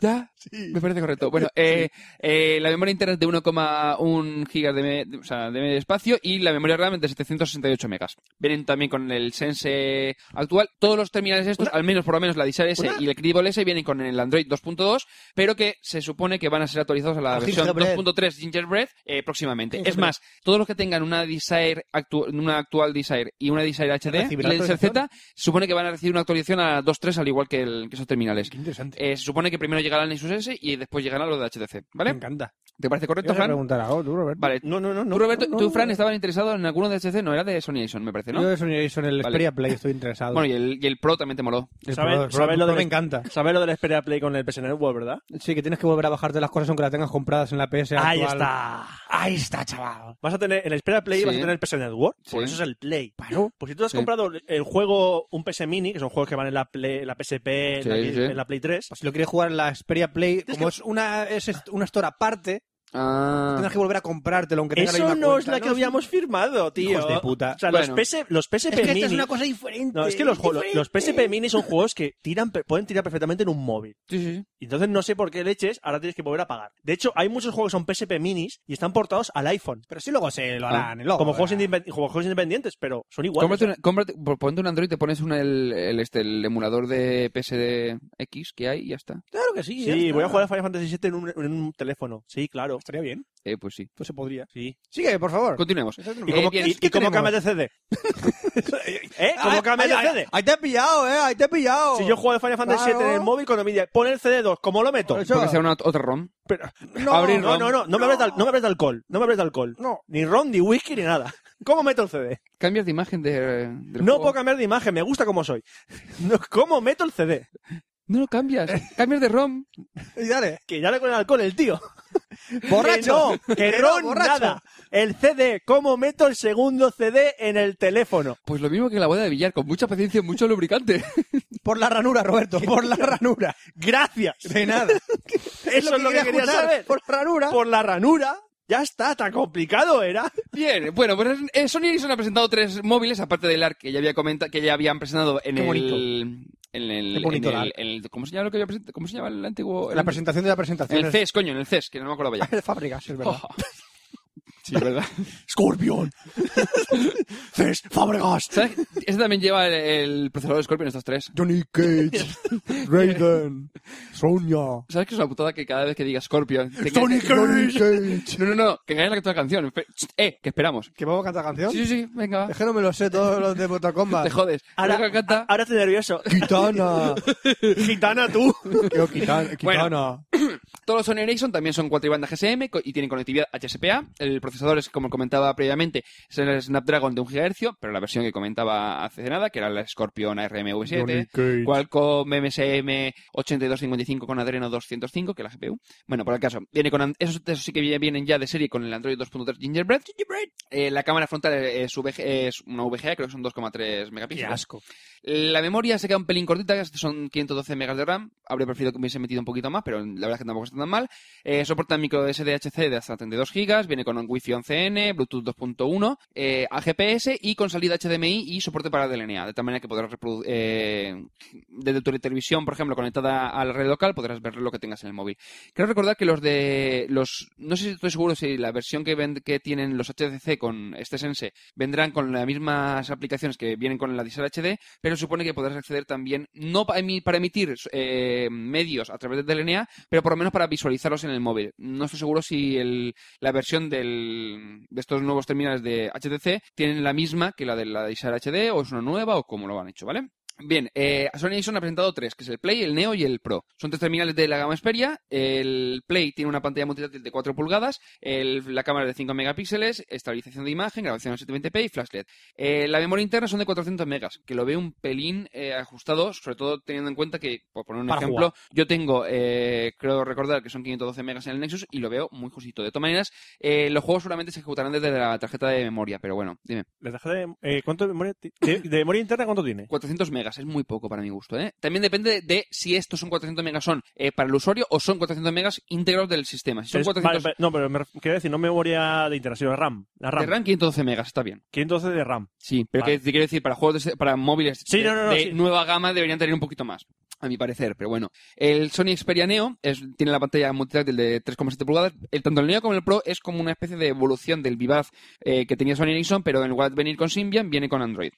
Speaker 2: ¿Ya? Me parece correcto. Bueno, eh, eh, la memoria interna es de 1,1 gigas de, me- de- o sea, de medio espacio y la memoria RAM es de 768 megas. Vienen también con el Sense actual. Todos los terminales estos, al menos por lo menos la Desire S y el Credible S, vienen con el Android 2.2, pero que se supone que van a ser actualizados a la
Speaker 3: Al
Speaker 2: versión
Speaker 3: Gingerbread.
Speaker 2: 2.3 Gingerbread eh, próximamente. Es más, todos los que tengan una Desire actu- una actual Desire y una Desire HD, y
Speaker 3: Recibirán
Speaker 2: la Desire Z, se supone que van a recibir una actualización a 2.3 al igual que, el- que esos terminales.
Speaker 3: interesante.
Speaker 2: Eh, se supone que primero llegará el Nexus S y después llegará lo de HTC, ¿vale?
Speaker 3: Me encanta.
Speaker 2: ¿Te parece
Speaker 3: Yo
Speaker 2: correcto,
Speaker 3: voy a
Speaker 2: Fran?
Speaker 3: preguntar algo, tú, Robert.
Speaker 2: Vale.
Speaker 1: No, no, no. no
Speaker 2: tú, Roberto,
Speaker 1: no, no,
Speaker 2: tú,
Speaker 1: no.
Speaker 2: Fran, estaban interesados en alguno de HTC, no era de Sony Ericsson, me parece, ¿no?
Speaker 3: Yo de Sony Ericsson, el
Speaker 2: Vale.
Speaker 3: Xperia Play, estoy interesado.
Speaker 2: Bueno, y el, y el Pro también te moló.
Speaker 3: El
Speaker 1: ¿Sabes-
Speaker 3: Pro- el Pro-
Speaker 1: sabes lo
Speaker 3: Pro
Speaker 1: de-
Speaker 3: me encanta.
Speaker 1: ¿Sabes lo del Xperia Play con el PSN Network, verdad?
Speaker 3: Sí, que tienes que volver a bajarte las cosas aunque las tengas compradas en la PS
Speaker 1: Ahí
Speaker 3: actual.
Speaker 1: está. Ahí está, chaval. Vas a tener, en el Xperia Play
Speaker 2: Sí.
Speaker 1: vas a tener el PS Network. Por
Speaker 2: Sí.
Speaker 1: eso es el Play. Pues si tú has
Speaker 2: Sí.
Speaker 1: comprado el juego, un PS Mini, que son juegos que van en la, Play- la PSP, en,
Speaker 2: Sí,
Speaker 1: la,
Speaker 2: sí, sí.
Speaker 1: en la Play 3.
Speaker 3: Si lo quieres jugar en la Xperia Play, como es, una, es est- una store aparte,
Speaker 2: Ah.
Speaker 3: tienes que volver a comprártelo aunque tengas la
Speaker 1: Eso
Speaker 3: misma
Speaker 1: no es
Speaker 3: cuenta,
Speaker 1: la que
Speaker 3: ¿no?
Speaker 1: habíamos firmado, tío.
Speaker 3: Hijos de puta.
Speaker 1: O sea,
Speaker 2: Bueno.
Speaker 1: los, PS, los PSP
Speaker 10: Es que
Speaker 1: Mini.
Speaker 10: esta es una cosa diferente.
Speaker 1: No, es que los,
Speaker 10: es
Speaker 1: juegos- los
Speaker 10: diferente.
Speaker 1: PSP Mini son juegos que tiran, pe- pueden tirar perfectamente en un móvil.
Speaker 2: Sí, sí, sí.
Speaker 1: Y Entonces no sé por qué leches, ahora tienes que volver a pagar. De hecho, hay muchos juegos que son PSP minis y están portados al iPhone.
Speaker 3: Pero sí luego se lo
Speaker 2: Ah.
Speaker 3: harán. luego,
Speaker 1: como,
Speaker 3: eh.
Speaker 1: juegos independ- como juegos independientes, pero son iguales.
Speaker 2: Cómprate, una- cómprate- por- ponte un Android y te pones un, el, el este, el emulador de PSX que hay y ya está.
Speaker 3: Claro que sí. ya
Speaker 1: Sí,
Speaker 3: está.
Speaker 1: voy a jugar a Final Fantasy VII en un, en un teléfono. Sí, claro.
Speaker 3: Estaría bien.
Speaker 2: Eh, pues sí.
Speaker 3: Pues se podría.
Speaker 1: Sí.
Speaker 3: Sigue, por favor.
Speaker 2: Continuemos.
Speaker 1: ¿Y
Speaker 2: Eh,
Speaker 1: cómo,
Speaker 2: bien,
Speaker 1: y-
Speaker 2: ¿qué
Speaker 1: y cómo
Speaker 2: tenemos?
Speaker 1: cambias de CD? ¿Eh? ¿Cómo
Speaker 3: Ay,
Speaker 1: cambias de
Speaker 3: ay,
Speaker 1: CD?
Speaker 3: ay, Ah, Ahí te he pillado, eh. Ahí te he pillado.
Speaker 1: Si yo juego al Final Fantasy VII en el
Speaker 3: Claro.
Speaker 1: móvil, cuando me diga, pon el CD2, ¿cómo lo meto?
Speaker 3: Por eso-
Speaker 2: Porque sea una, otra ROM.
Speaker 1: Pero-
Speaker 2: No, abrir
Speaker 1: no,
Speaker 2: ROM.
Speaker 1: no, no, no me hables de al- no me hables de alcohol. No me hables de alcohol.
Speaker 3: No.
Speaker 1: Ni ron, ni whisky, ni nada. ¿Cómo meto el CD?
Speaker 2: Cambias de imagen de, del
Speaker 1: No
Speaker 2: juego.
Speaker 1: puedo cambiar de imagen, me gusta como soy. No, ¿Cómo meto el CD?
Speaker 2: No lo cambias. Cambias de ROM.
Speaker 3: Y dale.
Speaker 1: Que ya le con el alcohol el tío.
Speaker 3: Borracho.
Speaker 1: Que no, que
Speaker 3: Que
Speaker 1: ron,
Speaker 3: no, borracho.
Speaker 1: nada. el CD. ¿Cómo meto el segundo CD en el teléfono?
Speaker 2: Pues lo mismo que la boda de billar, con mucha paciencia y mucho lubricante.
Speaker 3: Por la ranura, Roberto, por la ranura.
Speaker 1: Gracias.
Speaker 3: De nada.
Speaker 1: Eso es lo que quería
Speaker 3: escuchar,
Speaker 1: saber.
Speaker 3: Por la ranura.
Speaker 1: Por la ranura. Ya está, tan complicado era.
Speaker 2: Bien, bueno, pues eh, Sony Ericsson ha presentado tres móviles, aparte del ARC que ya había comentado, que ya habían presentado en
Speaker 3: Qué bonito.
Speaker 2: el. En el,
Speaker 3: Qué bonito
Speaker 2: en
Speaker 3: el
Speaker 2: el- en el- ¿Cómo se llama lo que había presentado? ¿Cómo se llama el antiguo?
Speaker 3: La presentación de la
Speaker 2: En
Speaker 3: presentación.
Speaker 2: el
Speaker 3: es-
Speaker 2: CES, coño, en el CES, que no me acordaba ya.
Speaker 3: de fábricas, es verdad.
Speaker 2: Oh. Sí, es verdad.
Speaker 1: Scorpion.
Speaker 3: E
Speaker 1: Cés, Fabregas.
Speaker 2: ¿Sabes? Ese también lleva el, el procesador de Scorpion, estos tres.
Speaker 3: Johnny Cage, Raiden, Sonya,
Speaker 2: ¿Sabes que es una putada que cada vez que diga Scorpion... te
Speaker 1: Sony
Speaker 2: engaña-
Speaker 1: Cage.
Speaker 3: Cage.
Speaker 2: No, no, no, que engañes la que toda canción. Fe- Eh, que esperamos.
Speaker 3: ¿Que vamos a cantar canción?
Speaker 2: Sí, sí, sí, venga, va.
Speaker 3: Es que no me lo sé todos los de Mortal Kombat.
Speaker 2: Te jodes.
Speaker 1: Ahora,
Speaker 2: Ahora que canta...
Speaker 1: ahora estoy nervioso.
Speaker 3: Kitana.
Speaker 1: Gitana, tú.
Speaker 3: Yo, Kitana. Kitana.
Speaker 2: Todos los Sony Ericsson también son cuatribandas GSM co- y tienen conectividad HSPA. El procesador es, como comentaba previamente, es el Snapdragon de 1 GHz, pero la versión que comentaba hace de nada, que era la Scorpion ARMv7,
Speaker 3: Cage.
Speaker 2: Qualcomm MSM 8255 con Adreno 205, que es la GPU. Bueno, por el caso, viene con an- esos, esos sí que vi- vienen ya de serie con el Android 2.3 Gingerbread. Eh, la cámara frontal es, VG es una VGA, creo que son 2,3 megapíxeles. La memoria se queda un pelín cortita, son 512 megas de RAM. Habría preferido que me hubiese metido un poquito más, pero la verdad es que tampoco está tan mal. Eh, soporta micro SDHC de hasta 32 gigas, viene con Wi-Fi 11N, Bluetooth 2.1, eh, a GPS y con salida HDMI y soporte para DLNA. De tal manera que podrás reprodu- eh, desde tu televisión, por ejemplo, conectada a la red local, podrás ver lo que tengas en el móvil. Quiero recordar que los de los no sé si estoy seguro si la versión que ven- que tienen los HTC con este Sense vendrán con las mismas aplicaciones que vienen con la Disal HD, pero supone que podrás acceder también no pa- emi- para emitir eh, medios a través de DLNA, pero por lo menos para visualizarlos en el móvil. No estoy seguro si el- la versión del- de estos nuevos terminales de HTC tienen la misma que la de la Disal HD o es una nueva o cómo lo han hecho, ¿vale? Bien, eh, Sony Ericsson ha presentado tres, que es el Play, el Neo y el Pro. Son tres terminales de la gama Xperia. El Play tiene una pantalla multitáctil de 4 pulgadas, el- la cámara de 5 megapíxeles, estabilización de imagen, grabación a 720p y flash LED. Eh, la memoria interna son de 400 megas, que lo veo un pelín eh, ajustado, sobre todo teniendo en cuenta que, por poner un
Speaker 1: Para
Speaker 2: ejemplo, yo tengo, eh, creo recordar que son 512 megas en el Nexus y lo veo muy justito. De todas maneras, eh, los juegos seguramente se ejecutarán desde la tarjeta de memoria, pero bueno, dime.
Speaker 1: La tarjeta de, eh, ¿cuánto de memoria ti- de, de memoria interna cuánto tiene?
Speaker 2: 400 megas, es muy poco para mi gusto. ¿eh? También depende de si estos son 400 megas son eh, para el usuario o son 400 megas íntegros del sistema. Si son
Speaker 1: Es-
Speaker 2: 400
Speaker 1: vale, no, pero me ref- quiero decir, no memoria de interna, sino RAM. La RAM.
Speaker 2: de RAM, 512 megas, está bien.
Speaker 1: 512 de RAM.
Speaker 2: Sí, pero
Speaker 1: Vale.
Speaker 2: que, te quiero decir, para juegos de- para móviles
Speaker 1: Sí,
Speaker 2: de,
Speaker 1: no, no, no,
Speaker 2: de
Speaker 1: sí.
Speaker 2: nueva gama deberían tener un poquito más, a mi parecer, pero bueno. El Sony Xperia Neo es- tiene la pantalla multitáctil de 3,7 pulgadas. El, tanto el Neo como el Pro es como una especie de evolución del Vivaz eh, que tenía Sony Ericsson, pero en lugar de venir con Symbian, viene con Android.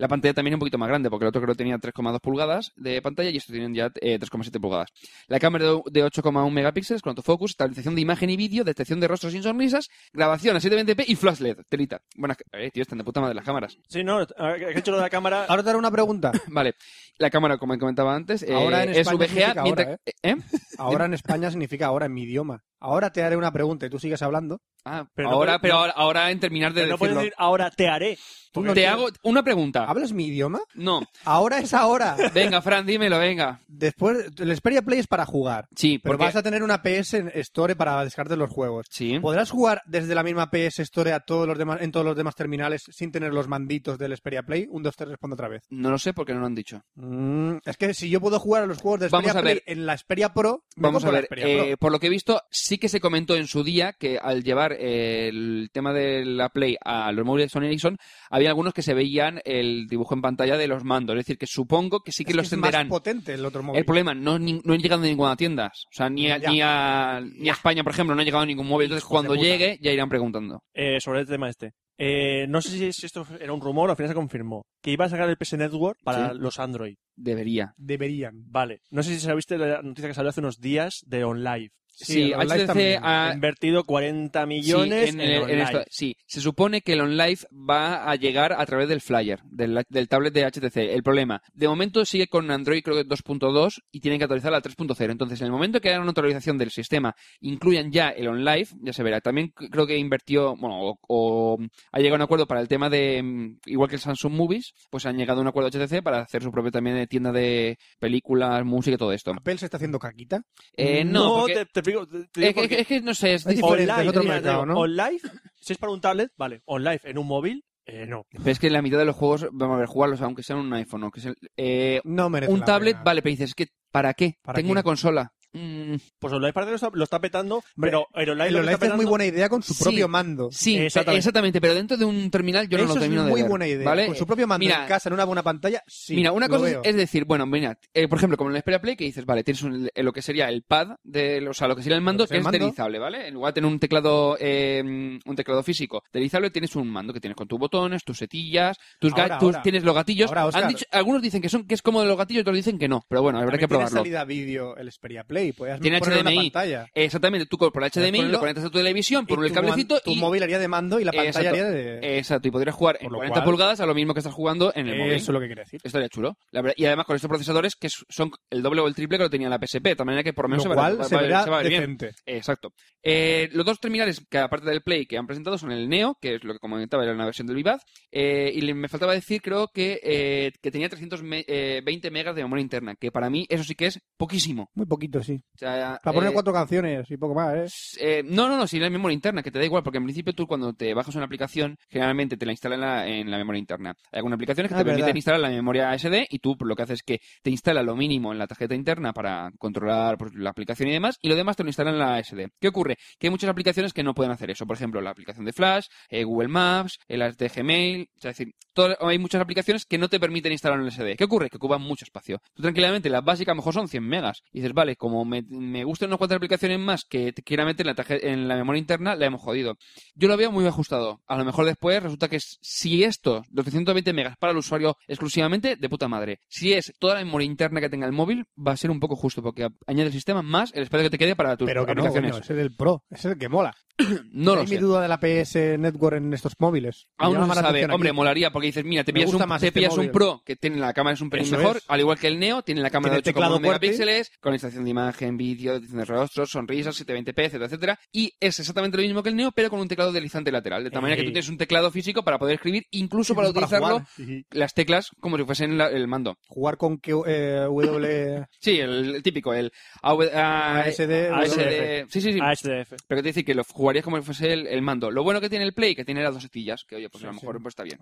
Speaker 2: La pantalla también es un poquito más grande, porque el otro creo que tenía 3,2 pulgadas de pantalla y estos tienen ya eh, 3,7 pulgadas. La cámara de de 8,1 megapíxeles con autofocus, estabilización de imagen y vídeo, detección de rostros sin sonrisas, grabación a 720p y flash LED. Telita. Bueno, eh, tío, están de puta madre las cámaras.
Speaker 1: Sí, no, a ver, que he hecho lo de la cámara.
Speaker 3: Ahora te haré una pregunta.
Speaker 2: Vale. La cámara, como comentaba antes, eh,
Speaker 3: Ahora en
Speaker 2: es
Speaker 3: España significa
Speaker 2: VGA. mientras-
Speaker 3: ahora,
Speaker 2: ¿eh?
Speaker 3: Ahora en España significa ahora en mi idioma. Ahora te haré una pregunta y tú sigues hablando.
Speaker 2: Ah,
Speaker 1: Pero no
Speaker 2: ahora,
Speaker 1: puede-
Speaker 2: pero
Speaker 1: no.
Speaker 2: ahora, ahora en terminar de
Speaker 1: Pero no puedes
Speaker 2: decirlo.
Speaker 1: decir, ahora te haré.
Speaker 3: Tú
Speaker 2: Te
Speaker 3: no tienes-
Speaker 2: hago una
Speaker 1: Ah.
Speaker 2: pregunta.
Speaker 3: ¿Hablas mi idioma?
Speaker 2: No.
Speaker 3: Ahora es ahora.
Speaker 2: Venga, Fran, dímelo, venga.
Speaker 3: Después, el Xperia Play es para jugar.
Speaker 2: Sí,
Speaker 3: Pero
Speaker 2: porque...
Speaker 3: vas a tener una PS en- Store para descargarte los juegos.
Speaker 2: Sí.
Speaker 3: ¿Podrás jugar desde la misma PS Store a todos los demás, en todos los demás terminales sin tener los manditos del Xperia Play? Un, dos, tres, respondo otra vez.
Speaker 2: No lo sé porque no lo han dicho.
Speaker 3: Mm, es que si yo puedo jugar a los juegos de
Speaker 2: Vamos
Speaker 3: Xperia
Speaker 2: a
Speaker 3: Play
Speaker 2: ver.
Speaker 3: en la Xperia Pro, me
Speaker 2: Vamos
Speaker 3: compro
Speaker 2: a
Speaker 3: la
Speaker 2: ver,
Speaker 3: Xperia Pro.
Speaker 2: eh, por lo que he visto, sí que se comentó en su día que al llevar eh, el tema de la Play a los móviles de Sony Ericsson, había algunos que se veían el dibujo en pantalla de los mandos. Es decir, que supongo que sí que
Speaker 3: Es
Speaker 2: los
Speaker 3: es más
Speaker 2: tenderán.
Speaker 3: potente el otro móvil.
Speaker 2: El problema, no, ni- no han llegado a ninguna tienda. O sea, ni a,
Speaker 3: Ya.
Speaker 2: ni a, ni a España, por ejemplo, no ha llegado a ningún móvil. Entonces,
Speaker 3: Hijos de
Speaker 2: cuando
Speaker 3: puta.
Speaker 2: llegue, ya irán preguntando.
Speaker 1: Eh, sobre el tema este. Eh, no sé si si esto era un rumor, al final se confirmó. Que iba a sacar el PS Network para
Speaker 2: Sí.
Speaker 1: los Android.
Speaker 2: Debería.
Speaker 3: Deberían.
Speaker 1: Vale. No sé si sabiste la noticia que salió hace unos días de OnLive.
Speaker 2: Sí,
Speaker 3: el online
Speaker 2: HTC
Speaker 3: también.
Speaker 1: Ha
Speaker 2: ha...
Speaker 1: invertido 40
Speaker 2: sí,
Speaker 1: millones
Speaker 2: en
Speaker 1: en,
Speaker 2: el- en
Speaker 1: OnLive.
Speaker 2: esto- sí, se supone que el OnLive va a llegar a través del flyer, del, del tablet de HTC. El problema, de momento sigue con Android creo que 2.2 y tienen que actualizar la 3.0. Entonces, en el momento que hagan una actualización del sistema, incluyan ya el OnLive, ya se verá. También c- creo que invirtió, bueno, o, o ha llegado a un acuerdo para el tema de, mm, igual que el Samsung Movies, pues han llegado a un acuerdo HTC para hacer su propia también eh, tienda de películas, música y todo esto.
Speaker 3: Apple se está haciendo caquita.
Speaker 2: Eh, no, porque-
Speaker 1: Mm, te, te explico. te- te digo
Speaker 2: es, que,
Speaker 1: porque
Speaker 2: es que no sé, es
Speaker 3: Es diferente,
Speaker 1: OnLive,
Speaker 3: es otro
Speaker 1: mira,
Speaker 3: mercado,
Speaker 1: digo,
Speaker 3: ¿no?
Speaker 1: OnLive Si es para un tablet, vale. On live en un móvil, eh, no.
Speaker 2: Pero es que la mitad de los juegos, vamos a ver, jugarlos, aunque sean un iPhone, aunque sea, eh,
Speaker 3: No merece
Speaker 2: un
Speaker 3: la
Speaker 2: tablet,
Speaker 3: pena.
Speaker 2: vale, pero dices, ¿qué? ¿para qué?
Speaker 3: ¿Para
Speaker 2: Tengo
Speaker 3: qué?
Speaker 2: una consola. Mm,
Speaker 1: Pues online parece que lo está, lo está petando,
Speaker 3: Hombre,
Speaker 1: pero el online
Speaker 3: El
Speaker 1: lo que
Speaker 3: Olive
Speaker 1: está
Speaker 3: es muy
Speaker 1: petando-
Speaker 3: buena idea con su
Speaker 2: Sí.
Speaker 3: propio mando.
Speaker 2: sí, pe-
Speaker 1: Exactamente.
Speaker 2: exactamente. pero dentro de un terminal yo no
Speaker 3: Eso
Speaker 2: lo
Speaker 3: es
Speaker 2: termino de
Speaker 3: muy
Speaker 2: ver,
Speaker 3: buena idea.
Speaker 2: ¿vale?
Speaker 3: Con su propio mando
Speaker 2: Mira,
Speaker 3: en casa, en una buena pantalla, sí.
Speaker 2: Mira, una
Speaker 3: lo
Speaker 2: cosa
Speaker 3: veo.
Speaker 2: es decir, bueno, mira, eh, por ejemplo, como en el Xperia Play, que dices, vale, tienes un- eh, lo que sería el pad, de, o sea, lo que sería el mando, que,
Speaker 3: que sería el
Speaker 2: es
Speaker 3: mando.
Speaker 2: deslizable, ¿vale? En lugar de tener un teclado, eh, un teclado físico deslizable, tienes un mando que tienes con tus botones, tus setillas, tus, ga-
Speaker 3: Ahora,
Speaker 2: tus-
Speaker 3: ahora.
Speaker 2: tienes los gatillos.
Speaker 3: Ahora,
Speaker 2: Han
Speaker 3: Óscar.
Speaker 2: dicho- algunos dicen que son que es cómodo los gatillos, otros dicen que no, pero bueno, habrá
Speaker 3: También
Speaker 2: que probarlo.
Speaker 3: Tiene salida vídeo el Xperia Play. Podías
Speaker 2: Tiene
Speaker 3: poner una
Speaker 2: HDMI.
Speaker 3: pantalla.
Speaker 2: Exactamente, tú por el HDMI
Speaker 3: Ponerlo-
Speaker 2: lo conectas a tu televisión, por
Speaker 3: Y
Speaker 2: el
Speaker 3: tu
Speaker 2: cablecito
Speaker 3: man- tu
Speaker 2: y Eh,
Speaker 3: móvil haría de mando y la pantalla
Speaker 2: Exacto.
Speaker 3: haría de...
Speaker 2: Exacto, y podrías jugar en
Speaker 3: Por lo
Speaker 2: 40
Speaker 3: cual-
Speaker 2: pulgadas a lo mismo que estás jugando en el móvil.
Speaker 3: Eso es lo que quería decir.
Speaker 2: Estaría chulo. La verdad- y además con estos procesadores que son el doble o el triple que lo tenía la PSP, de tal manera que por lo menos
Speaker 3: Lo
Speaker 2: se, va,
Speaker 3: cual
Speaker 2: va-
Speaker 3: se
Speaker 2: va-
Speaker 3: verá
Speaker 2: se va a ver bien.
Speaker 3: decente.
Speaker 2: Exacto. Eh, los dos terminales que aparte del Play que han presentado son el Neo, que es lo que comentaba, era una versión del Vivaz, eh, y le- me faltaba decir creo que, eh, que tenía 320 megas de memoria interna, que para mí eso sí que es poquísimo.
Speaker 3: Muy poquito, sí.
Speaker 2: O sea,
Speaker 3: Para poner
Speaker 2: eh,
Speaker 3: cuatro canciones y poco más, ¿eh?
Speaker 2: eh, no, no, no, si la memoria interna, que te da igual, porque en principio tú cuando te bajas una aplicación, generalmente te la instala en la, en la memoria interna. Hay algunas aplicaciones que
Speaker 3: Ah,
Speaker 2: te
Speaker 3: verdad.
Speaker 2: permiten instalar la memoria SD y tú pues, lo que haces es que te instala lo mínimo en la tarjeta interna para controlar pues, la aplicación y demás, y lo demás te lo instala en la SD. ¿Qué ocurre? Que hay muchas aplicaciones que no pueden hacer eso. Por ejemplo, la aplicación de Flash, eh, Google Maps, eh, las de Gmail, o sea, es decir, todas- hay muchas aplicaciones que no te permiten instalar un SD. ¿Qué ocurre? Que ocupan mucho espacio. Tú tranquilamente, las básicas a lo mejor son 100 megas. Y dices, vale, como me, me gustan unas cuantas aplicaciones más que te quiera meter en la, taje- en la memoria interna, la hemos jodido. Yo lo veo muy ajustado. A lo mejor después resulta que es- si esto, los 320 megas para el usuario exclusivamente, de puta madre. Si es toda la memoria interna que tenga el móvil, va a ser un poco justo, porque a- añade el sistema más el espacio que te quede para tus
Speaker 3: Pero que no,
Speaker 2: aplicaciones.
Speaker 3: coño, ese es el pro, ese es el que mola.
Speaker 2: no
Speaker 3: Hay
Speaker 2: lo
Speaker 3: mi
Speaker 2: sé.
Speaker 3: duda de la PS Network en estos móviles. Me
Speaker 2: Aún
Speaker 3: llama
Speaker 2: no
Speaker 3: más
Speaker 2: se
Speaker 3: la
Speaker 2: sabe.
Speaker 3: atención
Speaker 2: Hombre,
Speaker 3: aquí.
Speaker 2: molaría porque dices, mira, te
Speaker 3: Me
Speaker 2: pillas,
Speaker 3: gusta
Speaker 2: un,
Speaker 3: más
Speaker 2: te
Speaker 3: este
Speaker 2: pillas un
Speaker 3: móvil.
Speaker 2: Pro que tiene la cámara es un pelín
Speaker 3: Eso
Speaker 2: mejor,
Speaker 3: es.
Speaker 2: al igual que el Neo, tiene la cámara
Speaker 3: Tiene
Speaker 2: de 8,1
Speaker 3: teclado fuerte.
Speaker 2: megapíxeles, con extracción de imagen, vídeo, edición de rostros, sonrisas, 720p, etcétera, etcétera. Y es exactamente lo mismo que el Neo, pero con un teclado deslizante lateral. De tal manera que
Speaker 3: Eh.
Speaker 1: Ey.
Speaker 2: tú tienes un teclado físico para poder escribir, incluso para utilizarlo,
Speaker 3: jugar, Ujú.
Speaker 2: las teclas como si fuesen la- el mando.
Speaker 3: Jugar con que, eh, W...
Speaker 2: Sí, el, el típico, el AV, ah,
Speaker 3: ASD,
Speaker 2: ASD. Sí, sí, sí.
Speaker 1: HDF.
Speaker 2: Pero que decir que lo jugarías como si fuese el, el mando. Lo bueno que tiene el Play, que tiene las dos setillas, que oye, pues a lo mejor pues, está bien.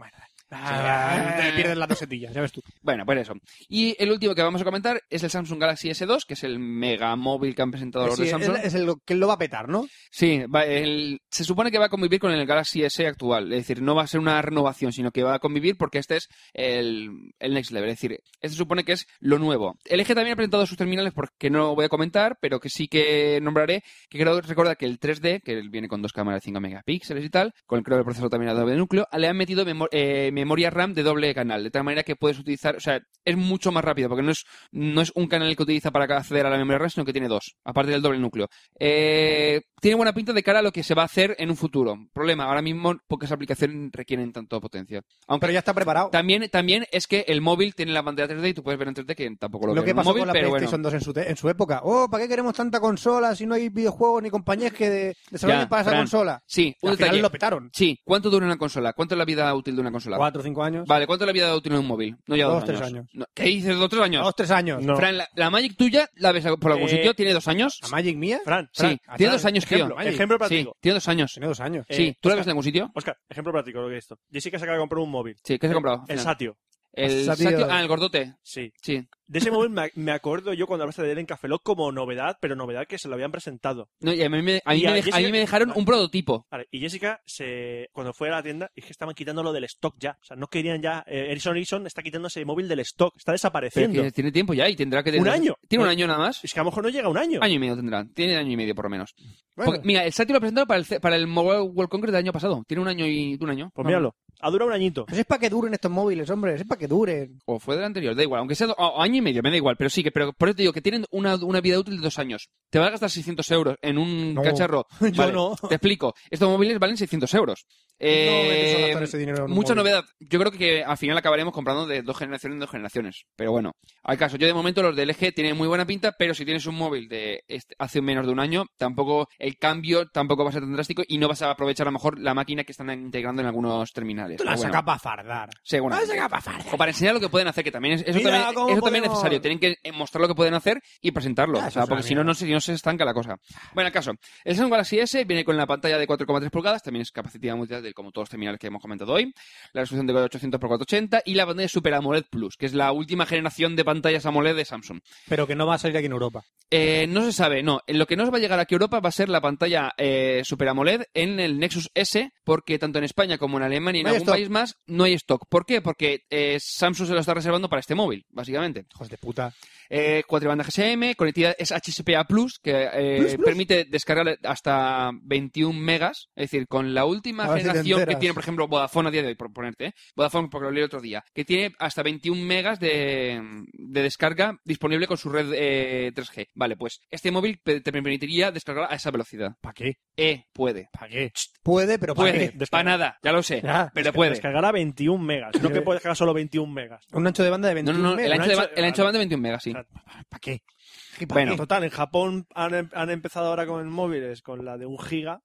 Speaker 3: Ah, te pierdes las dos setillas, ya ves tú.
Speaker 2: Bueno, pues eso. Y el último que vamos a comentar es el Samsung Galaxy S2, que es el mega móvil que han presentado los
Speaker 3: Pues Sí,
Speaker 2: de
Speaker 3: es,
Speaker 2: Samsung.
Speaker 3: es el que lo va a petar, ¿no?
Speaker 2: Sí, va- el- se supone que va a convivir con el Galaxy S actual. Es decir, no va a ser una renovación, sino que va a convivir porque este es el, el Next Level. Es decir, este se supone que es lo nuevo. El LG también ha presentado sus terminales porque no voy a comentar, pero que sí que nombraré. Que creo recuerda que el 3D, que viene con dos cámaras de 5 megapíxeles y tal, con creo el procesador también a doble núcleo, le han metido memo- eh, memoria RAM de doble canal. De tal manera que puedes utilizar, o sea, es mucho más rápido porque no es, no es un canal que utiliza para acceder a la memoria RAM, sino que tiene dos, aparte del doble núcleo. Eh, tiene buena pinta de cara a lo que se va a hacer en un futuro. Problema, ahora mismo pocas aplicaciones requieren tanto potencia. Aunque
Speaker 3: Pero ya está preparado.
Speaker 2: también, también es que el móvil tiene la pantalla 3D y tú puedes ver en 3D que tampoco lo,
Speaker 3: Lo
Speaker 2: veo
Speaker 3: que
Speaker 2: en un
Speaker 3: pasó
Speaker 2: móvil,
Speaker 3: con la
Speaker 2: pero bueno.
Speaker 3: PlayStation 2 en su, te- en su época. Oh, ¿para qué queremos tanta consola si no hay videojuegos ni compañías que de- desarrollen
Speaker 2: Ya,
Speaker 3: para esa
Speaker 2: Fran.
Speaker 3: consola?
Speaker 2: Sí, un
Speaker 3: Al final
Speaker 2: detalle.
Speaker 3: lo petaron.
Speaker 2: Sí, ¿cuánto dura una consola? ¿Cuánto es la vida útil de una consola?
Speaker 3: Cuatro o cinco años.
Speaker 2: Vale, ¿cuánto es la vida útil de un móvil? No ya dos,
Speaker 3: Dos, tres años.
Speaker 2: No, ¿Qué dices? ¿Dos, tres años?
Speaker 3: Dos, tres años.
Speaker 1: No.
Speaker 2: Fran, la, la Magic tuya la ves por algún
Speaker 1: Eh,
Speaker 2: sitio, tiene dos años.
Speaker 3: ¿La Magic mía?
Speaker 1: Fran,
Speaker 2: Sí,
Speaker 1: Fran,
Speaker 2: tiene
Speaker 3: atrás,
Speaker 2: dos años, tío.
Speaker 3: ejemplo, Magic.
Speaker 1: ejemplo
Speaker 2: Sí,
Speaker 1: práctico.
Speaker 2: tiene dos años.
Speaker 3: Tiene dos años.
Speaker 2: Sí,
Speaker 1: Eh,
Speaker 2: ¿tú la ves en algún sitio?
Speaker 1: Oscar, ejemplo práctico lo que es esto. Jessica se acaba de comprar un móvil.
Speaker 2: Sí,
Speaker 3: eh,
Speaker 2: ¿qué se ha comprado?
Speaker 1: El
Speaker 2: Fran?
Speaker 1: Satio.
Speaker 2: El
Speaker 3: Satio.
Speaker 2: Satio- Ah, el gordote.
Speaker 1: Sí.
Speaker 2: Sí.
Speaker 1: De ese móvil me, me acuerdo yo cuando hablaste de él en Café Lock como novedad, pero novedad que se lo habían presentado.
Speaker 2: No, y a mí me, a mí
Speaker 1: Y a
Speaker 2: me dej-
Speaker 1: Jessica-
Speaker 2: a mí me dejaron un prototipo.
Speaker 1: Vale, y Jessica, se, cuando fue a la tienda, es que estaban quitándolo del stock ya. O sea, no querían ya. eh, Ericsson Ericsson está quitando ese móvil del stock, está
Speaker 2: Pero
Speaker 1: desapareciendo.
Speaker 2: tiene, tiene tiempo ya y tendrá que tener...
Speaker 1: Un año.
Speaker 2: Tiene un
Speaker 1: Bueno.
Speaker 2: año nada más.
Speaker 1: Es que a lo mejor no llega a un año.
Speaker 2: Año y medio tendrá. Tiene año y medio por lo menos.
Speaker 3: Bueno,
Speaker 2: Porque, mira, el Satio lo presentaron para el, C- para el Mobile World Congress del año pasado. Tiene un año y un año.
Speaker 1: Pues míralo. Ha durado un añito.
Speaker 3: pues es para que duren estos móviles, hombre. Es para que duren.
Speaker 2: O fue del anterior, da igual, aunque sea do- o- o año y medio, me da igual, pero sí, que, pero por eso te digo que tienen una, una vida útil de dos años. Te vas a gastar 600 euros en un
Speaker 3: No.
Speaker 2: cacharro.
Speaker 3: Yo
Speaker 2: Vale,
Speaker 3: no.
Speaker 2: Te explico, estos móviles valen 600 euros.
Speaker 3: no me pienso
Speaker 2: Eh,
Speaker 3: gastar ese dinero en un
Speaker 2: mucha
Speaker 3: móvil.
Speaker 2: novedad. Yo creo que al final acabaremos comprando de dos generaciones en dos generaciones. Pero bueno, al caso, yo de momento los de LG tienen muy buena pinta, pero si tienes un móvil de este- hace menos de un año, tampoco el cambio tampoco va a ser tan drástico y no vas a aprovechar a lo mejor la máquina que están integrando en algunos terminales.
Speaker 3: Tú la
Speaker 2: Pero bueno,
Speaker 3: sacas para fardar.
Speaker 2: seguramente.
Speaker 3: La sacas para fardar.
Speaker 2: O para enseñar lo que pueden hacer, que también es, eso,
Speaker 3: Mira
Speaker 2: también,
Speaker 3: cómo
Speaker 2: eso también es
Speaker 3: podemos.
Speaker 2: necesario. Tienen que eh, mostrar lo que pueden hacer y presentarlo.
Speaker 3: Ah,
Speaker 2: o
Speaker 3: eso
Speaker 2: sea,
Speaker 3: es una Ah.
Speaker 2: porque si no, no se, no se estanca la cosa. Bueno, el caso. El Samsung Galaxy S viene con la pantalla de 4,3 pulgadas, también es capacidad multilateral como todos los terminales que hemos comentado hoy. La resolución de 800x480 y la pantalla Super AMOLED Plus, que es la última generación de pantallas AMOLED de Samsung.
Speaker 3: Pero que no va a salir aquí en Europa.
Speaker 2: Eh, no se sabe, no. En Lo que nos va a llegar aquí a Europa va a ser la pantalla eh, Super AMOLED en el Nexus S, porque tanto en España como en Alemania y en
Speaker 3: No hay
Speaker 2: algún
Speaker 3: stock.
Speaker 2: país más no hay stock. ¿Por qué? Porque eh, Samsung se lo está reservando para este móvil, básicamente.
Speaker 3: Hijos de puta.
Speaker 2: Eh, cuatro bandas GSM, conectividad es HSPA+, que eh,
Speaker 3: Plus, plus.
Speaker 2: permite descargar hasta 21 megas, es decir, con la última
Speaker 3: A ver si te
Speaker 2: generación que
Speaker 3: enteras.
Speaker 2: tiene, por ejemplo, Vodafone a día de hoy, por ponerte, ¿eh? Vodafone, porque lo leí el otro día, que tiene hasta 21 megas de, de descarga disponible con su red eh, 3G. Vale, pues este móvil pe- te permitiría descargar a esa velocidad.
Speaker 3: ¿Para qué?
Speaker 2: Eh, puede.
Speaker 3: ¿Para qué? Puede, pero ¿para
Speaker 2: Puede,
Speaker 3: qué?
Speaker 1: Descarga.
Speaker 2: para nada, ya lo sé,
Speaker 3: Ya,
Speaker 2: pero puede.
Speaker 1: Descargará 21 megas. No que puede descargar solo 21 megas.
Speaker 3: Un ancho de banda de
Speaker 2: No,
Speaker 3: 21
Speaker 2: no, no, el
Speaker 3: megas,
Speaker 2: ancho,
Speaker 3: un
Speaker 2: de, ba- el ancho de banda de 21 megas, sí.
Speaker 1: O
Speaker 3: ¿Para qué? ¿Qué pa'
Speaker 2: Bueno.
Speaker 3: qué?
Speaker 1: Total, en Japón han, em- han empezado ahora con móviles con la de un giga.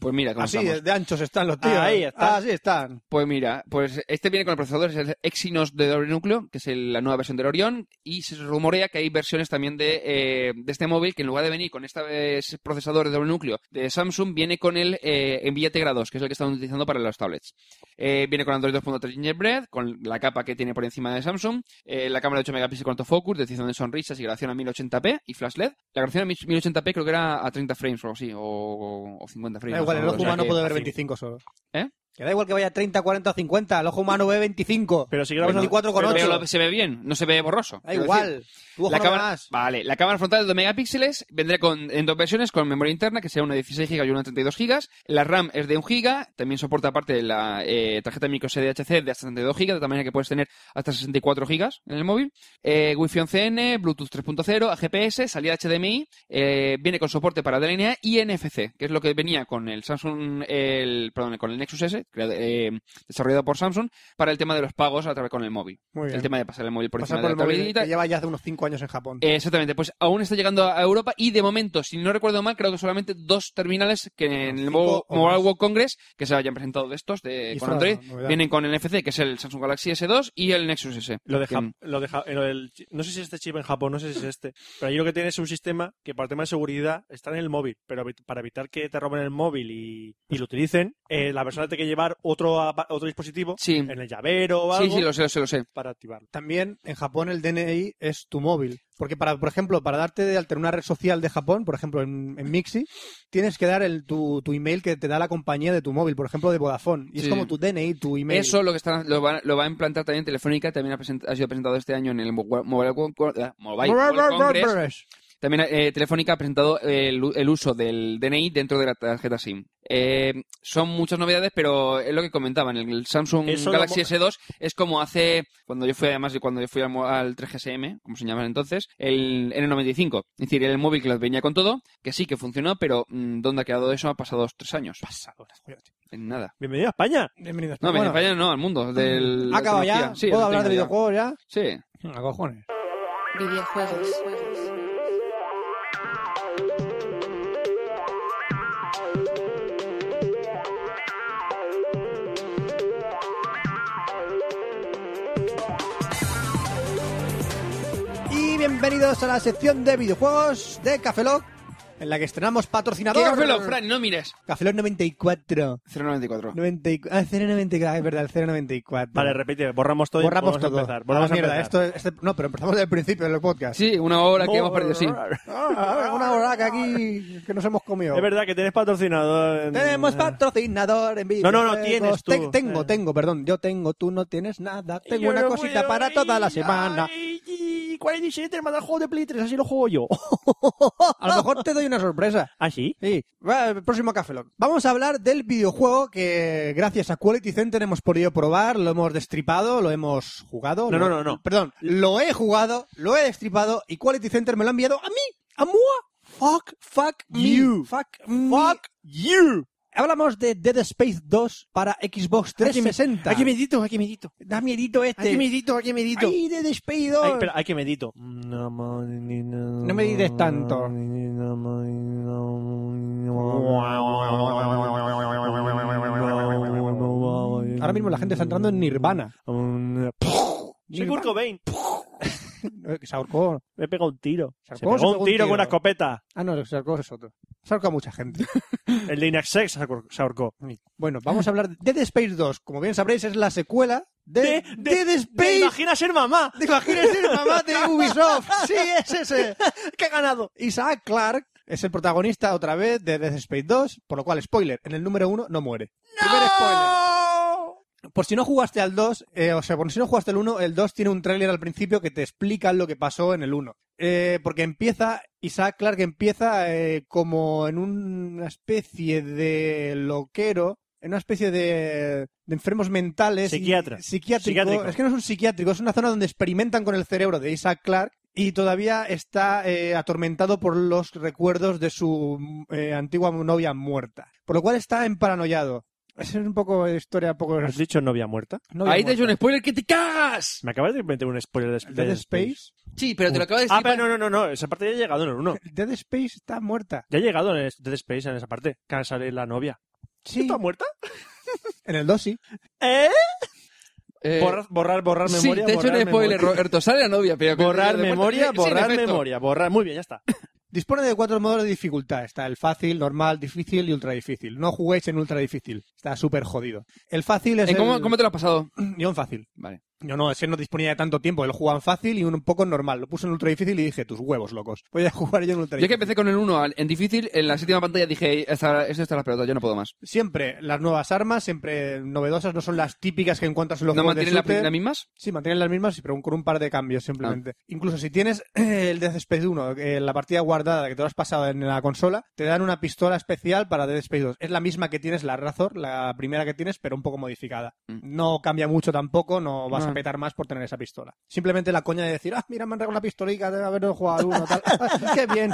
Speaker 2: Pues mira, cómo
Speaker 3: Así
Speaker 2: estamos.
Speaker 3: de anchos están los tíos. ¿eh?
Speaker 1: Ahí están.
Speaker 3: Así están.
Speaker 2: Pues mira, pues este viene con el procesador, es el Exynos de doble núcleo, que es el- la nueva versión del Orion, y se rumorea que hay versiones también de, eh, de este móvil que en lugar de venir con este eh, ese procesador de doble núcleo de Samsung, viene con el eh, Nvidia Tegra 2, que es el que están utilizando para los tablets. Eh, viene con Android 2.3 Gingerbread, con la capa que tiene por encima de Samsung, eh, la cámara de 8 megapíxeles con autofocus, decisión de sonrisas y grabación a 1080p y flash LED. La grabación a 1080p creo que era a 30 frames o algo así, o, o 50 frames.
Speaker 3: Da igual, el
Speaker 2: o algo,
Speaker 3: ojo
Speaker 2: o sea
Speaker 3: humano
Speaker 2: que
Speaker 3: puede ver
Speaker 2: fácil.
Speaker 3: 25 solo.
Speaker 2: ¿Eh?
Speaker 3: Que da igual que vaya 30, 40 o 50. El ojo humano ve 25.
Speaker 1: Pero
Speaker 2: Pues
Speaker 1: si grabas a-
Speaker 3: 24 con
Speaker 1: pero-
Speaker 2: Pero
Speaker 3: 8.
Speaker 2: lo- se ve bien, no se ve borroso.
Speaker 3: Da
Speaker 2: Quiero decir,
Speaker 3: igual. Tu ojo
Speaker 2: la
Speaker 3: no ve
Speaker 2: cámara,
Speaker 3: más.
Speaker 2: Vale, la cámara frontal de 2 megapíxeles vendrá con, en dos versiones con memoria interna, que sea una de 16 GB y una de 32 GB. La RAM es de 1 GB, también soporta aparte la eh, tarjeta micro SDHC de hasta 32 GB, de tal manera que puedes tener hasta 64 GB en el móvil. Eh, Wi-Fi 11N, Bluetooth 3.0, AGPS, salida HDMI, eh, viene con soporte para DLNA y NFC, que es lo que venía con el Samsung, el, perdón, con el Nexus S, creado- eh, desarrollado por Samsung, para el tema de los pagos a través con el móvil.
Speaker 3: Muy bien.
Speaker 2: El tema de pasar el móvil por
Speaker 3: Pasar
Speaker 2: encima
Speaker 3: por
Speaker 2: de
Speaker 3: el
Speaker 2: la
Speaker 3: móvil
Speaker 2: tabletita.
Speaker 3: que lleva ya hace unos 5 años en Japón.
Speaker 2: Eh, Exactamente, pues aún está llegando a Europa y de momento, si no recuerdo mal, creo que solamente dos terminales que en el
Speaker 3: Cinco
Speaker 2: Mo-
Speaker 3: o
Speaker 2: Mobile
Speaker 3: más.
Speaker 2: World Congress, que se hayan presentado de estos, de,
Speaker 3: Y
Speaker 2: con
Speaker 3: esta
Speaker 2: Android,
Speaker 3: novedad.
Speaker 2: vienen con el NFC, que es el Samsung Galaxy S2 y el Nexus S.
Speaker 1: Lo de,
Speaker 2: Que-
Speaker 1: Jap- lo de Ja- eh, lo del chi- no sé si este chip en Japón, no sé si es este, pero ahí lo que tiene es un sistema que para tema de seguridad está en el móvil, pero evi- para evitar que te roben el móvil y, y lo utilicen, eh, la persona tiene que llevar otro, apa- otro dispositivo
Speaker 2: Sí.
Speaker 1: en el llavero o
Speaker 2: Sí,
Speaker 1: algo
Speaker 2: sí, lo sé, lo sé, lo sé.
Speaker 1: para activarlo.
Speaker 3: También en Japón el DNI es tu móvil. Porque, para, por ejemplo, para darte de alta en una red social de Japón, por ejemplo en, en Mixi, tienes que dar el, tu, tu email que te da la compañía de tu móvil, por ejemplo de Vodafone. Y
Speaker 2: Sí.
Speaker 3: es como tu DNI, tu email.
Speaker 2: Eso lo que están, lo, va, lo va a implantar también Telefónica, también ha, present- ha sido presentado este año en el Mo- Mobile World, Con- eh, Mobile World Congress. También eh, Telefónica ha presentado el, u- el uso del DNI dentro de la tarjeta SIM. Eh, son muchas novedades, pero es lo que comentaban. El, el Samsung
Speaker 1: Eso lo
Speaker 2: Galaxy
Speaker 1: mo-
Speaker 2: S2 es como hace, cuando yo fui además, cuando yo fui al, mo- al 3GSM, como se llamaba entonces, el N95. Es decir, era el móvil que los venía con todo, que sí que funcionó, pero mm, ¿dónde ha quedado eso? Ha pasado dos, tres años. En nada.
Speaker 1: Bienvenido a España.
Speaker 3: Bienvenidos.
Speaker 2: No,
Speaker 3: Bueno, Mm,
Speaker 2: me España no, al mundo. Del,
Speaker 3: ¿ha acabado
Speaker 2: tecnología.
Speaker 3: ya?
Speaker 2: Sí,
Speaker 3: ¿Puedo
Speaker 2: lo
Speaker 3: hablar de
Speaker 2: tengo ya.
Speaker 3: videojuegos ya?
Speaker 2: Sí.
Speaker 3: A cojones.
Speaker 11: Videojuegos.
Speaker 3: Y bienvenidos a la sección de videojuegos de Cafeloc, en la que estrenamos
Speaker 2: ¿Qué
Speaker 3: patrocinador.
Speaker 2: café lo, Fran? No mires.
Speaker 3: Cafeloc 94.
Speaker 2: 094.
Speaker 3: 94 ah, 094, es verdad, el 094.
Speaker 1: Vale, repite, borramos todo y
Speaker 3: Borramos
Speaker 1: vamos
Speaker 3: todo.
Speaker 1: a empezar.
Speaker 3: Ah,
Speaker 1: Volvemos a
Speaker 3: mierda,
Speaker 1: empezar.
Speaker 3: esto, es- este- no, pero empezamos del principio del podcast.
Speaker 2: Sí, una hora que hemos perdido, sí.
Speaker 3: Ah, una horaca aquí que nos hemos comido.
Speaker 1: Es verdad que tienes patrocinador. en-
Speaker 3: Tenemos patrocinador en vivo.
Speaker 1: No, no, no, tienes tú.
Speaker 3: tengo,
Speaker 1: Eh.
Speaker 3: tengo, perdón. Yo tengo, tú no tienes nada. Tengo una cosita para toda la semana.
Speaker 1: Y 47, me da el juego de Play 3, así lo juego yo.
Speaker 3: A lo mejor te doy una sorpresa.
Speaker 1: ¿Ah, sí?
Speaker 3: Sí, Va, el próximo Café Lock. Vamos a hablar del videojuego que gracias a Quality Center hemos podido probar, lo hemos destripado, lo hemos jugado.
Speaker 1: No,
Speaker 3: lo-
Speaker 1: no, no, no.
Speaker 3: Perdón, lo he jugado, lo he destripado y Quality Center me lo ha enviado a mí, a moi. Fuck, fuck me.
Speaker 1: You.
Speaker 3: Fuck me.
Speaker 1: Fuck you. este
Speaker 3: Hablamos de Dead Space 2 para Xbox 360.
Speaker 1: Aquí medito, aquí medito.
Speaker 3: da miedito este.
Speaker 1: Aquí medito, aquí medito.
Speaker 3: Ay, Dead Space 2.
Speaker 1: Ay, espera, hay que medito. No
Speaker 3: me digas tanto. Ahora mismo la gente está entrando en Nirvana.
Speaker 1: Soy Kurt Cobain.
Speaker 3: Eh, que Se ahorcó.
Speaker 1: Me he pegado un tiro.
Speaker 3: Se
Speaker 1: Se
Speaker 3: ahorcó,
Speaker 1: pegó
Speaker 3: se pegó
Speaker 1: un
Speaker 3: un
Speaker 1: tiro
Speaker 3: tiro.
Speaker 1: con una escopeta.
Speaker 3: Ah, no, se ahorcó es otro. Se ahorcó a mucha gente.
Speaker 1: El de Inaxex se ahor- se ahorcó.
Speaker 3: Bueno, vamos a hablar de Dead Space 2. Como bien sabréis, es la secuela de,
Speaker 1: De- de-
Speaker 3: Dead
Speaker 1: ¿Te
Speaker 3: Space.
Speaker 1: imaginas ser mamá?
Speaker 3: ¿Te imaginas el mamá de Ubisoft? Sí, es ese.
Speaker 1: ¿Qué ha ganado?
Speaker 3: Isaac Clark es el protagonista otra vez de Dead Space 2, por lo cual, spoiler, en el número 1 no muere. Primer spoiler. Por si no jugaste al 2, eh, o sea, por si no jugaste al 1, el 2 tiene un tráiler al principio que te explica lo que pasó en el 1. Eh, porque empieza, Isaac Clark empieza eh, como en una especie de loquero, en una especie de, de enfermos mentales. y-
Speaker 1: Psiquiatra.
Speaker 3: Psiquiátrico.
Speaker 1: Psiquiátrico.
Speaker 3: Es que no es un psiquiátrico, es una zona donde experimentan con el cerebro de Isaac Clark y todavía está eh, atormentado por los recuerdos de su eh, antigua novia muerta. Por lo cual está emparanoiado. Esa es un poco de historia, un poco...
Speaker 1: ¿Has dicho novia muerta?
Speaker 3: novia
Speaker 2: Ahí te he hecho
Speaker 3: muerta.
Speaker 2: un spoiler que te cagas.
Speaker 1: Me acabas de meter un spoiler de Sp-
Speaker 3: Dead Space.
Speaker 2: Sí, pero te lo acabo de decir.
Speaker 1: Ah, pero no, no, no, no. Esa parte ya ha llegado en el 1.
Speaker 3: Dead Space está muerta.
Speaker 1: Ya ha llegado en el Dead Space en esa parte. Que sale la novia.
Speaker 3: Sí.
Speaker 1: ¿Está muerta?
Speaker 3: En el 2 sí.
Speaker 1: ¿Eh?
Speaker 2: Eh,
Speaker 1: Borrar, borrar, borrar
Speaker 2: sí,
Speaker 1: memoria.
Speaker 2: te he hecho
Speaker 1: borrar
Speaker 2: un spoiler,
Speaker 1: memoria.
Speaker 2: Roberto. Sale la novia, pero...
Speaker 1: Borrar
Speaker 2: Sí,
Speaker 1: memoria,
Speaker 2: en
Speaker 1: borrar
Speaker 2: efecto.
Speaker 1: memoria, borrar. Muy bien, ya está.
Speaker 3: Dispone de cuatro modos de dificultad. Está el fácil, normal, difícil y ultra difícil. No juguéis en ultra difícil. Está súper jodido. El fácil es
Speaker 2: ¿En cómo,
Speaker 3: el...
Speaker 2: ¿Cómo te lo has pasado?
Speaker 3: Yo en fácil.
Speaker 2: Vale.
Speaker 3: Yo no, ese no disponía de tanto tiempo. Él jugaba en fácil y un poco en normal. Lo puse en ultra difícil y dije, tus huevos, locos. Voy a jugar yo en ultra
Speaker 2: Yo que
Speaker 3: difícil.
Speaker 2: empecé con el 1 en difícil, en la séptima pantalla dije, esta, esto está las pelotas, yo no puedo más.
Speaker 3: Siempre las nuevas armas, siempre novedosas, no son las típicas que encuentras en los
Speaker 2: ¿No
Speaker 3: juegos de
Speaker 2: mantienen las
Speaker 3: shooter.
Speaker 2: la mismas?
Speaker 3: Sí, mantienen las mismas, sí, pero un- con un par de cambios simplemente.
Speaker 2: Ah.
Speaker 3: Incluso si tienes eh, el Death Space 1, eh, la partida guardada que te lo has pasado en la consola, te dan una pistola especial para Death Space 2. Es la misma que tienes, la Razor, la primera que tienes, pero un poco modificada.
Speaker 2: Mm.
Speaker 3: No cambia mucho tampoco, no vas
Speaker 2: No.
Speaker 3: a petar más por tener esa pistola. Simplemente la coña de decir, ah, mira, me han regalado una pistolica de haber jugado al uno, tal. ¡Qué bien!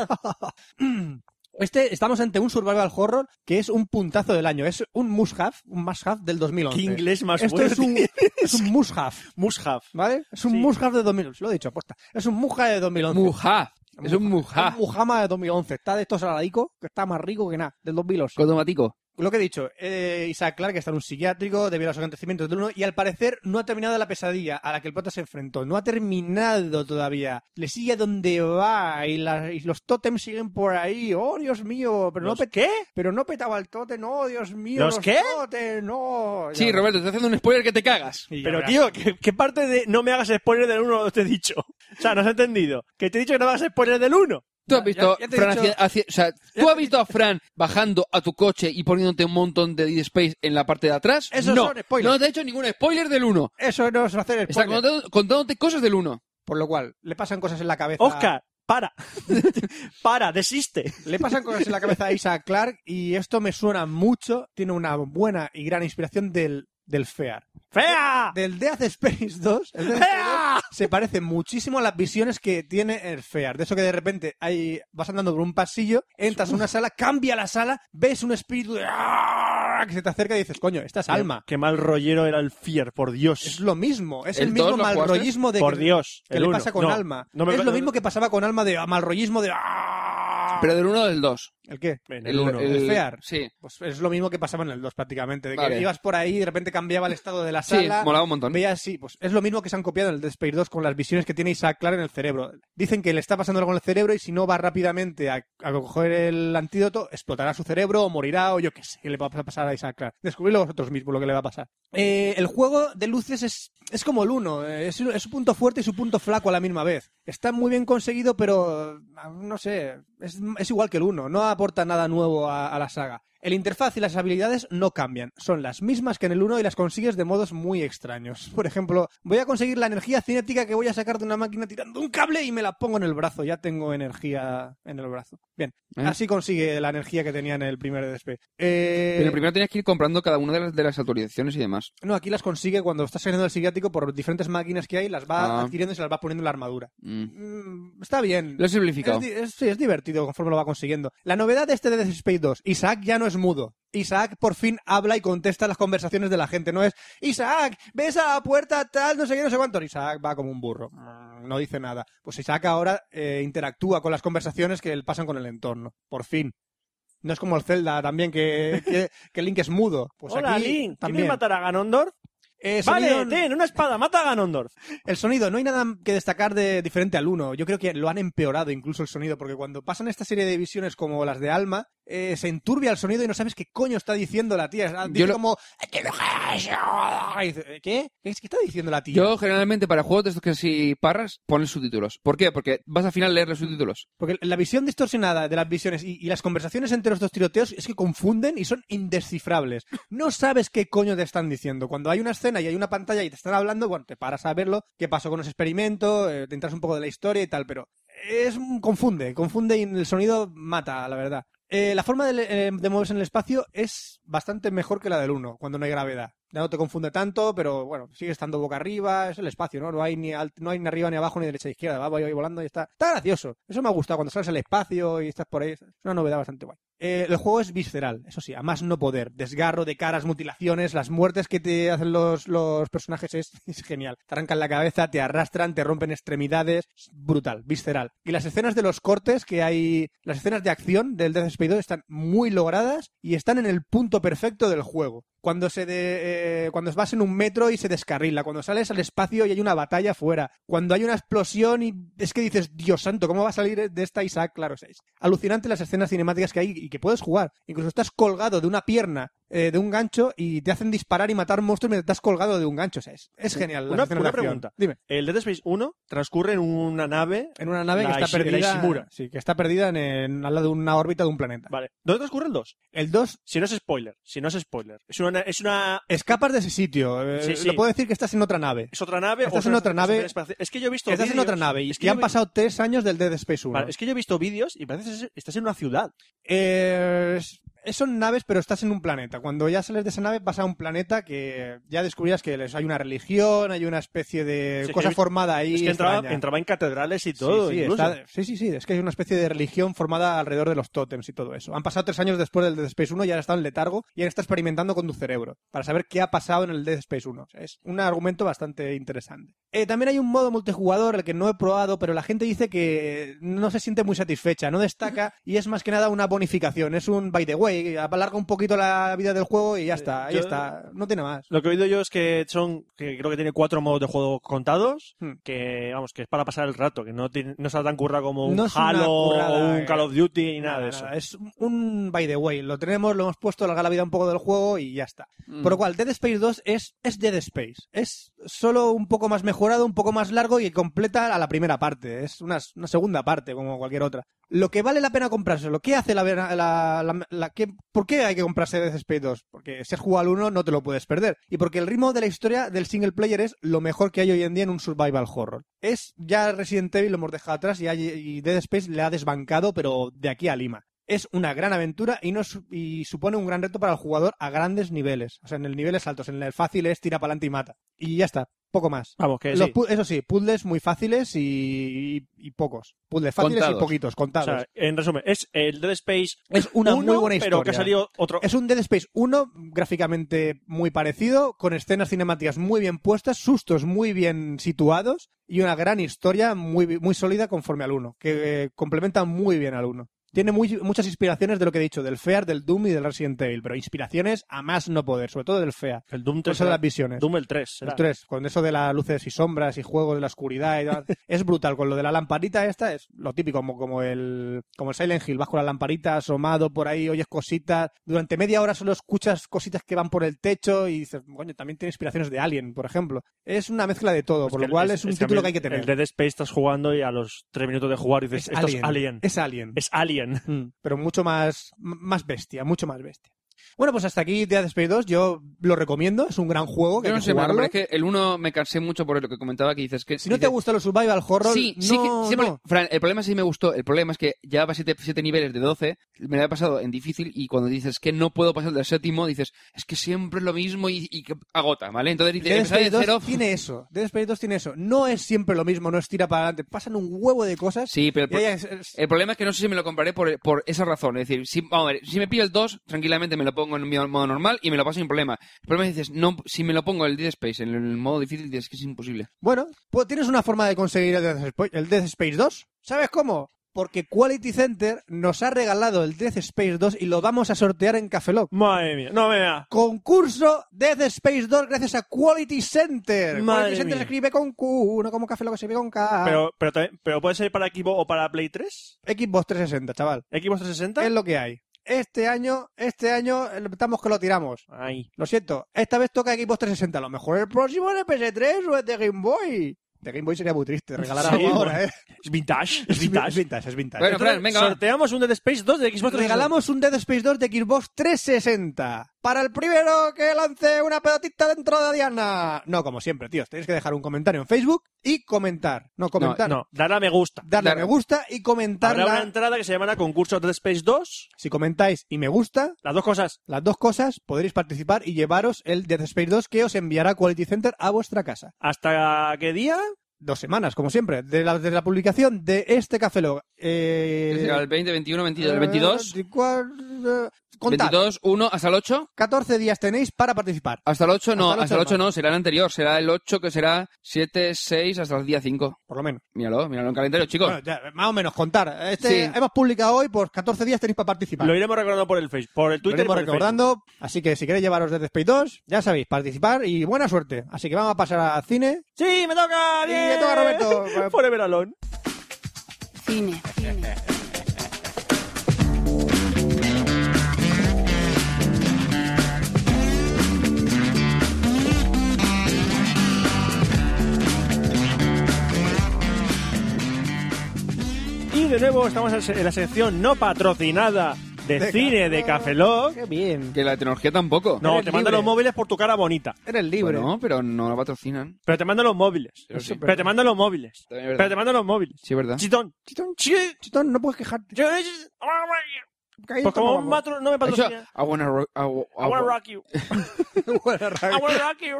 Speaker 3: Este, estamos ante un survival horror que es un puntazo del año. Es un must-have, un must-have del 2011.
Speaker 1: Qué inglés más
Speaker 3: Esto
Speaker 1: fuerte.
Speaker 3: es un, es un must-have.
Speaker 1: Must have.
Speaker 3: ¿Vale? Es un
Speaker 1: Sí.
Speaker 3: Muscaf de 2011, lo he dicho, apuesta. Es un Muja de 2011.
Speaker 2: Mujá. Es un mujá.
Speaker 3: Un Mujama de 2011. Está de estos aladico, que está más rico que nada, del 2011.
Speaker 2: Automático.
Speaker 3: Lo que he dicho, eh, Isaac Clark está en un psiquiátrico debido a los acontecimientos del 1 y al parecer no ha terminado la pesadilla a la que el prota se enfrentó. No ha terminado todavía. Le sigue a donde va y, la- y los tótems siguen por ahí. ¡Oh, Dios mío! Pero no,
Speaker 1: ¿Los
Speaker 3: pet-
Speaker 1: qué?
Speaker 3: pero no petaba el tótem. ¡Oh, Dios mío!
Speaker 1: ¿Los qué?
Speaker 3: tótem, ¡No!
Speaker 2: Sí,
Speaker 3: Ya-
Speaker 2: Roberto, estás haciendo un spoiler que te cagas.
Speaker 3: Y ya
Speaker 1: Pero,
Speaker 3: verás.
Speaker 1: tío, ¿qué, qué parte de no me hagas spoiler del 1 te he dicho? O sea, no has entendido. Que te he dicho que no me hagas spoiler del 1.
Speaker 2: Tú has visto,
Speaker 3: ya te he
Speaker 2: Fran
Speaker 3: dicho-
Speaker 2: hacia- hacia- o sea, tú has visto a Fran bajando a tu coche y poniéndote un montón de Dead Space en la parte de atrás.
Speaker 3: Esos
Speaker 2: no,
Speaker 3: son spoilers.
Speaker 2: no te he hecho ningún spoiler del 1.
Speaker 3: Eso no es hacer
Speaker 2: Está
Speaker 3: spoiler.
Speaker 2: contando- contándote cosas del 1.
Speaker 3: Por lo cual, le pasan cosas en la cabeza.
Speaker 1: Oscar, para. para, desiste.
Speaker 3: Le pasan cosas en la cabeza a Isaac Clark y esto me suena mucho. Tiene una buena y gran inspiración del, del FEAR.
Speaker 1: ¡Fea!
Speaker 3: Del Death Space 2. el Dead Space 2
Speaker 1: ¡Fea!
Speaker 3: se parece muchísimo a las visiones que tiene el FEAR. De eso que de repente hay, vas andando por un pasillo, entras a una sala, cambia la sala, ves un espíritu de- que se te acerca y dices, coño, esta es alma.
Speaker 1: Qué mal rollero era el Fier, por Dios.
Speaker 3: Es lo mismo, es
Speaker 2: ¿El
Speaker 3: el, mismo
Speaker 2: dos lo
Speaker 3: mal
Speaker 2: jugaste?
Speaker 3: rollismo de
Speaker 1: por
Speaker 3: que,
Speaker 1: Dios.
Speaker 3: que
Speaker 1: el
Speaker 3: le
Speaker 1: uno.
Speaker 3: pasa con
Speaker 1: No,
Speaker 3: alma.
Speaker 1: no me-
Speaker 3: es lo mismo que pasaba con alma de mal rollismo de... ¡ah!
Speaker 2: Pero del 1 o del 2.
Speaker 3: ¿El qué?
Speaker 1: En el 1.
Speaker 3: el Fear.
Speaker 2: Sí.
Speaker 3: Pues es lo mismo que pasaba en el 2 prácticamente, de que
Speaker 2: Vale.
Speaker 3: ibas por ahí y de repente cambiaba el estado de la
Speaker 2: Sí,
Speaker 3: sala.
Speaker 2: molaba un montón.
Speaker 3: Veías, sí, pues es lo mismo que se han copiado en el Dead Space 2 con las visiones que tiene Isaac Clarke en el cerebro. Dicen que le está pasando algo en el cerebro y si no va rápidamente a, a coger el antídoto, explotará su cerebro o morirá o yo qué sé, qué le va a pasar a Isaac Clarke. Descubridlo vosotros mismos lo que le va a pasar. Eh, el juego de luces es, es como el 1, es, es su punto fuerte y su punto flaco a la misma vez. Está muy bien conseguido, pero ah, no sé, es, es igual que el 1, no aporta nada nuevo a, a la saga. El interfaz y las habilidades no cambian, son las mismas que en el 1 y las consigues de modos muy extraños. Por ejemplo, voy a conseguir la energía cinética que voy a sacar de una máquina tirando un cable y me la pongo en el brazo, ya tengo energía en el brazo. Bien,
Speaker 2: ¿Eh?
Speaker 3: así consigue la energía que tenía en el primer DSP. Eh,
Speaker 2: Pero primero tenías que ir comprando cada una de las, de las actualizaciones y demás.
Speaker 3: no, aquí las consigue cuando estás saliendo del psiquiátrico por diferentes máquinas que hay, las va
Speaker 2: Ah.
Speaker 3: adquiriendo y se las va poniendo en la armadura.
Speaker 2: Mm.
Speaker 3: Mm, está bien.
Speaker 2: Lo he simplificado.
Speaker 3: Es di- es- sí, es divertido conforme lo va consiguiendo. La novedad de este de Dead Space 2, Isaac ya no es mudo. Isaac por fin habla y contesta las conversaciones de la gente. No es, Isaac, ves a la puerta tal, no sé qué, no sé cuánto. Isaac va como un burro. Mm, No dice nada. Pues Isaac ahora eh, interactúa con las conversaciones que le pasan con el entorno. Por fin. No es como el Zelda también, que, que, que Link es mudo. Pues
Speaker 1: Hola,
Speaker 3: aquí
Speaker 1: Link.
Speaker 3: también.
Speaker 1: ¿Quieres matar a Ganondorf?
Speaker 3: Eh, sonido-
Speaker 1: Vale, ten una espada, mata a Ganondorf.
Speaker 3: el sonido, no hay nada que destacar de diferente al uno. Yo creo que lo han empeorado incluso el sonido, porque cuando pasan esta serie de visiones como las de Alma, eh, se enturbia el sonido y no sabes qué coño está diciendo la tía. Ah, Dice
Speaker 2: Yo lo-
Speaker 3: como... Y dice, ¿eh, ¿Qué? ¿Qué es que está diciendo la tía?
Speaker 2: Yo generalmente para juegos de estos que si parras, ponen subtítulos. ¿Por qué? Porque vas al final a leer los subtítulos.
Speaker 3: Porque la visión distorsionada de las visiones y, y las conversaciones entre los dos tiroteos es que confunden y son indescifrables. No sabes qué coño te están diciendo. Cuando hay una escena y hay una pantalla y te están hablando, bueno, te paras a verlo, qué pasó con ese experimento, eh, te entras un poco de la historia y tal, pero es un- confunde, confunde y el sonido mata, la verdad. Eh, la forma de, le- eh, de moverse en el espacio es bastante mejor que la del 1, cuando no hay gravedad. Ya no te confunde tanto, pero bueno, sigue estando boca arriba, es el espacio, ¿no? No hay ni, alt- no hay ni arriba, ni abajo, ni derecha, ni izquierda, va, va, va volando y está. Está gracioso. Eso me ha gustado, cuando sales al espacio y estás por ahí. Es una novedad bastante guay. Eh, el juego es visceral, eso sí, a más no poder. Desgarro de caras, mutilaciones, las muertes que te hacen los, los personajes es, es genial. Te arrancan la cabeza, te arrastran, te rompen extremidades. Es brutal, visceral. Y las escenas de los cortes que hay, las escenas de acción del Death Space 2 están muy logradas y están en el punto perfecto del juego. Cuando se de- eh, cuando vas en un metro y se descarrila, cuando sales al espacio y hay una batalla fuera, cuando hay una explosión y es que dices, Dios santo, ¿cómo va a salir de esta Isaac? Claro, es alucinante las escenas cinemáticas que hay y que puedes jugar. Incluso estás colgado de una pierna, eh, de un gancho y te hacen disparar y matar monstruos mientras estás colgado de un gancho. O sea, es, es genial. las
Speaker 1: Una-
Speaker 3: escenas
Speaker 1: una
Speaker 3: de acción.
Speaker 1: pregunta.
Speaker 3: Dime.
Speaker 1: El Dead Space 1 transcurre en una nave.
Speaker 3: En una nave
Speaker 1: La
Speaker 3: que está
Speaker 1: Ishi- la
Speaker 3: perdida.
Speaker 1: Ishimura.
Speaker 3: Sí, que está perdida en, en- al lado de una órbita de un planeta.
Speaker 1: Vale. ¿Dónde transcurre el 2?
Speaker 3: El 2
Speaker 1: Si no es spoiler, si no es spoiler. Es una, es una
Speaker 3: escapas de ese sitio. eh,
Speaker 1: Sí, sí.
Speaker 3: Le puedo decir que estás en otra nave.
Speaker 1: es otra nave.
Speaker 3: Estás
Speaker 1: o es
Speaker 3: en
Speaker 1: una-
Speaker 3: otra
Speaker 1: es
Speaker 3: nave.
Speaker 1: un espacio- Es que yo he visto.
Speaker 3: Estás en
Speaker 1: vídeos-
Speaker 3: otra nave y
Speaker 1: es
Speaker 3: que ya
Speaker 1: yo
Speaker 3: han
Speaker 1: vi-
Speaker 3: pasado tres años del Dead Space 1.
Speaker 1: Vale, es que yo he visto vídeos y parece que estás en una ciudad.
Speaker 3: Eh, es- son naves, pero estás en un planeta. Cuando ya sales de esa nave, vas a un planeta que ya descubrirás que les- hay una religión, hay una especie de
Speaker 1: Sí, que he
Speaker 3: cosa
Speaker 1: visto-
Speaker 3: formada ahí.
Speaker 1: es que entraba,
Speaker 3: extraña.
Speaker 1: entraba en catedrales y
Speaker 3: Sí,
Speaker 1: todo.
Speaker 3: sí,
Speaker 1: incluso.
Speaker 3: está- sí, sí, sí, es que hay una especie de religión formada alrededor de los tótems y todo eso. Han pasado tres años después del Dead Space 1 y ahora está en letargo y ahora está experimentando con tu cerebro para saber qué ha pasado en el Dead Space 1. O sea, es un argumento bastante interesante. Eh, también hay un modo multijugador, el que no he probado, pero la gente dice que no se siente muy satisfecha, no destaca y es más que nada una bonificación, es un by the way, alarga un poquito la vida del juego y ya está, ahí
Speaker 1: yo-
Speaker 3: está, no tiene más.
Speaker 1: Lo que he oído yo es que son, que creo que tiene cuatro modos de juego contados,
Speaker 3: Hmm.
Speaker 1: que vamos, que es para pasar el rato, que no, tiene, no se la tan curra como un
Speaker 3: No es una
Speaker 1: Halo
Speaker 3: currada,
Speaker 1: o un
Speaker 3: eh.
Speaker 1: Call of Duty ni nada, de eso.
Speaker 3: Es un by the way. Lo tenemos, lo hemos puesto, alarga la vida un poco del juego y ya está.
Speaker 2: Mm.
Speaker 3: Por lo cual, Dead Space 2 es, es Dead Space. Es solo un poco más mejorado, un poco más largo y completa a la primera parte. Es una, una segunda parte, como cualquier otra. Lo que vale la pena comprarse, lo que hace la, la, la- la- que- ¿Por qué hay que comprarse Dead Space 2? Porque si has jugado al 1 no te lo puedes perder. Y porque el ritmo de la historia del single player es lo mejor que hay hoy en día en un survival horror. Es ya Resident Evil lo hemos dejado atrás y, hay- y Dead Space le ha desbancado, pero de aquí a Lima es una gran aventura y, no su- y supone un gran reto para el jugador a grandes niveles. O sea, en el niveles altos, en el fácil es tira para adelante y mata. Y ya está, poco más.
Speaker 1: Vamos, que
Speaker 3: Los
Speaker 1: sí.
Speaker 3: pu- Eso Eh, sí, puzzles muy fáciles y, y- y pocos. Puzzles fáciles
Speaker 2: Contados.
Speaker 3: y poquitos,
Speaker 1: O
Speaker 3: contados.
Speaker 1: sea, en resumen, es el Dead Space
Speaker 3: es una
Speaker 1: uno,
Speaker 3: muy buena historia.
Speaker 1: pero que ha salido otro.
Speaker 3: Es un Dead Space 1 gráficamente muy parecido, con escenas cinemáticas muy bien puestas, sustos muy bien situados y una gran historia muy, bi- muy sólida conforme al 1, que eh, complementa muy bien al 1. Tiene muy- muchas inspiraciones de lo que he dicho, del FEAR, del Doom y del Resident Evil, pero inspiraciones a más no poder, sobre todo del FEAR.
Speaker 1: El Doom
Speaker 3: Con
Speaker 1: 3.
Speaker 3: eso de las visiones.
Speaker 1: Doom el 3. será.
Speaker 3: ¿eh? El 3, con eso de las luces y sombras y juegos de la oscuridad y tal. es brutal. Con lo de la lamparita esta es lo típico, como, como el como el Silent Hill. Vas con la lamparita asomado por ahí, oyes cositas. Durante media hora solo escuchas cositas que van por el techo y dices, coño, también tiene inspiraciones de Alien, por ejemplo. Es una mezcla de todo,
Speaker 1: Pues
Speaker 3: por
Speaker 1: que
Speaker 3: lo cual es, un
Speaker 1: a mí
Speaker 3: título que hay que tener.
Speaker 1: El Dead Space estás jugando y a los 3 minutos de jugar dices, esto es Alien.
Speaker 3: Es Alien.
Speaker 1: Es Alien.
Speaker 3: Mm, Pero mucho más, m- más bestia, mucho más bestia. Bueno, pues hasta aquí Dead Space 2. Yo lo recomiendo. Es un gran juego. Que
Speaker 2: Yo
Speaker 3: hay
Speaker 2: no
Speaker 3: que
Speaker 2: sé,
Speaker 3: jugarlo.
Speaker 2: pero es que el uno me cansé mucho por lo que comentaba que dices que...
Speaker 3: Si no te
Speaker 2: dices-
Speaker 3: gusta los survival horror,
Speaker 2: Sí,
Speaker 3: no,
Speaker 2: sí, que- sí,
Speaker 3: no.
Speaker 2: vale. Fran, el problema sí me gustó. El problema es que ya va 7 siete, siete niveles de 12, me lo he pasado en difícil y cuando dices que no puedo pasar del séptimo, dices, es que siempre es lo mismo y, y que agota, ¿vale? Entonces dices,
Speaker 3: Dead
Speaker 2: empezar de
Speaker 3: Space 2
Speaker 2: cero,
Speaker 3: tiene eso. Dead Space 2 tiene eso. No es siempre lo mismo, no es tira para adelante. Pasan un huevo de cosas.
Speaker 2: Sí, pero el,
Speaker 3: y
Speaker 2: pro-
Speaker 3: ahí es- es-
Speaker 2: el problema es que no sé si me lo compraré por, por esa razón. Es decir, si, vamos a ver, si me pillo el 2, tranquilamente me lo pongo en mi modo normal y me lo paso sin problema. El problema es que dices, no, si me lo pongo el Dead Space en el modo difícil, dices que es imposible.
Speaker 3: Bueno, pues tienes una forma de conseguir el Death, Spa- el Death Space 2. ¿Sabes cómo? Porque Quality Center nos ha regalado el Death Space 2 y lo vamos a sortear en Cafeloc.
Speaker 1: Madre mía. No, vea.
Speaker 3: Concurso Death Space 2 gracias a Quality Center.
Speaker 1: Madre
Speaker 3: Quality
Speaker 1: mía.
Speaker 3: Center se escribe con Q, no como Cafeloc que se escribe con K.
Speaker 1: Pero, pero, también- pero puede ser para Equipo o para Play 3.
Speaker 3: Xbox 360, chaval.
Speaker 1: Xbox 360.
Speaker 3: Es lo que hay. Este año, este año eh, estamos que lo tiramos.
Speaker 1: Ay.
Speaker 3: Lo siento, esta vez toca Xbox 360. A lo mejor el próximo es PS3 o es de Game Boy. De Game Boy sería muy triste regalar
Speaker 1: Sí,
Speaker 3: algo ahora,
Speaker 1: bueno.
Speaker 3: ¿eh?
Speaker 1: Es vintage. Es
Speaker 3: Es vintage, es
Speaker 1: vintage.
Speaker 3: vintage. es vintage.
Speaker 2: Bueno,
Speaker 1: Entonces,
Speaker 2: Fran, venga, va.
Speaker 1: sorteamos un Dead Space 2 de Xbox 360.
Speaker 3: Regalamos un Dead Space 2 de Xbox 360 para el primero que lance una pelotita dentro de Diana. No, como siempre, tíos, tenéis que dejar un comentario en Facebook y comentar. No, comentar.
Speaker 1: No, darle a me gusta.
Speaker 3: Darle a
Speaker 2: Dar-
Speaker 3: me gusta y
Speaker 1: Habrá una
Speaker 3: comentarla.
Speaker 1: entrada que se llamará Concurso Dead Space 2.
Speaker 3: Si comentáis y me gusta,
Speaker 1: Las dos cosas.
Speaker 3: las dos cosas, podréis participar y llevaros el Dead Space 2 que os enviará Quality Center a vuestra casa.
Speaker 1: ¿Hasta qué día?
Speaker 3: Dos semanas, como siempre, de la, de la publicación de este Café Log. Eh,
Speaker 2: Es decir, al 20, 21, 22, el 22,
Speaker 3: 24, contad,
Speaker 2: 22, 1 hasta el 8.
Speaker 3: 14 días tenéis para participar.
Speaker 2: Hasta el 8 no,
Speaker 3: Hasta el
Speaker 2: hasta el
Speaker 3: 8
Speaker 2: 8 no, será el anterior, será el 8 que será 7, 6 hasta el día 5.
Speaker 3: Por lo menos.
Speaker 2: Míralo, míralo en calendario, chicos.
Speaker 3: Bueno, ya, más o menos contar. Este,
Speaker 2: Sí.
Speaker 3: Hemos publicado hoy, pues 14 días tenéis para participar.
Speaker 1: Lo iremos recordando por el Facebook, por el
Speaker 3: Lo
Speaker 1: Twitter. y
Speaker 3: iremos
Speaker 1: por el
Speaker 3: recordando. Así que si queréis llevaros Dead Space 2, ya sabéis, participar y buena suerte. Así que vamos a pasar al cine.
Speaker 1: Facebook. ¡Sí, me toca!
Speaker 3: Y
Speaker 1: ¡Bien!
Speaker 3: le toca a Roberto.
Speaker 1: Forever Alone.
Speaker 11: Cine. Cine.
Speaker 1: Y de nuevo estamos en la se- en la sección no patrocinada de,
Speaker 3: De
Speaker 1: cine de Café Lock.
Speaker 3: Qué bien.
Speaker 2: Que la tecnología tampoco.
Speaker 1: No,
Speaker 3: Eres
Speaker 1: te mandan
Speaker 3: libre.
Speaker 1: los móviles por tu cara bonita.
Speaker 3: Eres libre.
Speaker 2: Bueno, pero no la patrocinan.
Speaker 1: Pero te mandan los móviles.
Speaker 2: Pero sí.
Speaker 1: Pero te mandan los móviles.
Speaker 2: También es verdad.
Speaker 1: Pero te mandan los móviles.
Speaker 2: Sí, es verdad.
Speaker 1: Chitón.
Speaker 3: Ah. Chitón, ch-
Speaker 1: Sí.
Speaker 3: chitón, no puedes quejarte.
Speaker 1: Yo- oh,
Speaker 3: Caí
Speaker 1: Pues como
Speaker 3: como
Speaker 1: un
Speaker 3: guapo.
Speaker 1: matro no me
Speaker 2: Eso,
Speaker 1: patrocina.
Speaker 2: I wanna ro- I wa- I
Speaker 1: I wanna
Speaker 2: wa-
Speaker 1: rock you.
Speaker 3: Buena
Speaker 1: I
Speaker 3: rabia.
Speaker 1: wanna rock you.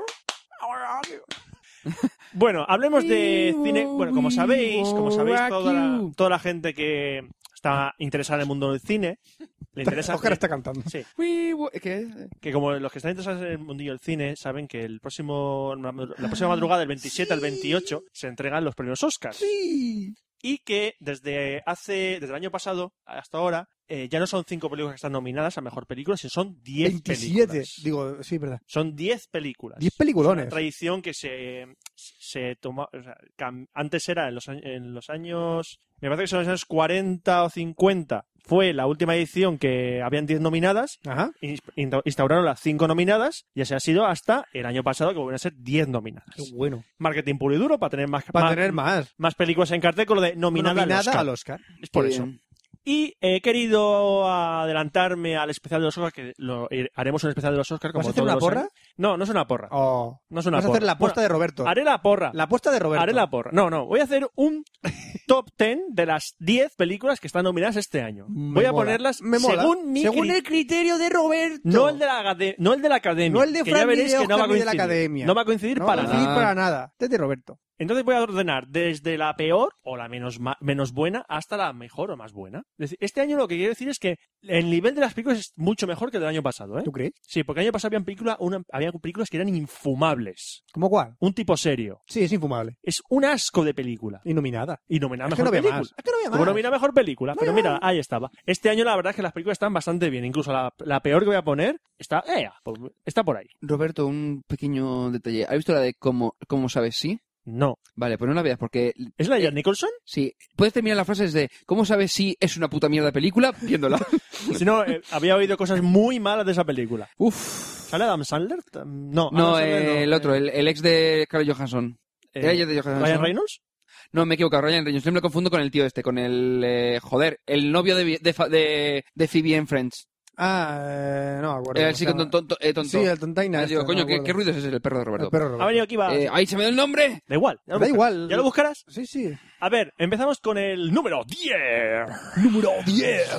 Speaker 1: I wanna rock you. Bueno, hablemos de cine. Bueno, como sabéis, como sabéis, toda la, toda la gente que está interesada en el mundo del cine, le interesa.
Speaker 3: Oscar está cantando.
Speaker 1: Sí,
Speaker 2: We wa- ¿Qué?
Speaker 1: que como los que están interesados en el mundillo del cine saben que el próximo la próxima madrugada del 27 al 28 se entregan los premios Oscars y que desde hace desde el año pasado hasta ahora eh, ya no son cinco películas que están nominadas a mejor película sino son 10
Speaker 3: 27.
Speaker 1: películas
Speaker 3: Digo, sí, verdad.
Speaker 1: son 10 películas
Speaker 3: 10
Speaker 1: una
Speaker 3: peliculones.
Speaker 1: tradición que se, se tomó. o sea, cam- antes era en los, años- en los años. Me parece que son los años 40 o 50. Fue la última edición que habían 10 nominadas.
Speaker 3: Ajá.
Speaker 1: ins- insta- Instauraron las 5 nominadas y así ha sido hasta el año pasado que volvieron a ser 10 nominadas.
Speaker 3: Qué bueno.
Speaker 1: Marketing puro y duro para tener más,
Speaker 3: Para
Speaker 1: más,
Speaker 3: tener más.
Speaker 1: más películas en cartel con lo de nominada, al
Speaker 3: Nominada
Speaker 1: Oscar.
Speaker 3: al Oscar.
Speaker 1: Es por
Speaker 2: Qué
Speaker 1: eso.
Speaker 2: bien.
Speaker 1: Y he querido adelantarme al especial de los Oscars, que lo- haremos un especial de los Oscars.
Speaker 3: ¿Vas
Speaker 1: como
Speaker 3: a hacer
Speaker 1: todos
Speaker 3: una
Speaker 1: los
Speaker 3: porra?
Speaker 1: años. No, no es una porra.
Speaker 3: Oh.
Speaker 1: No es una
Speaker 3: Vas a
Speaker 1: porra.
Speaker 3: hacer la apuesta
Speaker 1: Bueno,
Speaker 3: de Roberto.
Speaker 1: Haré la porra.
Speaker 3: La apuesta de Roberto.
Speaker 1: Haré la porra. No, no. Voy a hacer un top 10 de las 10 películas que están nominadas este año.
Speaker 3: Me
Speaker 1: Voy a
Speaker 3: mola.
Speaker 1: ponerlas
Speaker 3: Me mola.
Speaker 1: según mi
Speaker 3: Según
Speaker 1: cri-
Speaker 3: el criterio de Roberto.
Speaker 1: No el de, la, acade- no el de la academia.
Speaker 3: No el de
Speaker 1: que
Speaker 3: Fran
Speaker 1: ya
Speaker 3: ni
Speaker 1: veréis
Speaker 3: de
Speaker 1: que no va a
Speaker 3: Oscar ni de la
Speaker 1: coincidir.
Speaker 3: academia.
Speaker 1: No va a coincidir
Speaker 3: No,
Speaker 1: para
Speaker 3: sí,
Speaker 1: nada.
Speaker 3: para nada. Desde Roberto.
Speaker 1: Entonces voy a ordenar desde la peor o la menos, ma- menos buena hasta la mejor o más buena. Es decir, Este año lo que quiero decir es que el nivel de las películas es mucho mejor que el del año pasado. ¿eh?
Speaker 3: ¿Tú crees?
Speaker 1: Sí, porque el año pasado había, película, una- había películas que eran infumables.
Speaker 3: ¿Cómo cuál?
Speaker 1: Un tipo serio.
Speaker 3: Sí, es infumable.
Speaker 1: Es un asco de película.
Speaker 3: Y nominada.
Speaker 1: Y nominada
Speaker 3: Es que
Speaker 1: mejor
Speaker 3: no veo
Speaker 1: película.
Speaker 3: más. Es que no veo más.
Speaker 1: Como nomina mejor película, pero mira, ahí estaba. Este año la verdad es que las películas están bastante bien. Incluso la, la peor que voy a poner está, ea, pues, está por ahí.
Speaker 2: Roberto, un pequeño detalle. ¿Has visto la de cómo, cómo sabes sí?
Speaker 1: No.
Speaker 2: Vale, pues no la veas, porque
Speaker 1: ¿Es la de Jack Nicholson?
Speaker 2: sí. Puedes terminar las frases de ¿Cómo sabes si es una puta mierda película? Viéndola.
Speaker 1: Si no, eh, había oído cosas muy malas de esa película.
Speaker 2: Uf.
Speaker 1: ¿Sale Adam Sandler? Tam- No, Adam
Speaker 2: No,
Speaker 1: Sandler
Speaker 2: eh, el otro, el, el ex de Carl Johansson.
Speaker 1: eh,
Speaker 2: ¿Era el de Johansson?
Speaker 1: ¿Ryan Reynolds?
Speaker 2: No, me he equivocado, Ryan Reynolds. Siempre lo confundo con el tío este, con el... eh, joder, el novio de, de, fa- de, de Phoebe en Friends.
Speaker 3: Ah, eh, no, me acuerdo.
Speaker 2: Era
Speaker 3: cómo
Speaker 2: el
Speaker 3: se
Speaker 2: chico
Speaker 3: llama.
Speaker 2: tonto. eh, tonto.
Speaker 3: Sí, el tontaina.
Speaker 2: Ah, digo,
Speaker 3: este,
Speaker 2: coño,
Speaker 3: no me
Speaker 2: ¿qué,
Speaker 3: acuerdo. ah,
Speaker 2: qué ruido es ese? El perro de Roberto.
Speaker 3: El perro
Speaker 1: Ha
Speaker 3: Roberto.
Speaker 1: venido aquí, va.
Speaker 2: Eh, ¡Ahí se me dio el nombre!
Speaker 1: da igual. ya lo
Speaker 3: Da
Speaker 1: buscarás.
Speaker 3: igual.
Speaker 1: ¿Ya lo buscarás?
Speaker 3: Sí, sí.
Speaker 1: A ver, empezamos con el número 10.
Speaker 3: Número 10.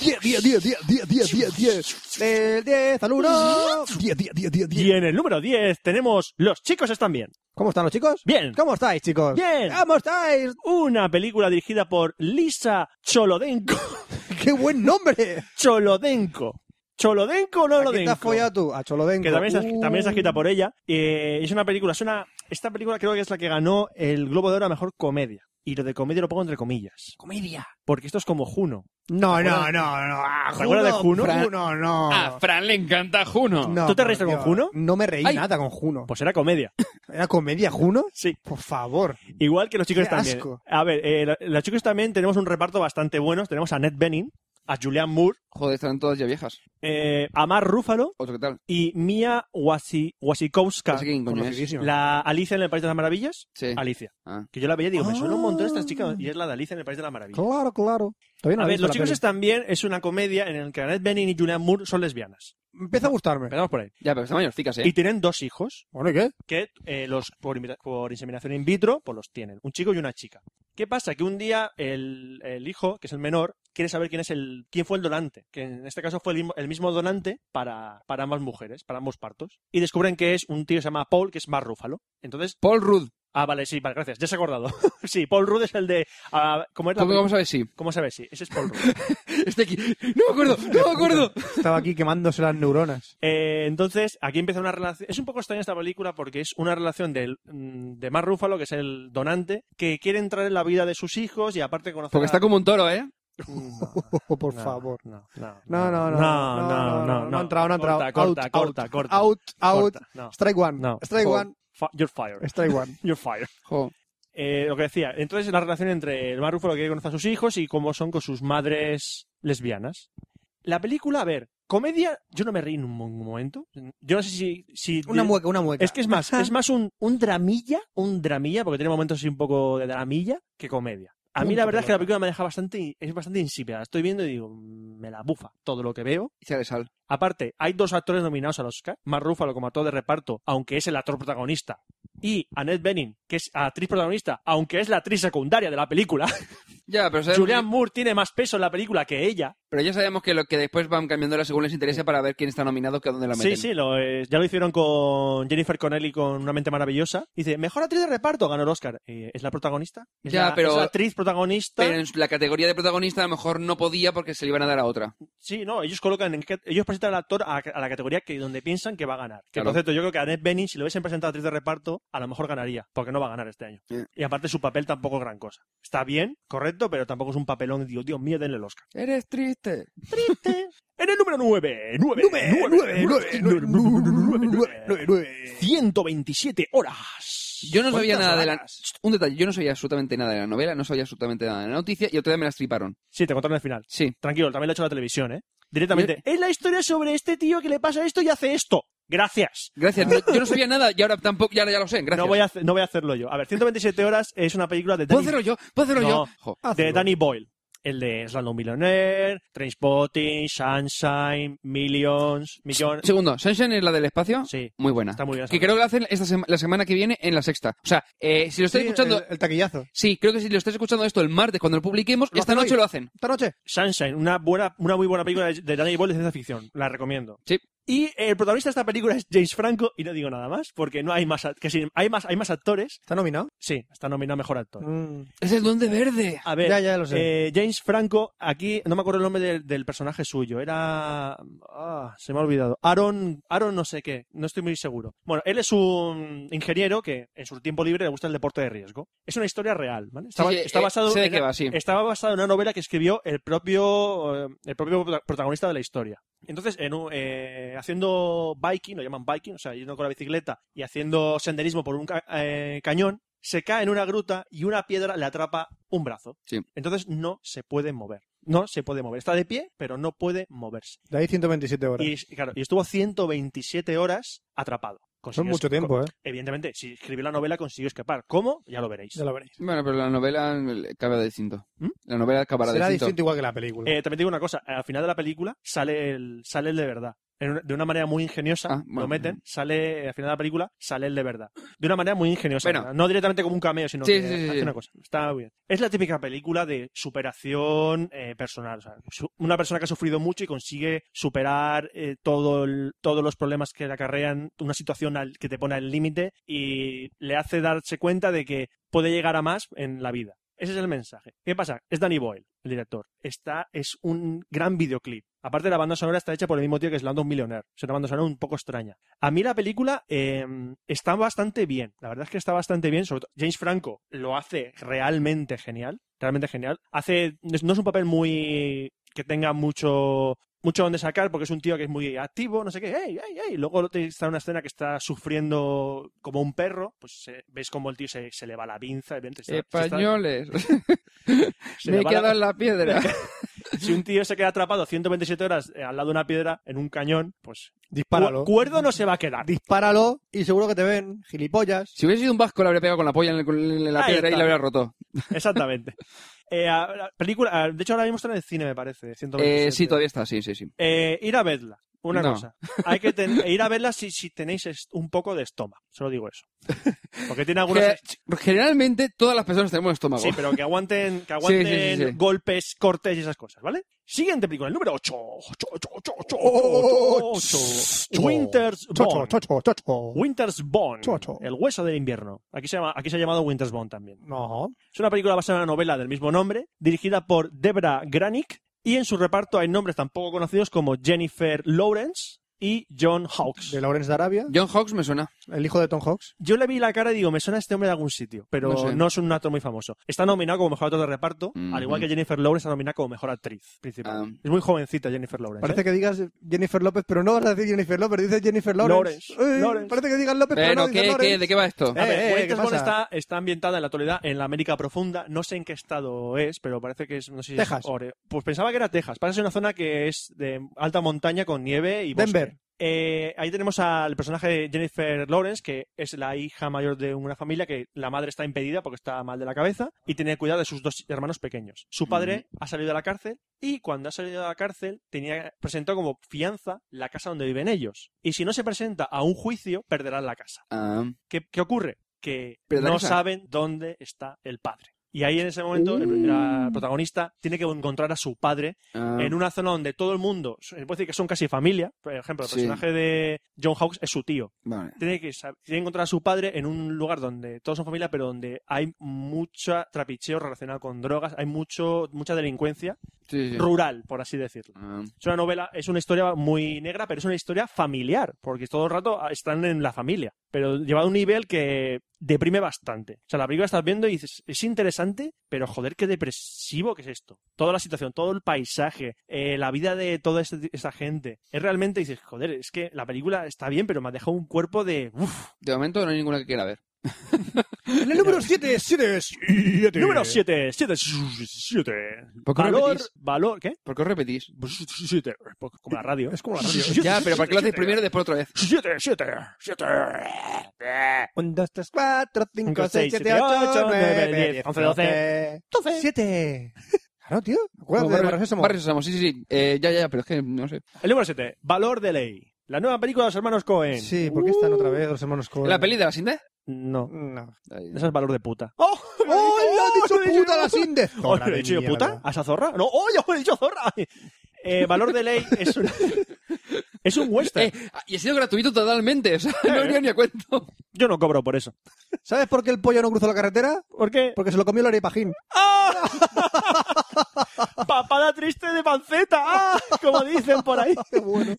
Speaker 3: 10, 10, 10, 10, 10, 10, 10, 10. Del 10 al 1. 10, 10, 10, 10,
Speaker 1: Y en el número 10 tenemos Los chicos están bien.
Speaker 3: ¿Cómo están los chicos?
Speaker 1: Bien.
Speaker 3: ¿Cómo estáis, chicos?
Speaker 1: Bien.
Speaker 3: ¿Cómo estáis?
Speaker 1: Una película dirigida por Lisa Cholodenko.
Speaker 3: ¡Qué buen nombre!
Speaker 1: Cholodenko. ¿Cholodenko o no
Speaker 3: ¿A quién te has
Speaker 1: Lodenko?
Speaker 3: follado tú? A Cholodenko.
Speaker 1: que también, se-
Speaker 3: Uh.
Speaker 1: también está escrita por ella. Eh, es una película, es una, esta película creo que es la que ganó el Globo de Oro a Mejor Comedia. Y lo de comedia lo pongo entre comillas.
Speaker 10: Comedia.
Speaker 1: Porque esto es como Juno.
Speaker 3: No, no, no, no. Ah,
Speaker 1: ¿Te acuerdas de Juno? Ah,
Speaker 3: Juno, no.
Speaker 2: A Fran le encanta Juno.
Speaker 3: No,
Speaker 1: ¿Tú te
Speaker 3: por
Speaker 1: reíste con
Speaker 3: Dios.
Speaker 1: Juno?
Speaker 3: No me reí
Speaker 2: Ay.
Speaker 3: nada con Juno.
Speaker 1: Pues era comedia.
Speaker 3: ¿Era comedia Juno?
Speaker 1: Sí.
Speaker 3: Por favor.
Speaker 1: Igual que los chicos
Speaker 3: Qué
Speaker 1: también.
Speaker 3: asco.
Speaker 1: A ver, eh, lo- los chicos también tenemos un reparto bastante bueno. Tenemos a Ned Benning, a Julianne Moore,
Speaker 2: Joder, están todas ya viejas.
Speaker 1: eh, a Mar Rúfalo
Speaker 2: Otro, ¿qué tal?
Speaker 1: y Mia Wasi- Wasikowska.
Speaker 2: Ese quién Pues coño es.
Speaker 1: La Alicia en el País de las Maravillas.
Speaker 2: Sí.
Speaker 1: Alicia.
Speaker 2: Ah.
Speaker 1: Que yo la veía y digo, me suena un montón estas
Speaker 3: Ah.
Speaker 1: chicas. Y es la de Alicia en el País de las Maravillas.
Speaker 3: Claro, claro. Todavía no
Speaker 1: A
Speaker 3: la he
Speaker 1: ver,
Speaker 3: visto
Speaker 1: Los
Speaker 3: la
Speaker 1: chicos
Speaker 3: peli.
Speaker 1: están bien es una comedia en la que Annette Bening y Julianne Moore son lesbianas.
Speaker 3: Empieza a gustarme.
Speaker 1: Empezamos por ahí.
Speaker 2: Ya, pero están mayorcicas, ¿eh?
Speaker 1: Y tienen dos hijos
Speaker 3: Bueno, ¿y qué?
Speaker 1: que eh, los por, imita- por inseminación in vitro pues los tienen, un chico y una chica. ¿Qué pasa? Que un día el, el hijo, que es el menor, quiere saber quién es el quién fue el donante, que en este caso fue el, mismo- el mismo donante para, para ambas mujeres, para ambos partos, y descubren que es un tío que se llama Paul, que es más rúfalo. Entonces,
Speaker 2: Paul Rudd.
Speaker 1: ah, vale, sí, vale, gracias, ya se ha acordado. sí, Paul Rudd es el de ah, ¿cómo es la peli-
Speaker 2: ¿Cómo Pues vamos a ver si?
Speaker 1: ¿Cómo sabes? Sí, ese es Paul Rudd.
Speaker 2: Este aquí. ¡No me acuerdo! ¡No me acuerdo!
Speaker 3: Estaba aquí quemándose las neuronas.
Speaker 1: Eh, entonces, aquí empieza una relación. Es un poco extraña esta película porque es una relación del, mm, de Mar Rúfalo, que es el donante, que quiere entrar en la vida de sus hijos y aparte conocer.
Speaker 2: Porque
Speaker 1: a-
Speaker 2: está como un toro, ¿eh?
Speaker 3: Oh, por
Speaker 1: No,
Speaker 3: favor.
Speaker 1: No, no,
Speaker 3: No, no, no.
Speaker 1: No, no, no.
Speaker 3: No ha entrado, no ha entrado.
Speaker 1: Corta, corta,
Speaker 3: Out,
Speaker 1: corta, corta.
Speaker 3: Out, out.
Speaker 1: corta. No.
Speaker 3: Strike one.
Speaker 1: No.
Speaker 3: Strike
Speaker 2: Oh.
Speaker 3: one.
Speaker 1: Fi- You're fired.
Speaker 3: Strike one.
Speaker 1: You're fired.
Speaker 2: Jo.
Speaker 1: Eh, lo que decía, entonces la relación entre el Mar Rúfalo que quiere conocer a sus hijos y cómo son con sus madres lesbianas. La película, a ver, comedia, yo no me reí en un mo- momento. Yo no sé si. si
Speaker 3: Una mueca, una mueca.
Speaker 1: Es que es más, es más un, un dramilla, un dramilla, porque tiene momentos así un poco de dramilla, que comedia. A mí la
Speaker 3: Punto
Speaker 1: verdad es que la
Speaker 3: pelota.
Speaker 1: película me deja bastante, es bastante insípida. La estoy viendo y digo, mm, me la bufa todo lo que veo.
Speaker 2: Y sale sal.
Speaker 1: Aparte, hay dos actores nominados al Oscar. Mark Ruffalo como actor de reparto, aunque es el actor protagonista. Y Annette Bening, que es actriz protagonista, aunque es la actriz secundaria de la película.
Speaker 2: Ya, pero sabemos,
Speaker 1: Julianne Moore tiene más peso en la película que ella.
Speaker 2: pero ya sabemos que lo que después van cambiándola según les interese para ver quién está nominado, que a dónde la meten.
Speaker 1: Sí, sí, lo, eh, ya lo hicieron con Jennifer Connelly con Una mente maravillosa. Dice, mejor actriz de reparto ganó el Oscar. Eh, ¿Es la protagonista? ¿Es
Speaker 2: Ya,
Speaker 1: la,
Speaker 2: pero-
Speaker 1: es la actriz protagonista?
Speaker 2: Pero en la categoría de protagonista a lo mejor no podía porque se le iban a dar a otra.
Speaker 1: Sí, no, ellos colocan, en qué- ellos presentan al actor a, a la categoría que donde piensan que va a ganar. Que
Speaker 2: Claro.
Speaker 1: por cierto, yo creo que a Annette Bening, si lo hubiesen presentado a actriz de reparto, a lo mejor ganaría, porque no va a ganar este año.
Speaker 2: Yeah.
Speaker 1: Y aparte su papel tampoco es gran cosa. Está bien, correcto, pero tampoco es un papelón. Digo, Dios mío, denle el Oscar.
Speaker 2: Eres triste.
Speaker 1: En el número 9, 9, 9, 9, 127 horas.
Speaker 2: Yo no sabía
Speaker 1: ¿Cuántas
Speaker 2: nada de la...
Speaker 1: horas?
Speaker 2: Un detalle, yo no sabía absolutamente nada de la novela, no sabía absolutamente nada de la noticia y otra vez me la triparon.
Speaker 1: Sí, te contaron el final.
Speaker 2: Sí.
Speaker 1: Tranquilo, también lo ha hecho la televisión, ¿eh? Directamente. Es la historia sobre este tío que le pasa esto y hace esto. Gracias.
Speaker 2: Gracias. No- yo no sabía nada y ahora tampoco, ya, ya lo sé. Gracias.
Speaker 1: No voy, a, hacer- no voy a hacerlo yo. A ver, 127 horas es una película de
Speaker 2: ¿Puedo
Speaker 1: Danny,
Speaker 2: hacerlo yo? ¿Puedo hacerlo
Speaker 1: No.
Speaker 2: yo? Jo.
Speaker 1: de Danny Boyle. El de Slalom Millionaire, Trainspotting, Sunshine, Millions, Millón.
Speaker 2: Segundo, Sunshine es la del espacio.
Speaker 1: Sí.
Speaker 2: Muy buena.
Speaker 1: Está muy bien esa
Speaker 2: Que creo que la hacen esta sema- la semana que viene en la sexta. O sea, eh, si lo estáis
Speaker 3: Sí,
Speaker 2: escuchando...
Speaker 3: El, el taquillazo.
Speaker 2: Sí, creo que si lo estáis escuchando esto el martes cuando lo publiquemos,
Speaker 3: ¿Lo
Speaker 2: esta
Speaker 3: hacen
Speaker 2: noche
Speaker 3: hoy?
Speaker 2: lo hacen.
Speaker 3: Esta noche.
Speaker 1: Sunshine, una, buena, una muy buena película de de Danny Boyle de ciencia ficción. La recomiendo.
Speaker 2: Sí.
Speaker 1: Y el protagonista de esta película es James Franco y no digo nada más porque no hay más, act- que si hay más, hay más actores.
Speaker 3: ¿Está nominado?
Speaker 1: Sí, está nominado a mejor actor.
Speaker 3: Mm.
Speaker 2: Es el duende verde.
Speaker 1: A ver,
Speaker 3: Ya, ya lo sé.
Speaker 1: eh, James Franco, aquí no me acuerdo el nombre del, del personaje suyo, era... ah, se me ha olvidado. Aaron, Aaron no sé qué, no estoy muy seguro. Bueno, él es un ingeniero que en su tiempo libre le gusta el deporte de riesgo. Es una historia real, ¿vale? Está,
Speaker 2: Sí,
Speaker 1: ba-
Speaker 2: sí,
Speaker 1: está
Speaker 2: eh,
Speaker 1: basado
Speaker 2: sé de
Speaker 1: en-
Speaker 2: qué va, sí.
Speaker 1: Estaba basado en una novela que escribió el propio, eh, el propio prota- protagonista de la historia. Entonces, en un- eh, haciendo biking, lo llaman biking, o sea, yendo con la bicicleta y haciendo senderismo por un ca- eh, cañón, se cae en una gruta y una piedra le atrapa un brazo.
Speaker 2: Sí.
Speaker 1: Entonces no se puede mover. No se puede mover. Está de pie, pero no puede moverse.
Speaker 3: De ahí 127 horas.
Speaker 1: Y, es- claro, y estuvo 127 horas atrapado. consiguió
Speaker 12: Son mucho
Speaker 1: esca-
Speaker 12: tiempo, ¿eh?
Speaker 1: Evidentemente, si escribió la novela consiguió escapar. ¿Cómo? Ya lo veréis.
Speaker 12: Ya lo veréis.
Speaker 2: Bueno, pero la novela eh, acaba distinto.
Speaker 1: ¿Mm?
Speaker 2: La novela acabará
Speaker 12: Será
Speaker 2: distinto.
Speaker 12: distinto igual que la película.
Speaker 1: Eh, también te digo una cosa, al final de la película sale el, sale el de verdad. En una- de una manera muy ingeniosa,
Speaker 2: Ah, bueno.
Speaker 1: lo meten, sale, al final de la película, sale el de verdad. De una manera muy ingeniosa.
Speaker 2: Bueno.
Speaker 1: ¿verdad? No directamente como un cameo, sino
Speaker 2: Sí,
Speaker 1: que
Speaker 2: sí, sí,
Speaker 1: hace
Speaker 2: sí.
Speaker 1: una cosa. Está muy bien. Es la típica película de superación eh, personal. o sea, su- una persona que ha sufrido mucho y consigue superar eh, todo el- todos los problemas que le acarrean una situación al- que te pone al límite y le hace darse cuenta de que puede llegar a más en la vida. Ese es el mensaje. ¿Qué pasa? Es Danny Boyle, el director. Está, es un gran videoclip. Aparte, la banda sonora está hecha por el mismo tío que es Landon Millionaire. Es una banda sonora un poco extraña. A mí la película eh, está bastante bien. La verdad es que está bastante bien. Sobre todo, James Franco lo hace realmente genial. Realmente genial. Hace. No es un papel muy. que tenga mucho mucho donde sacar porque es un tío que es muy activo, no sé qué, ¡ey, ey, ey! Luego te- está una escena que está sufriendo como un perro, pues eh, ves como el tío se, se le va la pinza, evidentemente. se- se está-
Speaker 2: Españoles.
Speaker 1: se
Speaker 2: Me
Speaker 1: le
Speaker 2: he
Speaker 1: va la-
Speaker 2: quedado en la piedra.
Speaker 1: Si un tío se queda atrapado 127 horas eh, al lado de una piedra en un cañón, pues
Speaker 12: Dispáralo.
Speaker 1: cu- cuerdo no se va a quedar.
Speaker 3: Dispáralo y seguro que te ven, gilipollas.
Speaker 2: si hubiese sido un vasco, le habría pegado con la polla en, el- en la
Speaker 1: Ahí
Speaker 2: piedra y
Speaker 1: está.
Speaker 2: la habría roto.
Speaker 1: Exactamente. Eh, a- la película, a- de hecho ahora mismo está en el cine, me parece. 127.
Speaker 2: Eh, sí, todavía está, sí, sí, sí.
Speaker 1: Eh, ir a verla. Una
Speaker 2: No.
Speaker 1: cosa. Hay que ten- eh, ir a verla si, si tenéis est- un poco de estómago. Solo digo eso. Porque tiene algunas
Speaker 2: Ge- Generalmente todas las personas tenemos estómago.
Speaker 1: Sí, pero que aguanten, que aguanten
Speaker 2: Sí, sí, sí, sí.
Speaker 1: golpes, cortes y esas cosas, ¿vale? Siguiente película, el número 8. 8, 8, 8, 8,
Speaker 12: Oh,
Speaker 1: 8,
Speaker 12: cho.
Speaker 1: Winter's
Speaker 12: Chocho,
Speaker 1: Bone.
Speaker 12: chocho, chocho.
Speaker 1: Winter's Bone.
Speaker 12: Chocho.
Speaker 1: El hueso del invierno. Aquí se, llama, aquí se ha llamado Winter's Bone también.
Speaker 12: No.
Speaker 1: Es una película basada en una novela del mismo nombre, dirigida por Debra Granick, y en su reparto hay nombres tan poco conocidos como Jennifer Lawrence y John Hawkes.
Speaker 12: De Lawrence de Arabia,
Speaker 2: John Hawks me suena.
Speaker 12: el hijo de Tom Hawks.
Speaker 1: Yo le vi la cara y digo, me suena este hombre de algún sitio, pero
Speaker 2: No
Speaker 1: no,
Speaker 2: sé.
Speaker 1: es un actor muy famoso. Está nominado como mejor actor de reparto,
Speaker 2: Ujú.
Speaker 1: al igual que Jennifer Lawrence está nominada como mejor actriz principal.
Speaker 2: Ah.
Speaker 1: Es muy jovencita Jennifer Lawrence.
Speaker 3: Parece
Speaker 1: ¿eh?
Speaker 3: que digas Jennifer López, pero no vas a decir Jennifer López, dices Jennifer
Speaker 1: Lawrence,
Speaker 3: Lawrence. Eh,
Speaker 1: Lawrence.
Speaker 3: Parece que digas López, pero,
Speaker 2: Pero,
Speaker 3: no dices
Speaker 2: ¿qué,
Speaker 3: Lawrence.
Speaker 2: qué, ¿de qué va esto?
Speaker 1: A ver,
Speaker 3: Eh, eh,
Speaker 1: Winter's
Speaker 3: ¿qué
Speaker 1: Bone
Speaker 3: pasa?
Speaker 1: está, está ambientada en la actualidad en la América profunda. No sé en qué estado es, pero parece que es. No sé si es
Speaker 3: Texas.
Speaker 1: Ore- Pues pensaba que era Texas. Parece una zona que es de alta montaña con nieve y bosque.
Speaker 3: Denver.
Speaker 1: Eh, ahí tenemos al personaje de Jennifer Lawrence, que es la hija mayor de una familia que la madre está impedida porque está mal de la cabeza y tiene que cuidar de sus dos hermanos pequeños. Su padre ha salido de la cárcel y cuando ha salido de la cárcel tenía presentó como fianza la casa donde viven ellos. Y si no se presenta a un juicio, perderán la casa.
Speaker 2: Ah,
Speaker 1: ¿Qué, qué ocurre? Que
Speaker 2: Pero
Speaker 1: no
Speaker 2: Danisa-
Speaker 1: saben dónde está el padre. Y ahí en ese momento el-
Speaker 2: Uh.
Speaker 1: la protagonista tiene que encontrar a su padre
Speaker 2: ah.
Speaker 1: en una zona donde todo el mundo, se puede decir que son casi familia, por ejemplo, el
Speaker 2: Sí.
Speaker 1: personaje de John Hawkes es su tío.
Speaker 2: Vale.
Speaker 1: Tiene que, sab- tiene que encontrar a su padre en un lugar donde todos son familia, pero donde hay mucho trapicheo relacionado con drogas, hay mucho mucha delincuencia
Speaker 2: Sí, sí.
Speaker 1: rural, por así decirlo.
Speaker 2: Ah.
Speaker 1: Es una novela, es una historia muy negra, pero es una historia familiar, porque todo el rato están en la familia, pero llevado a un nivel que deprime bastante. O sea, la película estás viendo y dices, es interesante, pero joder, qué depresivo que es esto. Toda la situación, todo el paisaje, eh, la vida de toda este- esta gente. Es realmente, dices, joder, es que la película está bien, pero me ha dejado un cuerpo de... uf.
Speaker 2: De momento no hay ninguna que quiera ver.
Speaker 3: En el número 7, 7, 7.
Speaker 1: Número 7, 7, 7.
Speaker 2: ¿Por qué
Speaker 1: Valor,
Speaker 2: repetís?
Speaker 1: valor, ¿qué?
Speaker 2: ¿Por qué os repetís?
Speaker 1: 7, como la radio.
Speaker 3: Es como la radio.
Speaker 2: Ya, pero ¿para qué lo hacéis primero y después otra vez?
Speaker 1: 7, 7, 7.
Speaker 3: 1, 2, 3, 4, 5,
Speaker 1: Cinco,
Speaker 3: 6,
Speaker 1: seis,
Speaker 3: 7,
Speaker 1: siete,
Speaker 3: 8,
Speaker 1: ocho,
Speaker 3: 9,
Speaker 1: nueve,
Speaker 3: 10,
Speaker 1: diez, once,
Speaker 3: 11, 12, 12, 7. Claro, tío. Acuérdate de
Speaker 2: Barrio-
Speaker 3: Barrio Sésamo.
Speaker 2: Barrio Sésamo, sí, sí, sí. Eh, ya, ya, ya, pero es que no sé.
Speaker 1: El número 7, Valor de Ley. La nueva película de los hermanos Cohen.
Speaker 3: Sí, ¿por qué están otra vez los hermanos
Speaker 1: Pues
Speaker 3: Coen?
Speaker 2: ¿La peli de la cinta?
Speaker 1: No,
Speaker 3: No.
Speaker 1: esa es valor de puta. ¡Oh!
Speaker 3: ¡Oh, le ha dicho
Speaker 1: ¡Oh!
Speaker 3: puta a la Sinde!
Speaker 1: Oh, ¿le he dicho yo puta? ¿A esa zorra? No, ¡oh, yo he dicho zorra! Eh, valor de Ley es un, es un western.
Speaker 2: Eh, y ha sido gratuito totalmente, o sea, no venía ni a cuento.
Speaker 1: Yo no cobro por eso.
Speaker 3: ¿Sabes por qué el pollo no cruzó la carretera?
Speaker 1: ¿Por qué?
Speaker 3: Porque se lo comió el arepajín.
Speaker 1: ¡Ah! ¡Papada triste de panceta! ¡Ah! Como dicen por ahí.
Speaker 2: Qué bueno,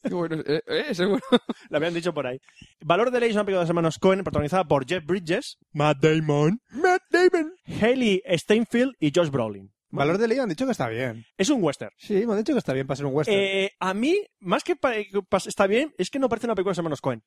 Speaker 2: eh, eh, ese es bueno.
Speaker 1: Lo habían dicho por ahí. Valor de Ley es una película de los hermanos Cohen protagonizada por Jeff Bridges, Matt Damon, Matt Damon, Haley Steinfeld y Josh Brolin.
Speaker 3: Valor de ley han dicho que está bien.
Speaker 1: Es un western.
Speaker 3: Sí, me han dicho que está bien para ser un western.
Speaker 1: Eh, a mí, más que pa- que pas- está bien, es que no parece una película de los hermanos Cohen.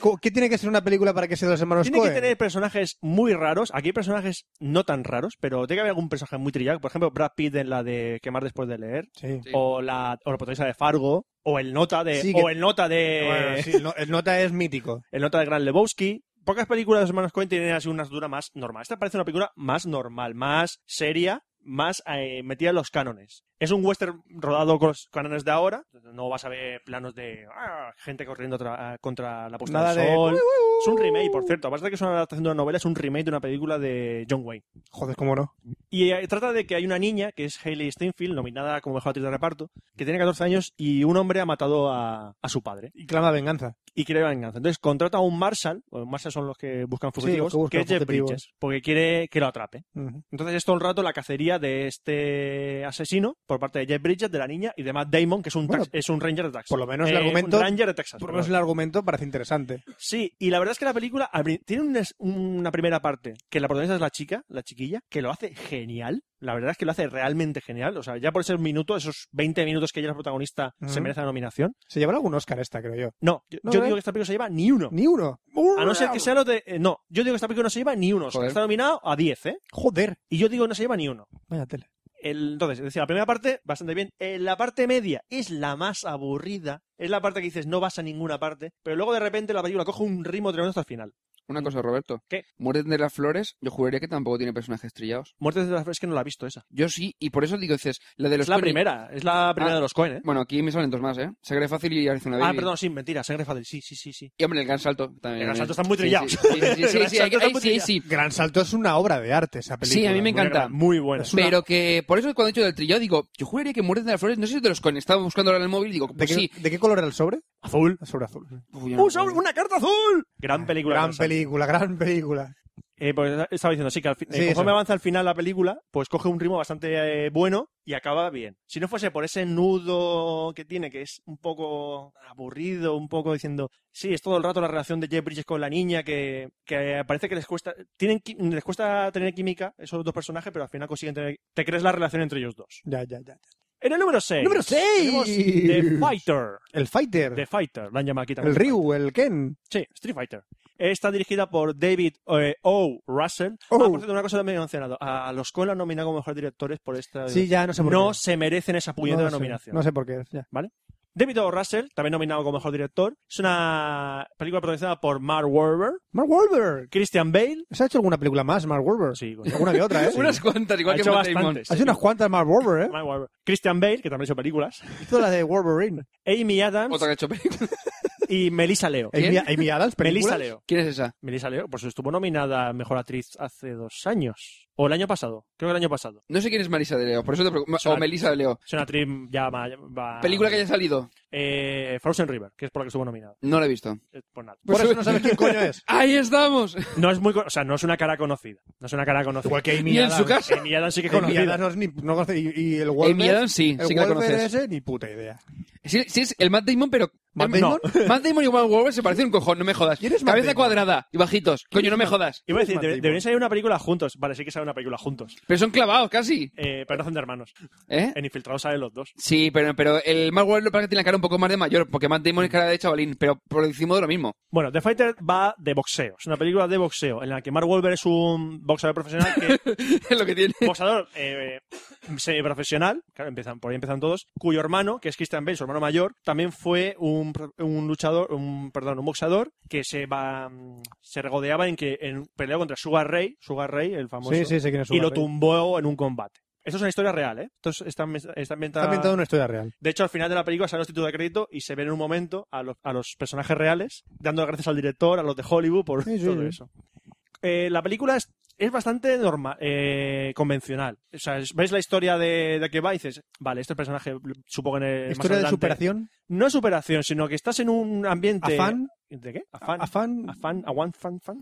Speaker 3: co- ¿Qué tiene que ser una película para que sea de los hermanos
Speaker 1: Tiene que
Speaker 3: Coen?
Speaker 1: tener personajes muy raros. Aquí hay personajes no tan raros, pero tiene que haber algún personaje muy trillado. Por ejemplo, Brad Pitt en la de Quemar después de leer.
Speaker 3: Sí.
Speaker 1: O la, o la protagonista de Fargo. O el nota de.
Speaker 3: Sí, que-
Speaker 1: o el nota de.
Speaker 3: Bueno, sí, el, no- el nota es mítico.
Speaker 1: El nota de Gran Lebowski. Pocas películas de los hermanos Coen tienen así una estructura más normal. Esta parece una película más normal, más seria, más eh, metida en los cánones. Es un western rodado con los cánones de ahora. No vas a ver planos de ah, gente corriendo tra- ah, contra la puesta
Speaker 3: Nada
Speaker 1: del
Speaker 3: de-
Speaker 1: sol. Es un remake, por cierto. Aparte de que es una adaptación de una novela, es un remake de una película de John Wayne.
Speaker 3: Joder, cómo no.
Speaker 1: Y eh, trata de que hay una niña, que es Hayley Steinfeld, nominada como mejor actriz de reparto, que tiene 14 años y un hombre ha matado a, a su padre
Speaker 3: Y clama venganza.
Speaker 1: y quiere venganza. Entonces contrata a un marshal, o marshal son los que buscan
Speaker 3: los
Speaker 1: fugitivos,
Speaker 3: que buscan
Speaker 1: que es Jeff
Speaker 3: fugitivos.
Speaker 1: Bridges, porque quiere que lo atrape.
Speaker 3: Ujú.
Speaker 1: Entonces es todo el rato la cacería de este asesino por parte de Jeff Bridges, de la niña, y de Matt Damon, que es un,
Speaker 3: Bueno,
Speaker 1: tax- es un ranger de Texas.
Speaker 3: por lo menos el
Speaker 1: Eh,
Speaker 3: argumento-
Speaker 1: Un ranger de Texas.
Speaker 3: Por lo
Speaker 1: perdón.
Speaker 3: menos el argumento parece interesante.
Speaker 1: Sí, y la verdad es que la película abri- tiene una, una primera parte que la protagonista es la chica, la chiquilla, que lo hace genial. La verdad es que lo hace realmente genial. O sea, ya por esos minutos, esos 20 minutos que ella es la protagonista, se
Speaker 3: Ujú.
Speaker 1: merece la nominación.
Speaker 3: Se llevará algún Oscar esta, creo yo.
Speaker 1: No, yo,
Speaker 3: No,
Speaker 1: yo
Speaker 3: ¿eh?
Speaker 1: digo que esta película se lleva ni uno.
Speaker 3: Ni uno.
Speaker 1: A no ser que sea lo de. eh, no, yo digo que esta película no se lleva ni uno. O sea,
Speaker 2: Joder.
Speaker 1: Está nominado a 10, ¿eh?
Speaker 3: Joder,
Speaker 1: Y yo digo que no se lleva ni uno.
Speaker 3: vaya tela.
Speaker 1: El- entonces, es decir, la primera parte, bastante bien. Eh, la parte media es la más aburrida. Es la parte que dices, no vas a ninguna parte. Pero luego de repente la película coge un ritmo tremendo hasta el final.
Speaker 2: Una cosa, Roberto.
Speaker 1: ¿Qué?
Speaker 2: Muertes de las flores, yo juraría que tampoco tiene personajes trillados.
Speaker 1: Muertes de las es que no la he visto esa.
Speaker 2: Yo sí, y por eso digo, dices, la de los
Speaker 1: Es la
Speaker 2: Coen-
Speaker 1: primera, es la primera
Speaker 2: Ah.
Speaker 1: de los Cohen, ¿eh?
Speaker 2: Bueno, aquí me salen dos más, ¿eh? Sangre fácil y Arizona
Speaker 1: Ah,
Speaker 2: Baby.
Speaker 1: perdón, sí, mentira, sangre fatal. Sí, sí, sí, sí.
Speaker 2: Y hombre, el gran salto también.
Speaker 1: El Gran Salto
Speaker 2: está
Speaker 1: están muy trillados.
Speaker 2: Sí, sí, sí, sí,
Speaker 1: El
Speaker 2: sí,
Speaker 1: Gran Salto
Speaker 2: sí, hay que-
Speaker 1: está
Speaker 2: hay-
Speaker 1: muy
Speaker 2: sí,
Speaker 1: trillado.
Speaker 2: sí.
Speaker 3: Gran Salto es una obra de arte esa película.
Speaker 2: Sí, a mí me
Speaker 3: Muy
Speaker 2: encanta.
Speaker 3: gran-
Speaker 1: Muy buena.
Speaker 3: Es una-
Speaker 2: Pero que por eso cuando he hecho del trillado digo, yo juraría que Muertes de las flores, no sé si te los cones, estaba buscando ahora en el móvil y digo,
Speaker 3: ¿De
Speaker 2: pues
Speaker 3: qué,
Speaker 2: sí.
Speaker 3: ¿De qué color era el sobre? Azul. El sobre azul.
Speaker 2: Uy, yo no
Speaker 1: ¡Un
Speaker 2: me
Speaker 1: sobre-
Speaker 2: acuerdo.
Speaker 1: ¡Una carta azul! Gran película. ¿eh?
Speaker 3: gran
Speaker 1: Gran Salto.
Speaker 3: película, gran película.
Speaker 1: Eh, pues estaba diciendo, sí, que al fin- eh,
Speaker 3: Sí,
Speaker 1: conforme
Speaker 3: eso.
Speaker 1: avanza al final la película, pues coge un ritmo bastante eh, bueno y acaba bien. Si no fuese por ese nudo que tiene, que es un poco aburrido, un poco diciendo, sí, es todo el rato la relación de Jeff Bridges con la niña, que, que parece que les cuesta, tienen, qui- les cuesta tener química esos dos personajes, pero al final consiguen tener, te crees la relación entre ellos dos.
Speaker 3: Ya, ya, ya.
Speaker 1: En el número 6.
Speaker 3: Número
Speaker 1: Tenemos
Speaker 3: 6.
Speaker 1: The Fighter.
Speaker 3: El Fighter.
Speaker 1: The Fighter, la han llamado aquí también.
Speaker 3: el Ryu, el Ken.
Speaker 1: Sí, Street Fighter. Está dirigida por David eh, O. Russell.
Speaker 3: O.
Speaker 1: Ah, por cierto, una cosa también he mencionado. A los Coen la han nominado como mejor directores por esta.
Speaker 3: Sí, ya no sé por
Speaker 1: no
Speaker 3: qué.
Speaker 1: se merecen esa puñetera
Speaker 3: No sé,
Speaker 1: nominación.
Speaker 3: No sé por qué. ya.
Speaker 1: David O. Russell, también nominado como mejor director. Es una película protagonizada por Mark Wahlberg,
Speaker 3: Mark Wahlberg.
Speaker 1: Christian Bale.
Speaker 3: ¿Se ha hecho alguna película más, Mark Wahlberg?
Speaker 1: Sí, coño.
Speaker 3: Alguna que otra, ¿eh?
Speaker 2: Unas cuantas, igual
Speaker 1: Ha
Speaker 2: que
Speaker 1: hecho
Speaker 2: Matt Damon.
Speaker 1: bastantes.
Speaker 3: Hace unas cuantas Mark Wahlberg, ¿eh?
Speaker 1: Mark Wahlberg. Christian Bale, que también ha hecho películas.
Speaker 3: Hizo la de Wolverine.
Speaker 1: Amy Adams
Speaker 2: Otra que ha hecho película.
Speaker 1: y Melissa Leo.
Speaker 2: ¿Quién?
Speaker 3: Amy, Amy Adams, películas.
Speaker 1: Melissa Leo.
Speaker 2: ¿Quién es esa?
Speaker 1: Melissa Leo, por eso estuvo nominada a mejor actriz hace dos años. O el año pasado. Creo que el año pasado.
Speaker 2: No sé quién es Marisa de Leo, por eso te preocupo.
Speaker 1: Suena-
Speaker 2: O Melisa de Leo.
Speaker 1: Es una actriz ya ma- va-
Speaker 2: Ah, Película que haya salido.
Speaker 1: Eh, Frozen River, que es por la que estuvo nominada.
Speaker 2: No la he visto.
Speaker 1: Eh, Por nada.
Speaker 3: Por eso no sabes quién coño es.
Speaker 2: ¡Ahí estamos!
Speaker 1: No es muy, co- o sea, no es una cara conocida. No es una cara conocida.
Speaker 3: Igual que Amy
Speaker 2: Ni en
Speaker 3: Adams.
Speaker 2: su casa.
Speaker 1: Amy Adams sí que es
Speaker 3: Amy
Speaker 1: conocida.
Speaker 3: Adams no es ni, no conoce- y, y el
Speaker 2: Amy
Speaker 3: Wolverine.
Speaker 2: Adams sí,
Speaker 3: El
Speaker 2: sí que la
Speaker 3: Wolverine
Speaker 2: conoces.
Speaker 3: ese, ni puta idea.
Speaker 2: Sí, sí, es el Matt Damon, pero...
Speaker 3: ¿Matt
Speaker 2: Eh, no.
Speaker 3: Damon?
Speaker 2: Matt Damon igual Wolver se parece un cojón, no me jodas.
Speaker 3: ¿Quién es Matt
Speaker 2: Cabeza
Speaker 3: Damon?
Speaker 2: cuadrada y bajitos. Coño, no me jodas.
Speaker 1: Iba a decir,
Speaker 3: Matt
Speaker 1: debe-
Speaker 3: Damon?
Speaker 1: deberían salir una película juntos. Vale, sí que sale una película juntos.
Speaker 2: Pero son clavados, casi.
Speaker 1: Eh, pero no son de hermanos.
Speaker 2: ¿Eh?
Speaker 1: En Infiltrados salen los dos.
Speaker 2: Sí, pero, pero el Mark Wahlberg parece que tiene la cara un poco más de mayor, porque Matt Damon es cara de chavalín, pero por encima de lo mismo.
Speaker 1: Bueno, The Fighter va de boxeo. Es una película de boxeo en la que Mark Wahlberg es un boxeador profesional que
Speaker 2: es lo que tiene.
Speaker 1: boxador eh, profesional claro, empiezan, por ahí empiezan todos, cuyo hermano, que es Christian Bale, su hermano mayor, también fue un, pro- un luchador, un, perdón, un boxeador que se va, se regodeaba en que en peleó contra Sugar Ray, Sugar Ray, el famoso,
Speaker 3: Sí, sí, sé quién es.
Speaker 1: y lo
Speaker 3: Wolverine.
Speaker 1: tumbó en un combate. Esto es una historia real, ¿eh? Esto es- está, ambienta- está ambientada-
Speaker 3: Está ambientado en una historia real.
Speaker 1: De hecho, al final de la película salen los títulos de crédito y se ven en un momento a los, a los personajes reales, dando las gracias al director, a los de Hollywood por
Speaker 3: Sí, sí,
Speaker 1: todo
Speaker 3: sí.
Speaker 1: eso. Eh, la película es, es bastante normal, eh, convencional. O sea, es- ves la historia de, de que va y dices, vale, este personaje supongo que en el- más
Speaker 3: Historia de
Speaker 1: adelante-
Speaker 3: superación,
Speaker 1: No es superación, sino que estás en un ambiente...
Speaker 3: afán,
Speaker 1: ¿De qué? Afán.
Speaker 3: afán,
Speaker 1: Afán. Aguan fan fan.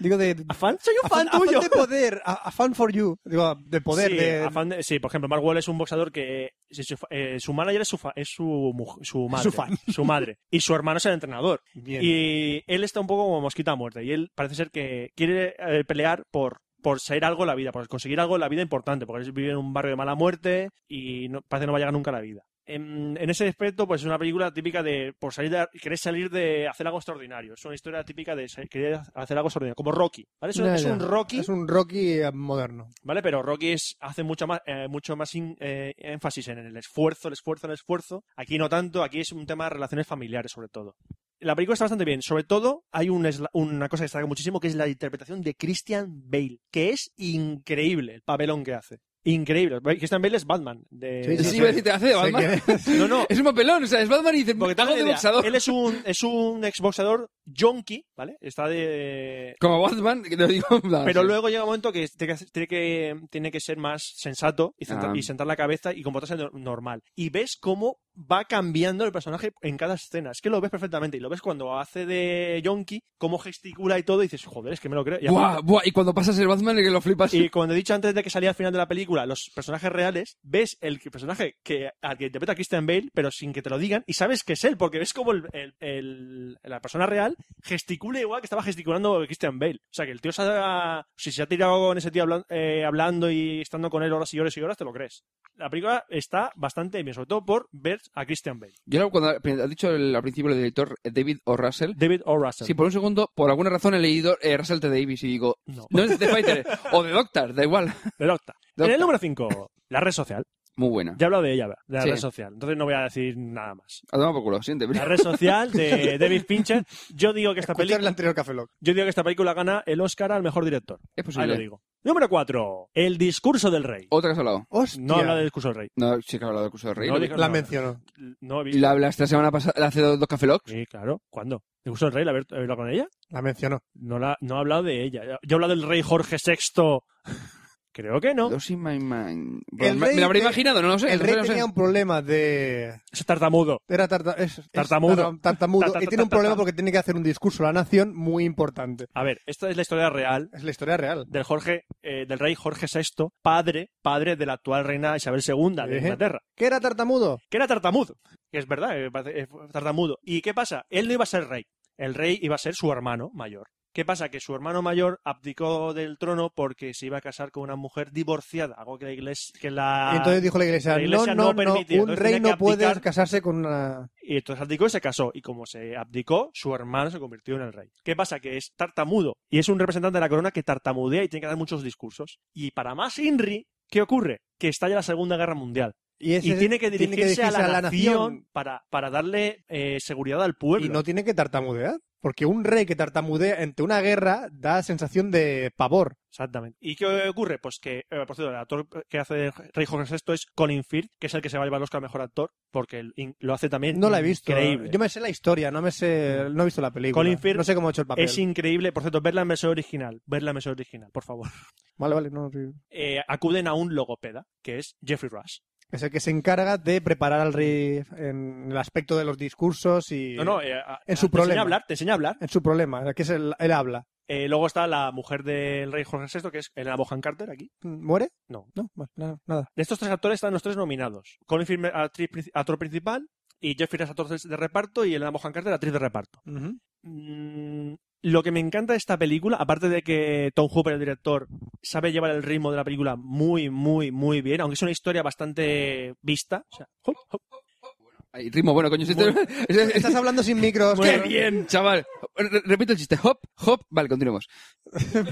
Speaker 3: digo de...
Speaker 1: Afán. Soy un
Speaker 3: Afán,
Speaker 1: fan tuyo.
Speaker 3: afán de poder, a- afán for you, digo, de poder,
Speaker 1: sí,
Speaker 3: de...
Speaker 1: afán de- sí, por ejemplo, Mark Wall es un boxeador que eh, si su, eh, su manager es su, fa- es su, muj- su madre.
Speaker 3: Su fan.
Speaker 1: su madre. Y su hermano es el entrenador.
Speaker 3: Bien.
Speaker 1: Y él está un poco como mosquita muerta. Y él parece ser que quiere eh, pelear por por ser algo en la vida, por conseguir algo en la vida importante, porque él vive en un barrio de mala muerte y no- parece que no va a llegar nunca a la vida. en, en ese aspecto, pues es una película típica de por salir de, querés salir de hacer algo extraordinario. Es una historia típica de sa- querer hacer algo extraordinario, como Rocky. ¿vale? Es, un-
Speaker 12: Ya,
Speaker 1: es
Speaker 12: ya.
Speaker 1: un Rocky,
Speaker 12: Es un Rocky eh, moderno.
Speaker 1: ¿vale? Pero Rocky es- hace mucho más, eh, mucho más in- eh, énfasis en el esfuerzo, el esfuerzo, el esfuerzo. Aquí no tanto, aquí es un tema de relaciones familiares, sobre todo. La película está bastante bien. Sobre todo, hay un esla- una cosa que destaca muchísimo, que es la interpretación de Christian Bale, que es increíble el papelón que hace. Increíble. Christian Bale es Batman. De,
Speaker 12: Sí, sí,
Speaker 2: Sí, iba a decir, te hace de
Speaker 12: Sé
Speaker 2: Batman.
Speaker 12: que-
Speaker 1: No, no,
Speaker 2: Es un papelón, o sea, es Batman y dice,
Speaker 1: porque te hago
Speaker 2: "Hago de
Speaker 1: una idea.
Speaker 2: boxador".
Speaker 1: Él es un, es un exboxador junkie, ¿vale? Está de...
Speaker 2: Como Batman, que te lo digo. no,
Speaker 1: Pero
Speaker 2: sí.
Speaker 1: luego llega un momento que tiene que, tiene que, tiene que ser más sensato y, centra-
Speaker 2: Ah.
Speaker 1: y sentar la cabeza y comportarse no- normal. Y ves cómo va cambiando el personaje en cada escena. Es que lo ves perfectamente. Y lo ves cuando hace de Yonki, cómo gesticula y todo. Y dices, joder, es que me lo creo. Y aparte-
Speaker 2: Buah, buah, y cuando pasas el Batman, que lo flipas.
Speaker 1: y cuando he dicho antes de que salía al final de la película los personajes reales, ves el que- personaje que, al que interpreta Christian Bale, pero sin que te lo digan, y sabes que es él, porque ves como el- el- el- la persona real gesticula igual que estaba gesticulando Christian Bale. O sea, que el tío se ha, si se ha tirado con ese tío hablan- eh, hablando y estando con él horas y horas y horas, te lo crees. La película está bastante bien, sobre todo por ver a Christian Bale.
Speaker 2: Yo ahora cuando has dicho el- al principio el director eh, David o Russell,
Speaker 1: David O. Russell.
Speaker 2: si por un segundo, por alguna razón he leído eh, Russell T. Davis y digo,
Speaker 1: No,
Speaker 2: no es The Fighter, o The Doctor, da igual.
Speaker 1: del octa. En
Speaker 2: Doctor.
Speaker 1: el número 5, la red social.
Speaker 2: Muy buena.
Speaker 1: Ya he hablado de ella, de la
Speaker 2: Sí.
Speaker 1: red social. Entonces no voy a decir nada más.
Speaker 2: A tomar por culo, siguiente.
Speaker 1: la red social de David Fincher. Yo digo que esta
Speaker 12: Escuchar el
Speaker 1: película,
Speaker 12: anterior Café Lock.
Speaker 1: yo digo que esta película gana el Oscar al mejor director. Ahí
Speaker 2: Es
Speaker 1: lo
Speaker 2: posible.
Speaker 1: digo. Número 4. El discurso del rey.
Speaker 2: Otra que has hablado.
Speaker 12: Hostia.
Speaker 1: No habla del discurso del rey.
Speaker 2: No, sí que he hablado del curso de Rey.
Speaker 1: No
Speaker 2: lo vi.
Speaker 1: digas-
Speaker 12: La mencionó.
Speaker 1: No he visto.
Speaker 2: La hablaste la semana pasada, hace dos, dos Café Locks.
Speaker 1: Sí, claro. ¿Cuándo? ¿El discurso del rey? ¿La haber- haberla con ella?
Speaker 12: La mencionó.
Speaker 1: No, la, no he hablado de ella. Yo he hablado del rey Jorge VI. Creo que no.
Speaker 2: Dos in my mind. Pues,
Speaker 12: El
Speaker 2: me,
Speaker 12: rey
Speaker 2: me lo habré
Speaker 12: te-
Speaker 2: imaginado, no lo sé.
Speaker 12: El
Speaker 2: no
Speaker 12: rey
Speaker 2: sé, no sé.
Speaker 12: tenía un problema de...
Speaker 1: Es tartamudo.
Speaker 12: Era tarta- es- es
Speaker 1: Tartamudo.
Speaker 12: tartam- tartamudo.
Speaker 1: Ta, ta, ta,
Speaker 12: y tiene un
Speaker 1: ta, ta,
Speaker 12: problema
Speaker 1: ta.
Speaker 12: porque tiene que hacer un discurso a la nación muy importante.
Speaker 1: A ver, esta es la historia real
Speaker 12: Es la historia real.
Speaker 1: del Jorge, eh, del rey Jorge VI, padre, padre de la actual reina Isabel II de
Speaker 12: Ejé.
Speaker 1: Inglaterra.
Speaker 12: ¿Qué era tartamudo?
Speaker 1: que era tartamudo, que es verdad, eh, parece- eh, tartamudo. ¿Y qué pasa? Él no iba a ser rey, el rey iba a ser su hermano mayor. ¿Qué pasa? Que su hermano mayor abdicó del trono porque se iba a casar con una mujer divorciada, algo que la iglesia... Que la...
Speaker 12: Y entonces dijo la iglesia,
Speaker 1: Ah, la
Speaker 12: no,
Speaker 1: iglesia
Speaker 12: no,
Speaker 1: no
Speaker 12: no,
Speaker 1: permitía,
Speaker 12: un
Speaker 1: entonces
Speaker 12: rey
Speaker 1: tenía que
Speaker 12: no puede
Speaker 1: abdicar.
Speaker 12: casarse con una...
Speaker 1: Y entonces abdicó y se casó. Y como se abdicó, su hermano se convirtió en el rey. ¿Qué pasa? Que es tartamudo. Y es un representante de la corona que tartamudea y tiene que dar muchos discursos. Y para más Inri, ¿qué ocurre? Que estalla la Segunda Guerra Mundial.
Speaker 12: ese-
Speaker 1: y tiene que dirigirse, a, la nación,
Speaker 12: nación.
Speaker 1: para, para darle eh, seguridad al pueblo.
Speaker 12: Y no tiene que tartamudear. Porque un rey que tartamudea ante una guerra da sensación de pavor.
Speaker 1: Exactamente. ¿Y qué ocurre? Pues que, eh, por cierto, el actor que hace de Rey Jorge VI es Colin Firth, que es el que se va a llevar los a mejor actor, porque el- in- lo hace también
Speaker 12: No la he visto.
Speaker 1: increíble. Mm.
Speaker 12: Yo me sé la historia, no me sé, no he visto la película.
Speaker 1: Colin Firth
Speaker 12: no sé cómo ha hecho el papel.
Speaker 1: Es increíble. Por cierto, ver la versión original. Ver la versión original, por favor.
Speaker 12: Vale, vale, no, sí.
Speaker 1: Eh, acuden a un logopeda, que es Jeffrey Rush.
Speaker 12: Es el que se encarga de preparar al rey en el aspecto de los discursos y
Speaker 1: No, no, eh, a-
Speaker 12: Es su
Speaker 1: te enseña
Speaker 12: problema.
Speaker 1: a hablar, te enseña a hablar.
Speaker 12: en su problema, el que es el, él habla.
Speaker 1: Eh, luego está la mujer del Rey Jorge VI, que es Elena Bohan Carter, aquí.
Speaker 12: ¿Muere?
Speaker 1: No.
Speaker 12: No, vale, nada, nada.
Speaker 1: De estos tres actores están los tres nominados. Colin Firth, eh, actriz princi- actor principal, y Jeffrey Rush, actor de reparto, y Elena Bohan Carter, actriz de reparto.
Speaker 12: Ujú.
Speaker 1: Mm, lo que me encanta de esta película, aparte de que Tom Hooper, el director, sabe llevar el ritmo de la película muy, muy, muy bien, aunque es una historia bastante vista. O sea, hop, hop.
Speaker 2: Ay, ritmo, bueno, coño, si este- es- es-
Speaker 12: Eh, Estás hablando sin micros.
Speaker 2: ¡Qué
Speaker 12: claro.
Speaker 2: bien, chaval! Re- Repito el chiste, hop, hop, vale, continuemos.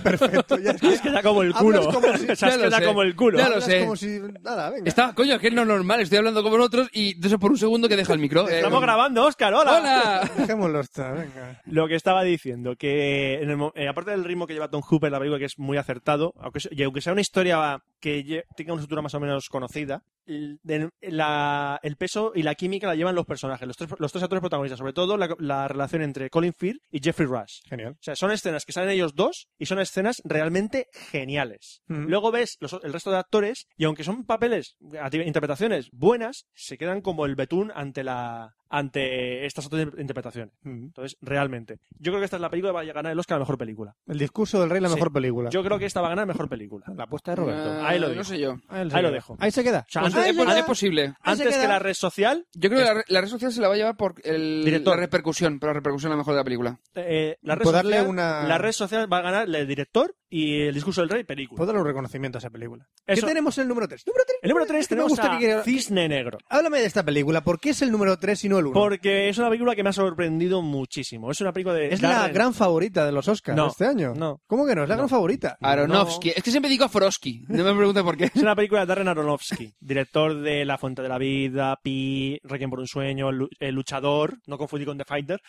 Speaker 12: Perfecto. Ya, es
Speaker 1: Es que da como el culo.
Speaker 12: Hablas como si-
Speaker 1: O sea,
Speaker 2: ya
Speaker 1: es
Speaker 2: lo
Speaker 1: que da
Speaker 2: sé.
Speaker 1: como el culo.
Speaker 2: Ya lo
Speaker 12: hablas
Speaker 2: sé.
Speaker 12: como si nada, venga.
Speaker 2: Está, coño, es que no es normal, estoy hablando con vosotros y entonces por un segundo que deja el micro. eh,
Speaker 1: Estamos grabando, Oscar, hola.
Speaker 2: ¡Hola!
Speaker 12: Dejémoslo estar, venga.
Speaker 1: Lo que estaba diciendo, que en el mo- eh, aparte del ritmo que lleva Tom Hooper, la película que es muy acertado, aunque, se- y aunque sea una historia que lle- tenga una estructura más o menos conocida, el, de- la- el peso y la química la llevan los personajes, los tres, los tres actores protagonistas, sobre todo la, la relación entre Colin Firth y Jeffrey Rush.
Speaker 12: Genial.
Speaker 1: O sea, son escenas que salen ellos dos y son escenas realmente geniales.
Speaker 12: Ujú.
Speaker 1: Luego ves los- el resto de actores y aunque son papeles, ati- interpretaciones buenas, se quedan como el betún ante la ante estas otras interpretaciones.
Speaker 12: Ujú.
Speaker 1: Entonces, realmente, yo creo que esta es la película que va a ganar el Oscar a la mejor película.
Speaker 12: El discurso del rey la
Speaker 1: Sí.
Speaker 12: mejor película.
Speaker 1: Yo creo que esta va a ganar mejor película.
Speaker 12: La apuesta de Roberto.
Speaker 2: Eh,
Speaker 1: ahí lo digo.
Speaker 2: No sé yo.
Speaker 3: Ah,
Speaker 12: Ahí,
Speaker 1: ahí lo
Speaker 12: queda.
Speaker 1: dejo.
Speaker 12: Ahí se queda.
Speaker 1: O sea,
Speaker 2: Pues
Speaker 1: antes,
Speaker 2: es,
Speaker 12: ahí se
Speaker 2: es
Speaker 12: queda.
Speaker 2: posible.
Speaker 12: se
Speaker 1: antes que
Speaker 12: queda.
Speaker 1: la red social,
Speaker 2: Yo creo que la, re- la red social se la va a llevar por el,
Speaker 1: Director.
Speaker 2: la repercusión, pero la repercusión a lo mejor de la película.
Speaker 1: eh, la, red
Speaker 12: Por darle
Speaker 1: social
Speaker 12: una-
Speaker 1: la red social va a ganar el director y El discurso del rey, película.
Speaker 3: Puedo darle un reconocimiento a esa película.
Speaker 1: Eso.
Speaker 3: ¿Qué tenemos en el número 3? Número 3.
Speaker 1: El número 3
Speaker 3: Es que me
Speaker 1: tenemos
Speaker 3: gusta
Speaker 1: a
Speaker 3: que quiera-
Speaker 1: Cisne Negro.
Speaker 3: Háblame de esta película. ¿Por qué es el número 3 y no el 1?
Speaker 1: Porque es una película que me ha sorprendido muchísimo. Es una película de.
Speaker 3: Es la
Speaker 1: Darren-
Speaker 3: gran favorita de los Oscars
Speaker 1: No.
Speaker 3: este año.
Speaker 1: No.
Speaker 3: ¿Cómo que no? Es la gran favorita.
Speaker 2: Ah, Aronofsky. Es que siempre digo a Frosky. No me preguntes por qué.
Speaker 1: Es una película de Darren Aronofsky, director de La Fuente de la Vida, Pi, Requiem por un Sueño, Lu- El Luchador, no confundir con The Fighter,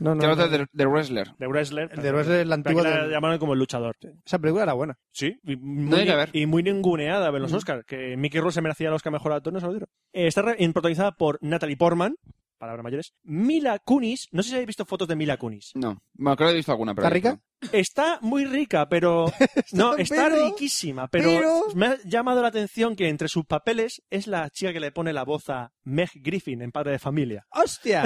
Speaker 3: No,
Speaker 2: Te
Speaker 3: no,
Speaker 2: nota
Speaker 3: no.
Speaker 2: de, de Wrestler.
Speaker 1: The Wrestler.
Speaker 3: El de Wrestler es la
Speaker 1: Pero
Speaker 3: antigua.
Speaker 1: aquí la
Speaker 3: del-
Speaker 1: llamaron como El Luchador.
Speaker 3: Esa película era buena.
Speaker 1: Sí, y
Speaker 2: No
Speaker 1: muy,
Speaker 2: hay que ver.
Speaker 1: y muy ninguneada en los Oscars, que Mickey Rourke se merecía el Oscar Mejor Actor, no se lo dieron. Eh, está re- en- protagonizada por Natalie Portman, palabras mayores, Mila Kunis, no sé si habéis visto fotos de Mila Kunis.
Speaker 2: No. Bueno, creo que he visto alguna, pero.
Speaker 3: ¿Está rica?
Speaker 1: Está muy rica, pero... no, está
Speaker 3: pero-
Speaker 1: riquísima, pero,
Speaker 3: pero-
Speaker 1: me ha llamado la atención que entre sus papeles es la chica que le pone la voz a Meg Griffin en Padre de Familia.
Speaker 3: ¡Hostia!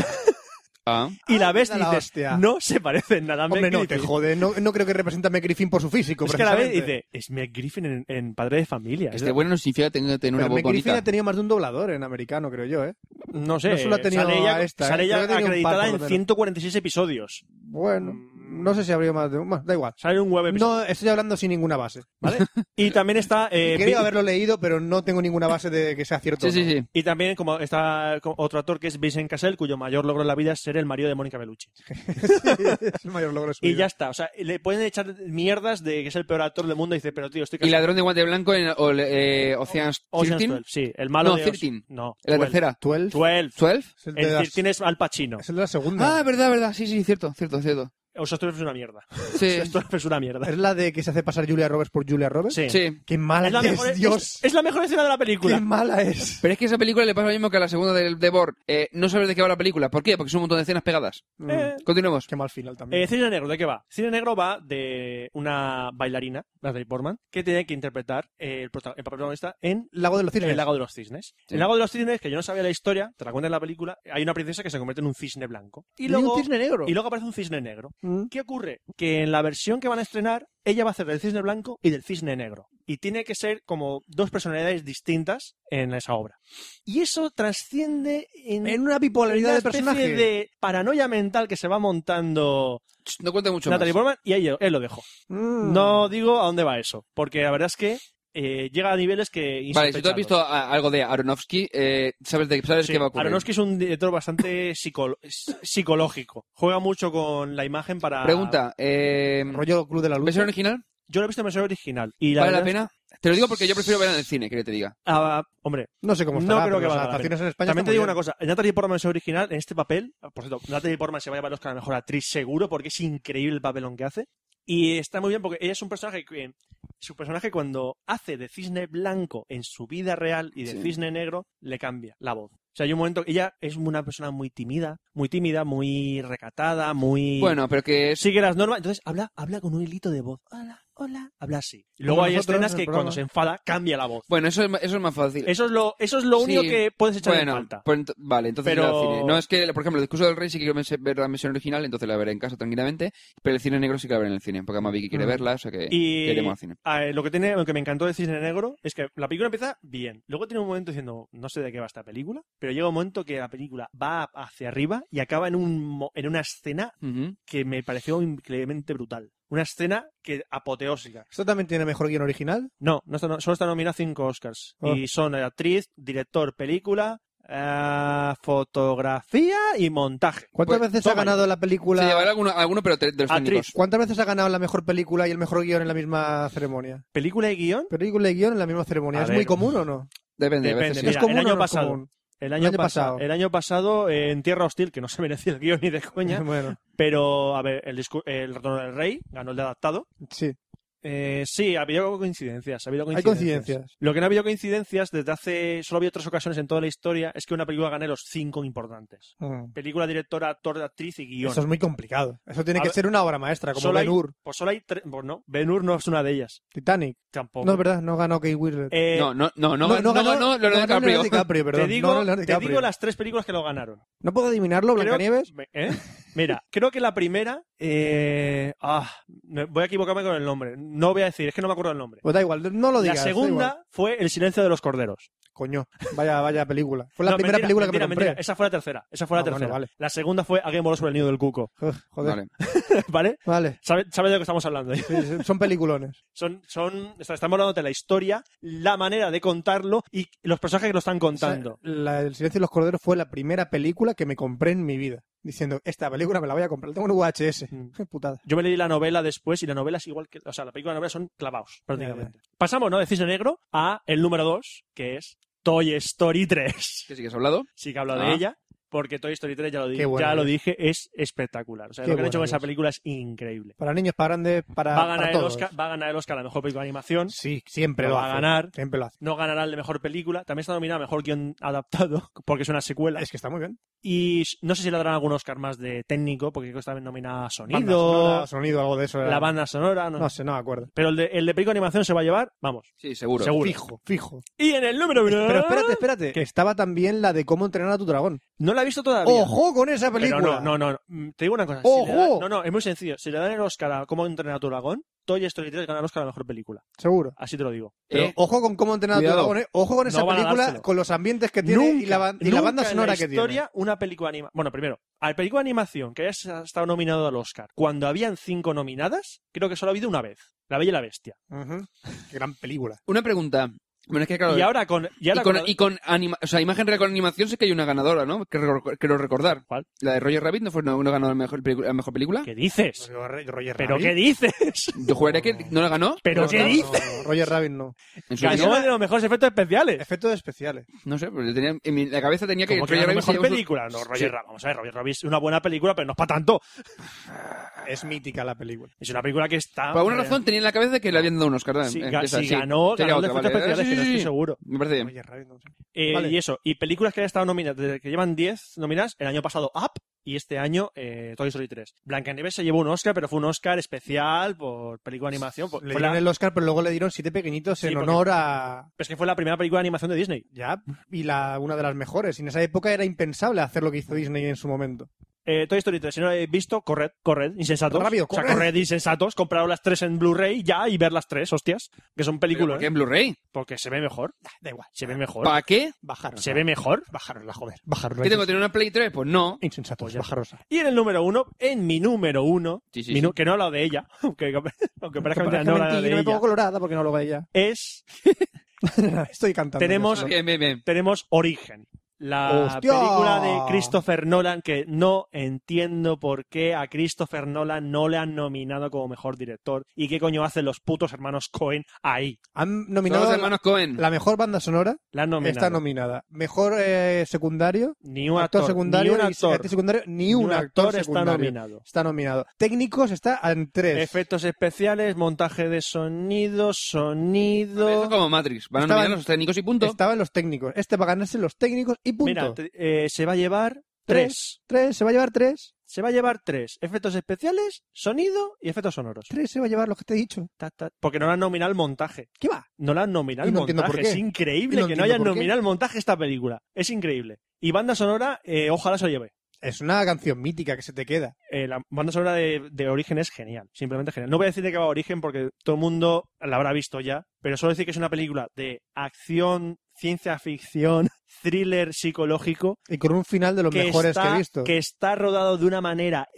Speaker 2: Ah.
Speaker 1: Y la ves y
Speaker 3: da la
Speaker 1: dices,
Speaker 3: hostia.
Speaker 1: no se parece en nada a Meg
Speaker 3: Hombre, no,
Speaker 1: Griffin.
Speaker 3: te jode. No, no creo que represente a Meg Griffin por su físico.
Speaker 1: Es que la ves y
Speaker 3: precisamente.
Speaker 1: dice, es Meg Griffin en, en Padre de Familia.
Speaker 2: Que esté este bueno no significa tener, tener una
Speaker 3: Pero
Speaker 2: voz
Speaker 3: Meg Griffin
Speaker 2: bonita.
Speaker 3: ha tenido más de un doblador en americano, creo yo, ¿eh?
Speaker 1: No sé,
Speaker 3: No solo ha tenido
Speaker 1: sale ella,
Speaker 3: a esta,
Speaker 1: sale
Speaker 3: ¿eh?
Speaker 1: ella
Speaker 3: Creo que tiene un
Speaker 1: acreditada
Speaker 3: par, por lo
Speaker 1: en
Speaker 3: menos.
Speaker 1: 146 episodios.
Speaker 3: Bueno, no sé si habría más de un. bueno, da igual.
Speaker 1: Sale un web Mm. episodio,
Speaker 3: No, estoy hablando sin ninguna base.
Speaker 1: ¿vale? y también está... eh,
Speaker 3: Quería
Speaker 1: Vin-
Speaker 3: haberlo leído, pero no tengo ninguna base de que sea cierto.
Speaker 2: Sí, sí, sí.
Speaker 1: Y también como está co- otro actor que es Vincent Cassel, cuyo mayor logro en la vida es ser el marido de Mónica Bellucci.
Speaker 3: es el mayor logro de su
Speaker 1: Y
Speaker 3: vida.
Speaker 1: ya está. O sea, le pueden echar mierdas de que es el peor actor del mundo y dice, pero tío, estoy
Speaker 2: Y
Speaker 1: casi...
Speaker 2: Ladrón de Guante Blanco en o- eh, Ocean's
Speaker 1: Ocean's
Speaker 2: 13.
Speaker 1: 12, sí, el malo
Speaker 2: No,
Speaker 1: de...
Speaker 2: 13.
Speaker 1: No,
Speaker 2: La
Speaker 1: 12.
Speaker 2: tercera.
Speaker 3: 12.
Speaker 1: 12.
Speaker 2: 12.
Speaker 3: Es el de
Speaker 1: El
Speaker 3: las-
Speaker 1: 13 es Al Pacino.
Speaker 3: es el de la segunda.
Speaker 2: Ah, verdad, verdad. Sí, sí, cierto, cierto, cierto.
Speaker 1: O sea, esto es una mierda.
Speaker 2: Sí,
Speaker 1: Esto es una mierda.
Speaker 3: es la de que se hace pasar Julia Roberts por Julia Roberts.
Speaker 1: Sí.
Speaker 2: sí.
Speaker 3: Qué mala
Speaker 1: Es la
Speaker 3: que
Speaker 1: mejor-
Speaker 3: es, Dios.
Speaker 1: es- es la mejor escena de la película.
Speaker 3: Qué mala es.
Speaker 2: Pero es que a esa película le pasa lo mismo que a la segunda del de Borg. Eh, no sabes de qué va la película. ¿Por qué? Porque son un montón de escenas pegadas.
Speaker 1: Eh.
Speaker 2: Continuemos.
Speaker 3: Mm. Qué mal final también.
Speaker 1: Eh, Cine Negro, ¿de qué va? Cine Negro va de una bailarina, Natalie Portman, que tiene que interpretar eh, el, prota- el papel protagonista en
Speaker 3: Lago de los Cisnes.
Speaker 1: El Lago de los Cisnes.
Speaker 2: Sí.
Speaker 1: El Lago de los Cisnes, que yo no sabía la historia, te la cuenta en la película, hay una princesa que se convierte en un cisne blanco. Y,
Speaker 3: Y
Speaker 1: luego,
Speaker 3: un cisne negro.
Speaker 1: y luego aparece un cisne negro.
Speaker 3: Mm.
Speaker 1: ¿Qué ocurre? Que en la versión que van a estrenar, ella va a hacer del cisne blanco y del cisne negro. Y tiene que ser como dos personalidades distintas en esa obra. Y eso trasciende en,
Speaker 3: En una bipolaridad
Speaker 1: una
Speaker 3: de personaje.
Speaker 1: especie de paranoia mental que se va montando
Speaker 2: Ch, No cuenta mucho
Speaker 1: Natalie
Speaker 2: más.
Speaker 1: Portman y ahí, él lo dejó.
Speaker 3: Mm.
Speaker 1: No digo a dónde va eso, porque la verdad es que eh, llega a niveles que.
Speaker 2: Vale, si tú has visto a- algo de Aronofsky, eh, sabes, de, sabes
Speaker 1: Sí,
Speaker 2: qué va a ocurrir.
Speaker 1: Aronofsky es un director bastante psicol- s- psicológico. Juega mucho con la imagen para.
Speaker 2: Pregunta. Eh,
Speaker 3: Rollo Club de la Luz.
Speaker 2: ¿Versión original?
Speaker 1: Yo lo he visto en versión original. Y la
Speaker 2: ¿Vale la
Speaker 1: verdad
Speaker 2: pena? Te lo digo porque yo prefiero verla en el cine, que te diga.
Speaker 1: es- ah, hombre,
Speaker 3: No sé cómo
Speaker 1: No
Speaker 3: está.
Speaker 1: creo que
Speaker 3: las
Speaker 1: valga la
Speaker 3: adaptaciones en España.
Speaker 1: también te
Speaker 3: están
Speaker 1: digo
Speaker 3: muy
Speaker 1: una cosa. Natalie Portman en versión original, en este papel, por cierto, Natalie Portman se va a llevar el Oscar a mejor actriz seguro, porque es increíble el papelón que hace. Y está muy bien porque ella es un personaje que. Su personaje cuando hace de cisne blanco en su vida real y de
Speaker 2: Sí.
Speaker 1: cisne negro, le cambia la voz. O sea, hay un momento que ella es una persona muy tímida, muy tímida, muy recatada, muy...
Speaker 2: Bueno, pero que es...
Speaker 1: sigue las normas. Entonces habla, habla con un hilito de voz. Hola, hola. Habla así. Y Luego
Speaker 3: Como
Speaker 1: hay
Speaker 3: nosotros
Speaker 1: escenas
Speaker 3: en el
Speaker 1: que
Speaker 3: programa.
Speaker 1: cuando se enfada cambia la voz.
Speaker 2: Bueno, eso es, ma- eso es más fácil.
Speaker 1: Eso es lo, eso es lo
Speaker 2: Sí.
Speaker 1: único que puedes echar
Speaker 2: bueno,
Speaker 1: en falta.
Speaker 2: pues ento- vale, entonces
Speaker 1: Pero-
Speaker 2: ir al cine. No, es que, por ejemplo, el discurso del rey sí que quiero mes- ver la versión original, entonces la veré en casa tranquilamente, pero el cine negro sí que la veré en el cine, porque además Vicky quiere
Speaker 3: Mm.
Speaker 2: verla, o sea que
Speaker 1: Y
Speaker 2: ya iremos al cine.
Speaker 1: ah, eh, lo que tiene, lo que me encantó de Cisne Negro es que la película empieza bien. Luego tiene un momento diciendo, no sé de qué va esta película, pero llega un momento que la película va hacia arriba y acaba en, un, mo- en una escena
Speaker 2: Ujú.
Speaker 1: que me pareció increíblemente brutal. Una escena que apoteósica.
Speaker 3: bien. ¿Esto también tiene mejor guión original?
Speaker 1: No, no está, no- solo está nominada a cinco Oscars.
Speaker 3: Ah.
Speaker 1: Y son actriz, director, película, eh, fotografía y montaje.
Speaker 3: ¿Cuántas
Speaker 2: Pues,
Speaker 3: veces ha
Speaker 1: toma
Speaker 3: ganado la película?
Speaker 2: Se llevará alguno, alguno pero te- de los
Speaker 1: Actriz.
Speaker 2: técnicos.
Speaker 3: ¿Cuántas veces ha ganado la mejor película y el mejor guión en la misma ceremonia?
Speaker 1: Película y guión.
Speaker 3: Película y guión en la misma ceremonia.
Speaker 1: A
Speaker 3: ¿Es
Speaker 1: ver.
Speaker 3: muy común o no?
Speaker 2: Depende, a
Speaker 1: Depende,
Speaker 2: veces sí.
Speaker 1: mira,
Speaker 3: ¿Es común
Speaker 1: el año
Speaker 3: o no es
Speaker 1: pasado.
Speaker 3: común?
Speaker 1: El año,
Speaker 3: año
Speaker 1: pasa-
Speaker 3: pasado.
Speaker 1: El año pasado, eh, en Tierra Hostil, que no se merecía el guión ni de coña,
Speaker 3: Bueno,
Speaker 1: pero, a ver, el, discu- el retorno del rey ganó el de adaptado.
Speaker 3: sí.
Speaker 1: Eh, sí, ha habido coincidencias, ha habido
Speaker 3: Hay
Speaker 1: coincidencias.
Speaker 3: coincidencias.
Speaker 1: Lo que no ha habido coincidencias desde hace, solo ha habido tres ocasiones en toda la historia, es que una película gane los cinco importantes.
Speaker 3: Mm.
Speaker 1: Película, directora, actor, actriz y guión.
Speaker 3: Eso es muy complicado. Eso tiene
Speaker 1: A
Speaker 3: que
Speaker 1: ver.
Speaker 3: ser una obra maestra, como
Speaker 1: Solo hay-
Speaker 3: Ben Hur,
Speaker 1: Pues solo hay tres, pues no, Ben Hur no es una de ellas,
Speaker 3: Titanic.
Speaker 1: tampoco.
Speaker 3: No, es verdad, no ganó Kate Winslet.
Speaker 1: Oh. Eh,
Speaker 2: No, no, no, no, no, ganó Leonardo
Speaker 3: no ganó
Speaker 2: DiCaprio.
Speaker 3: perdón.
Speaker 1: te digo,
Speaker 3: No, Leonardo
Speaker 1: te
Speaker 3: DiCaprio.
Speaker 1: digo las tres películas que lo ganaron.
Speaker 3: ¿No puedo adivinarlo,
Speaker 1: Creo-
Speaker 3: Blancanieves?
Speaker 1: ¿Eh? Mira, creo que la primera. eh, ah, me- voy a equivocarme con el nombre. No voy a decir, es que no me acuerdo el nombre.
Speaker 3: Pues da igual, no lo digas.
Speaker 1: la
Speaker 3: da igual.
Speaker 1: segunda fue El silencio de los corderos.
Speaker 3: Coño, vaya, vaya película. Fue la
Speaker 1: No,
Speaker 3: primera
Speaker 1: mentira,
Speaker 3: película
Speaker 1: mentira,
Speaker 3: que me compré.
Speaker 1: mentira. Esa fue la tercera. Esa fue la
Speaker 3: Ah, bueno,
Speaker 1: tercera.
Speaker 3: vale.
Speaker 1: La segunda fue Alguien voló sobre el nido del cuco.
Speaker 3: Joder.
Speaker 2: Vale.
Speaker 1: ¿vale?
Speaker 3: Vale.
Speaker 1: ¿Sabes sabe de lo que estamos hablando?
Speaker 3: Sí, son peliculones.
Speaker 1: Son, son, está- estamos hablando de la historia, la manera de contarlo y los personajes que lo están
Speaker 3: O sea,
Speaker 1: contando.
Speaker 3: la- el Silencio de los Corderos fue la primera película que me compré en mi vida. Diciendo, esta película me la voy a comprar. Tengo un VHS.
Speaker 1: Mm.
Speaker 3: Qué putada.
Speaker 1: Yo me leí la novela después y la novela es igual que. O sea, la película y la novela son clavados, prácticamente. Pasamos, ¿no? De Cisne Negro a el número 2, que es Toy Story 3.
Speaker 2: ¿Qué sí que has hablado?
Speaker 1: Sí que habla
Speaker 2: Ah.
Speaker 1: de ella, porque Toy Story 3, ya lo, di-
Speaker 3: Qué buena
Speaker 1: ya lo
Speaker 3: es.
Speaker 1: dije, es espectacular. O sea,
Speaker 3: Qué
Speaker 1: lo que han hecho
Speaker 3: buena
Speaker 1: con esa
Speaker 3: es.
Speaker 1: película es increíble.
Speaker 3: Para niños, para grandes, para.
Speaker 1: Va a ganar,
Speaker 3: para
Speaker 1: el
Speaker 3: todos.
Speaker 1: Oscar, va a ganar el Oscar a la mejor película de animación.
Speaker 3: Sí, siempre
Speaker 1: Lo
Speaker 3: lo,
Speaker 1: va a
Speaker 3: hace.
Speaker 1: ganar.
Speaker 3: Siempre lo hace.
Speaker 1: No ganará el de mejor película. También está nominada a mejor guión adaptado, porque es una secuela.
Speaker 3: Es que está muy bien.
Speaker 1: Y no sé si le darán algún Oscar más de técnico, porque creo que está nominada a
Speaker 3: Banda
Speaker 1: sonido,
Speaker 3: sonora, sonido, algo de eso. era-
Speaker 1: la banda sonora. No,
Speaker 3: No sé, no me acuerdo.
Speaker 1: Pero el de, el de película de animación se va a llevar, vamos,
Speaker 2: Sí, seguro.
Speaker 1: seguro.
Speaker 3: Fijo, fijo.
Speaker 1: Y en el número uno.
Speaker 3: Pero espérate, espérate. Que estaba también la de cómo entrenar a tu dragón.
Speaker 1: No la he visto todavía.
Speaker 3: ¡Ojo con esa
Speaker 1: Pero
Speaker 3: película!
Speaker 1: no, no, no, no. Mm, Te digo una cosa.
Speaker 3: ¡Ojo!
Speaker 1: Si le dan- no, no, es muy sencillo. Si le dan el Oscar a cómo entrenar a tu dragón, Toy Story 3 gana el Oscar a la mejor película.
Speaker 3: Seguro.
Speaker 1: Así te lo digo.
Speaker 3: Pero
Speaker 2: Eh,
Speaker 3: ojo con cómo entrenar a tu
Speaker 2: cuidado.
Speaker 3: dragón, ¿eh? Ojo con esa
Speaker 1: No van a
Speaker 3: película,
Speaker 1: dárselo.
Speaker 3: con los ambientes que tiene y la, ban- y la
Speaker 1: nunca
Speaker 3: banda sonora
Speaker 1: en la
Speaker 3: que tiene.
Speaker 1: historia, una película animada. Bueno, primero, al película de animación que haya estado nominado al Oscar, cuando habían cinco nominadas, creo que solo ha habido una vez. La Bella y la Bestia.
Speaker 3: Ujú. Qué gran película.
Speaker 2: Una pregunta. Bueno, es que claro.
Speaker 1: Y ahora con. Y
Speaker 2: y
Speaker 1: ahora
Speaker 2: con,
Speaker 1: con-
Speaker 2: y con anima- o sea, imagen real con animación sí que hay una ganadora, ¿no? Que recor- Quiero recordar.
Speaker 1: ¿Cuál?
Speaker 2: ¿La de Roger Rabbit no fue no, no ganó la mejor, pelicu- la mejor película?
Speaker 1: ¿Qué dices?
Speaker 2: Pues,
Speaker 3: Roger
Speaker 1: ¿Pero qué dices?
Speaker 2: Yo juraría que no la ganó.
Speaker 1: ¿Pero
Speaker 3: No,
Speaker 1: qué
Speaker 3: no, no,
Speaker 1: dices?
Speaker 3: no, Roger Rabbit no.
Speaker 2: En su
Speaker 1: Ganó
Speaker 2: día.
Speaker 1: el de los mejores efectos especiales.
Speaker 3: Efectos especiales.
Speaker 2: No sé, pero le tenía, en mi- la cabeza tenía que
Speaker 1: Como que
Speaker 2: Roger
Speaker 1: era la
Speaker 2: Rabbit se
Speaker 1: mejor
Speaker 2: llevó su-
Speaker 1: película. No, Roger
Speaker 2: Sí.
Speaker 1: Rabbit. Vamos a ver, Roger Rabbit es una buena película, pero no es para tanto.
Speaker 3: Es mítica la película.
Speaker 1: Es una película que está.
Speaker 2: Por alguna razón tenía en la cabeza que le habían dado un Oscar. ¿verdad?
Speaker 1: Si,
Speaker 2: Eh,
Speaker 1: ga-
Speaker 2: esa,
Speaker 1: si
Speaker 2: sí.
Speaker 1: ganó,
Speaker 2: Sería
Speaker 1: ganó el de
Speaker 2: otra,
Speaker 1: efectos
Speaker 2: vale.
Speaker 1: especiales, que
Speaker 2: Sí,
Speaker 1: no
Speaker 2: sí,
Speaker 1: estoy
Speaker 2: sí.
Speaker 1: seguro.
Speaker 2: Me parece bien.
Speaker 3: Roger Rabbit no sé.
Speaker 1: Eh,
Speaker 3: Vale.
Speaker 1: Y eso, y películas que han estado nominadas, desde que llevan 10 nominadas, el año pasado Up y este año eh, Toy Story 3. Blancanieves se llevó un Oscar, pero fue un Oscar especial por película de animación. por-
Speaker 3: Le
Speaker 1: fue la-
Speaker 3: dieron el Oscar, pero luego le dieron siete pequeñitos
Speaker 1: Sí,
Speaker 3: en
Speaker 1: porque-
Speaker 3: honor a.
Speaker 1: Es que fue la primera película de animación de Disney.
Speaker 3: Ya, y la, una de las mejores. Y en esa época era impensable hacer lo que hizo Disney en su momento.
Speaker 1: Eh, Toy Story 3, si no la habéis visto, corred, corred, insensatos.
Speaker 3: Rápido,
Speaker 1: o sea,
Speaker 3: corred.
Speaker 1: corred, insensatos. Compraros las tres en Blu-ray ya y ver las tres, hostias. Que son
Speaker 2: Pero ¿Por
Speaker 1: películas.
Speaker 2: qué en Blu-ray?
Speaker 1: Porque se ve mejor.
Speaker 3: Ah,
Speaker 1: Da igual. Se ve mejor.
Speaker 2: ¿Para qué?
Speaker 3: Bajaros.
Speaker 1: se ve mejor.
Speaker 3: Bajaros la joder. Bajaros
Speaker 2: ¿Qué tengo? ¿Tener una Play 3? Pues no.
Speaker 3: Insensatos, bajaros.
Speaker 1: Y en el número uno, en mi número uno,
Speaker 2: Sí, sí,
Speaker 1: mi
Speaker 2: sí.
Speaker 1: nu- que no he hablado de ella, aunque, aunque parezca mentira, no he hablado
Speaker 3: Francamente,
Speaker 1: de
Speaker 3: no me
Speaker 1: ella,
Speaker 3: pongo colorada porque no lo veía.
Speaker 1: es,
Speaker 3: Estoy cantando.
Speaker 1: Tenemos-
Speaker 3: ya solo.
Speaker 2: Bien, bien, bien.
Speaker 1: tenemos Origen. La
Speaker 3: ¡Hostia!
Speaker 1: película de Christopher Nolan, que no entiendo por qué a Christopher Nolan no le han nominado como mejor director. ¿Y qué coño hacen los putos hermanos Cohen ahí?
Speaker 3: Han
Speaker 2: Son
Speaker 3: nominado
Speaker 2: los
Speaker 3: la-
Speaker 2: hermanos Cohen.
Speaker 3: la mejor banda sonora.
Speaker 1: La han nominado.
Speaker 3: Está nominada. Mejor eh, secundario.
Speaker 1: Ni un
Speaker 3: actor,
Speaker 1: actor,
Speaker 3: secundario.
Speaker 1: ni un
Speaker 3: y
Speaker 1: actor,
Speaker 3: actriz secundario, ni,
Speaker 1: ni
Speaker 3: un actor,
Speaker 1: está
Speaker 3: secundario.
Speaker 1: nominado.
Speaker 3: Está nominado. Técnicos está en tres.
Speaker 1: Efectos especiales, montaje de sonido,
Speaker 2: Eso
Speaker 1: sonido.
Speaker 2: es como Matrix. Van a
Speaker 3: Estaban-
Speaker 2: nominar a los técnicos y punto.
Speaker 3: Estaban los técnicos. Este va a ganarse los técnicos y punto.
Speaker 1: Mira, te- eh, se va a llevar
Speaker 3: Tres.
Speaker 1: tres.
Speaker 3: Tres, se va a llevar tres.
Speaker 1: Se va a llevar tres. Efectos especiales, sonido y efectos sonoros.
Speaker 3: Tres se va a llevar los que te he dicho.
Speaker 1: Ta, ta. Porque no la han nominado al montaje.
Speaker 3: ¿Qué va?
Speaker 1: No la han nominado
Speaker 3: Y
Speaker 1: al
Speaker 3: no entiendo
Speaker 1: montaje.
Speaker 3: por qué.
Speaker 1: Es increíble
Speaker 3: Y no
Speaker 1: que no
Speaker 3: entiendo
Speaker 1: hayan
Speaker 3: por qué.
Speaker 1: nominado al montaje esta película. Es increíble. Y banda sonora, eh, ojalá se lo lleve.
Speaker 3: Es una canción mítica que se te queda.
Speaker 1: Eh, la banda sonora de, de Origen es genial, simplemente genial. No voy a decir de qué va Origen porque todo el mundo la habrá visto ya, pero solo decir que es una película de acción, ciencia ficción, thriller psicológico
Speaker 3: Y con un final de los mejores que he visto.
Speaker 1: que está rodado de una manera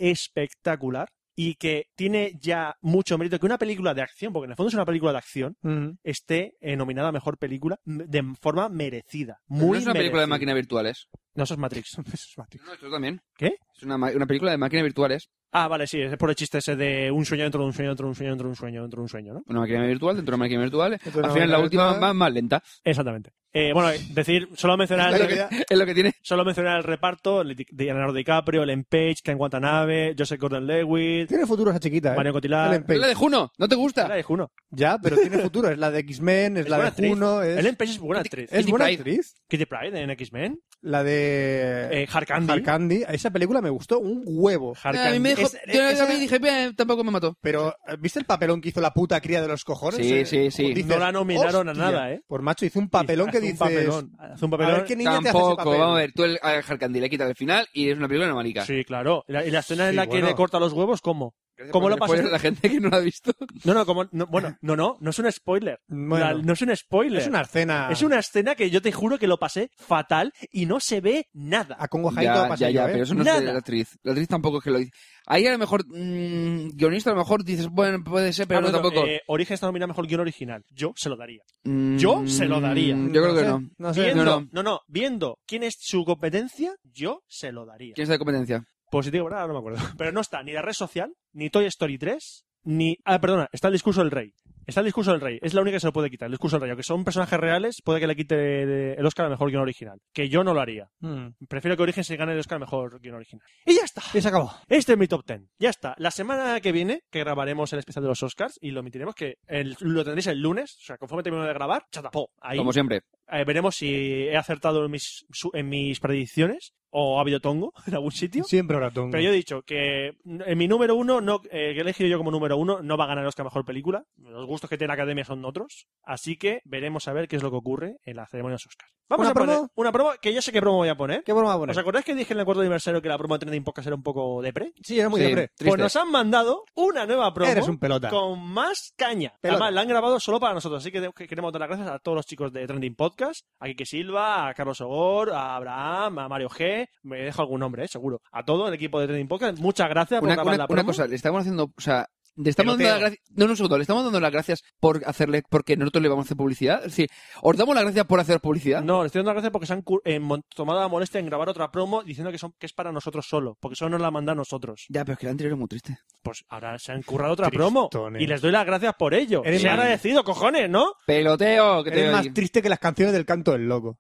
Speaker 1: espectacular y que tiene ya mucho mérito que una película de acción, porque en el fondo es una película de acción,
Speaker 3: Mm.
Speaker 1: esté eh, nominada a mejor película m- de forma merecida.
Speaker 2: Pero
Speaker 1: Muy
Speaker 2: no es una película de
Speaker 1: merecida.
Speaker 2: máquinas virtuales.
Speaker 1: No, eso es Matrix.
Speaker 3: Eso es Matrix.
Speaker 2: No, esto también.
Speaker 1: ¿Qué?
Speaker 2: Es una, ma- una película de máquinas virtuales.
Speaker 1: Ah, vale, sí, es por el chiste ese de un sueño dentro de un sueño, dentro de un sueño, dentro de un sueño, dentro de un sueño, ¿no?
Speaker 2: Una máquina virtual dentro de una máquina virtual. Al
Speaker 3: Dentro de una
Speaker 2: final la
Speaker 3: máquina
Speaker 2: última
Speaker 3: virtual.
Speaker 2: va más lenta.
Speaker 1: Exactamente. Eh, bueno, eh, decir, solo mencionar...
Speaker 3: Ah, Es
Speaker 2: Es lo,
Speaker 3: la
Speaker 1: el-
Speaker 2: que,
Speaker 3: que-
Speaker 2: es lo que tiene.
Speaker 1: Solo mencionar el reparto, el di- de Leonardo DiCaprio, Ellen Page, Ken Watanabe, Joseph Gordon-Lewitt,
Speaker 3: Tiene futuro esa chiquita, ¿eh?
Speaker 1: Mario
Speaker 3: Ellen
Speaker 1: Cotillard...
Speaker 3: Page.
Speaker 2: Es la de Juno. ¿No te gusta.
Speaker 1: Era de Juno.
Speaker 3: Ya, pero tiene futuro. Es la de X-Men, es,
Speaker 1: Es
Speaker 3: la
Speaker 1: buena
Speaker 3: de
Speaker 1: actriz.
Speaker 3: Juno. Es,
Speaker 1: Ellen Page es buena actriz.
Speaker 3: es
Speaker 2: Kitty
Speaker 3: buena
Speaker 2: Pryde.
Speaker 3: actriz.
Speaker 1: Kitty Pride en X-Men.
Speaker 3: La de
Speaker 1: Eh, Hard Candy.
Speaker 3: Hard Candy. Esa película me gustó un huevo.
Speaker 1: Hard
Speaker 2: Ah, a mí
Speaker 1: Candy.
Speaker 2: me dijo.
Speaker 1: Es-
Speaker 2: yo la
Speaker 3: esa-
Speaker 2: vi y dije, "Bien, tampoco me mató.
Speaker 3: Pero, eh, ¿viste el papelón que hizo la puta cría de los cojones?
Speaker 2: Sí,
Speaker 3: Eh,
Speaker 2: sí, sí.
Speaker 3: dices,
Speaker 1: No la nominaron a
Speaker 3: "Hostia".
Speaker 1: nada, ¿eh?
Speaker 3: Por macho, hizo un papelón
Speaker 1: Hace
Speaker 3: que dices...
Speaker 1: Un papelón. Hace un
Speaker 3: A
Speaker 1: papelón.
Speaker 3: ver qué niña te hace ese
Speaker 2: Tampoco.
Speaker 3: papel.
Speaker 2: Vamos a ver. Tú el, a Harkandí le quitas el final y es una película de una marica.
Speaker 1: Sí, claro. Y la, y la escena
Speaker 3: Sí,
Speaker 1: en la que
Speaker 3: bueno.
Speaker 1: le corta los huevos, ¿cómo? ¿Cómo
Speaker 2: por
Speaker 1: lo
Speaker 2: el
Speaker 1: pasaste?
Speaker 2: spoiler a La gente que no lo ha visto.
Speaker 1: No, no, como, no, bueno, no, no, no es un spoiler.
Speaker 3: Bueno.
Speaker 1: La- no es un spoiler.
Speaker 3: Es una escena.
Speaker 1: Es una escena que yo te juro que lo pasé fatal y no se ve nada.
Speaker 3: A Congo
Speaker 2: ya,
Speaker 3: ha
Speaker 2: ya,
Speaker 3: pasado.
Speaker 2: ya, pero eso no es de
Speaker 1: Nada.
Speaker 2: la actriz. La actriz tampoco es que lo dice. Ahí a lo mejor, mm, guionista, a lo mejor dices, bueno, puede ser, pero
Speaker 1: Ah,
Speaker 2: no
Speaker 1: bueno,
Speaker 2: tampoco.
Speaker 1: eh, Origen está nominado a mejor guión original. Yo se lo daría.
Speaker 2: Mm,
Speaker 1: yo se lo daría.
Speaker 2: Yo creo que
Speaker 3: sé,
Speaker 2: no.
Speaker 3: Mm, No sé.
Speaker 1: Viendo,
Speaker 2: no,
Speaker 1: no,
Speaker 2: no.
Speaker 1: no. viendo quién es su competencia, yo se lo daría.
Speaker 2: ¿Quién está de competencia?
Speaker 1: Positivo, ¿verdad? Ahora No me acuerdo. Pero no está ni la red social, ni Toy Story 3, ni. Ah, perdona, está el discurso del rey. Está el discurso del rey. Es la única que se lo puede quitar. El discurso del rey. Aunque son personajes reales, puede que le quite el Oscar a mejor guión original. Que yo no lo haría.
Speaker 3: Mm.
Speaker 1: Prefiero que Origen se gane el Oscar a mejor guión original. Hmm. Y ya está.
Speaker 3: Y se acabó.
Speaker 1: Este es mi top 10. Ya está. La semana que viene, que grabaremos el especial de los Oscars y lo emitiremos, que el- lo tendréis el lunes. O sea, conforme termino de grabar, chatapó. Ahí
Speaker 2: Como siempre.
Speaker 1: eh, veremos si he acertado en mis, su- en mis predicciones o ha habido tongo en algún sitio.
Speaker 3: Siempre habrá tongo.
Speaker 1: Pero yo he dicho que en mi número uno, no, eh, que he elegido yo como número uno, no va a ganar el Oscar a Mejor Película. Los gustos que tiene la Academia son otros. Así que veremos a ver qué es lo que ocurre en la ceremonia de los Oscars. Vamos
Speaker 3: ¿Una
Speaker 1: a poner
Speaker 3: promo?
Speaker 1: una promo que yo sé qué promo voy a poner.
Speaker 3: ¿Qué broma poner?
Speaker 1: ¿Os acordáis que dije en el cuarto aniversario que la promo de Trending Podcast era un poco depre?
Speaker 3: sí, era muy
Speaker 2: Sí,
Speaker 3: hombre.
Speaker 2: triste.
Speaker 1: Pues nos han mandado una nueva promo
Speaker 3: Eres un pelota.
Speaker 1: con más caña.
Speaker 3: Pelota.
Speaker 1: Además, la han grabado solo para nosotros, así que de- que queremos dar las gracias a todos los chicos de Trending Podcast, a Quique Silva, a Carlos Sogor, a Abraham, a Mario G, me dejo algún nombre, eh, seguro. A todo el equipo de Trending Podcast, muchas gracias por
Speaker 2: Una,
Speaker 1: grabar
Speaker 2: una-
Speaker 1: la
Speaker 2: una
Speaker 1: promo.
Speaker 2: cosa, le estamos haciendo, o sea, le estamos dando las
Speaker 3: Peloteo.
Speaker 2: gracias. No, no, un segundo, le estamos dando las gracias por hacerle, porque nosotros le vamos a hacer publicidad. Es decir, os damos las gracias por hacer publicidad.
Speaker 1: No, les estoy dando las gracias porque se han cur- eh, mon- tomado la molestia en grabar otra promo diciendo que, son, que es para nosotros solo, porque solo nos la mandan nosotros.
Speaker 2: Ya, pero es que la anterior es muy triste.
Speaker 1: Pues ahora se han currado otra
Speaker 3: Tristones.
Speaker 1: promo y les doy las gracias por ello.
Speaker 3: Eres
Speaker 1: Se ha
Speaker 3: mal-
Speaker 1: agradecido, cojones, ¿no?
Speaker 2: Peloteo, que te
Speaker 3: Eres
Speaker 2: veo
Speaker 3: más
Speaker 2: ahí.
Speaker 3: triste que las canciones del canto del loco.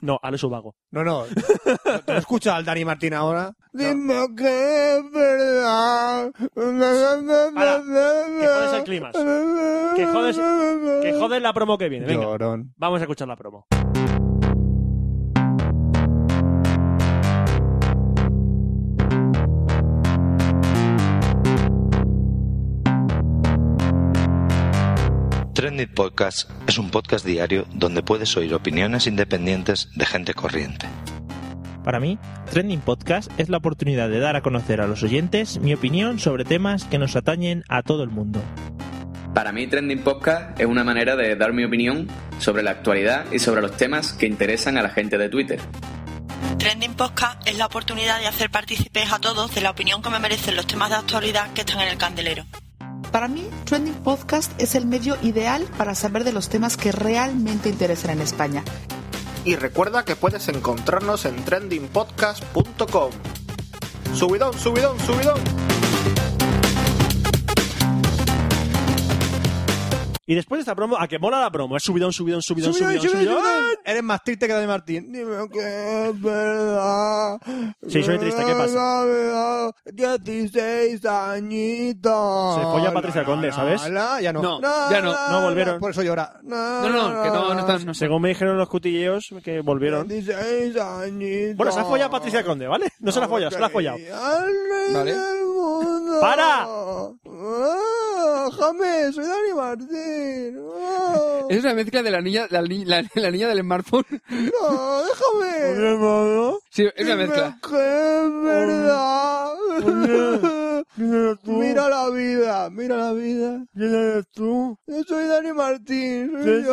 Speaker 1: No, Ale Subago.
Speaker 3: No, no. ¿No escuchas al Dani Martín ahora? Dime que es verdad.
Speaker 1: que jodes el clima. Que jodes- Que joder la promo que viene. Venga,
Speaker 3: Llorón.
Speaker 1: vamos a escuchar la promo.
Speaker 13: Trending Podcast es un podcast diario donde puedes oír opiniones independientes de gente corriente.
Speaker 14: Para mí, Trending Podcast es la oportunidad de dar a conocer a los oyentes mi opinión sobre temas que nos atañen a todo el mundo.
Speaker 15: Para mí, Trending Podcast es una manera de dar mi opinión sobre la actualidad y sobre los temas que interesan a la gente de Twitter.
Speaker 5: Trending Podcast es la oportunidad de hacer partícipes a todos de la opinión que me merecen los temas de actualidad que están en el candelero.
Speaker 16: Para mí, Trending Podcast es el medio ideal para saber de los temas que realmente interesan en España.
Speaker 17: Y recuerda que puedes encontrarnos en trendingpodcast.com. Subidón, subidón, subidón.
Speaker 1: Y después de esta promo, a que mola la promo, es subidón, subidón, subidón, subidón, subidón.
Speaker 3: Eres más triste que Dani Martín. Dime que es verdad.
Speaker 1: Sí, soy triste, ¿qué
Speaker 3: pasa? 16 añitos.
Speaker 1: Se folla a Patricia
Speaker 3: No, no,
Speaker 1: Conde,
Speaker 3: no,
Speaker 1: ¿sabes?
Speaker 3: no, ya no.
Speaker 1: No, ya no. No volvieron.
Speaker 3: Por eso llora.
Speaker 1: No, no, que no, no están,
Speaker 3: no
Speaker 1: Según me dijeron los cutilleos que volvieron.
Speaker 3: 16 añitos.
Speaker 1: Bueno, se ha follado a Patricia Conde, ¿vale? No se la follas, se la ha follado.
Speaker 3: Vale.
Speaker 1: ¡Para!
Speaker 3: Ah, ¡Déjame! ¡Soy Dani Martín! Ah,
Speaker 2: Es una mezcla de la niña, la, ni- la- la niña del smartphone.
Speaker 3: ¡No, déjame!
Speaker 2: Sí, es una mezcla.
Speaker 3: ¡Que es verdad! Mira la vida, mira la vida.
Speaker 1: ¿Quién eres tú?
Speaker 3: Yo soy Dani Martín, soy
Speaker 1: ¿Qué es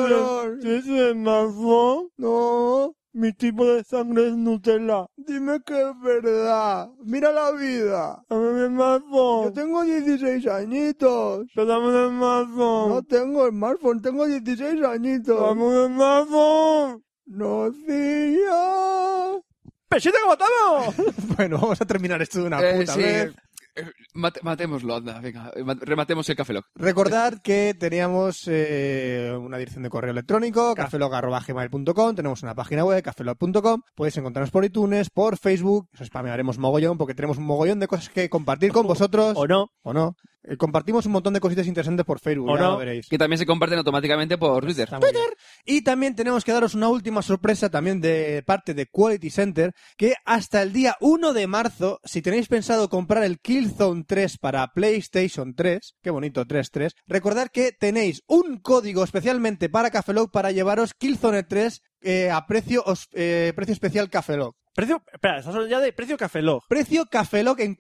Speaker 3: llorón.
Speaker 1: el mazón?
Speaker 3: No.
Speaker 1: Mi tipo de sangre es Nutella.
Speaker 3: Dime que es verdad. Mira la vida.
Speaker 1: Dame el
Speaker 3: Yo
Speaker 1: mazón.
Speaker 3: tengo 16 añitos.
Speaker 1: Dame el
Speaker 3: No
Speaker 1: mazón.
Speaker 3: tengo smartphone, tengo 16 añitos.
Speaker 1: el mazón.
Speaker 3: No, tío.
Speaker 1: ¡Pesito como estamos!
Speaker 3: Bueno, vamos a terminar esto de una
Speaker 2: Eh,
Speaker 3: puta
Speaker 2: sí.
Speaker 3: vez.
Speaker 2: Eh, mate- matémoslo, anda, venga. eh, ma- Rematemos el Café Lock.
Speaker 3: Recordad que teníamos eh, una dirección de correo electrónico, cafelog.gmail.com, tenemos una página web, cafelog.com, podéis encontrarnos por iTunes, por Facebook, os spamearemos mogollón porque tenemos un mogollón de cosas que compartir con vosotros.
Speaker 1: ¿O no?
Speaker 3: ¿O no? Eh, compartimos un montón de cositas interesantes por Facebook,
Speaker 1: ¿O
Speaker 3: ya
Speaker 1: no?
Speaker 3: lo veréis.
Speaker 2: Que también se comparten automáticamente por
Speaker 1: Pues
Speaker 2: Twitter.
Speaker 3: Está muy bien. Y también tenemos que daros una última sorpresa también de parte de Quality Center, que hasta el día 1 de marzo, si tenéis pensado comprar el Killzone 3 para PlayStation 3, qué bonito 3-3, recordad que tenéis un código especialmente para Cafelog para llevaros Killzone 3 eh, a precio, os- eh, precio especial Cafelog.
Speaker 1: Precio, espera, estás hablando ya de precio Cafelog.
Speaker 3: Precio Cafelog en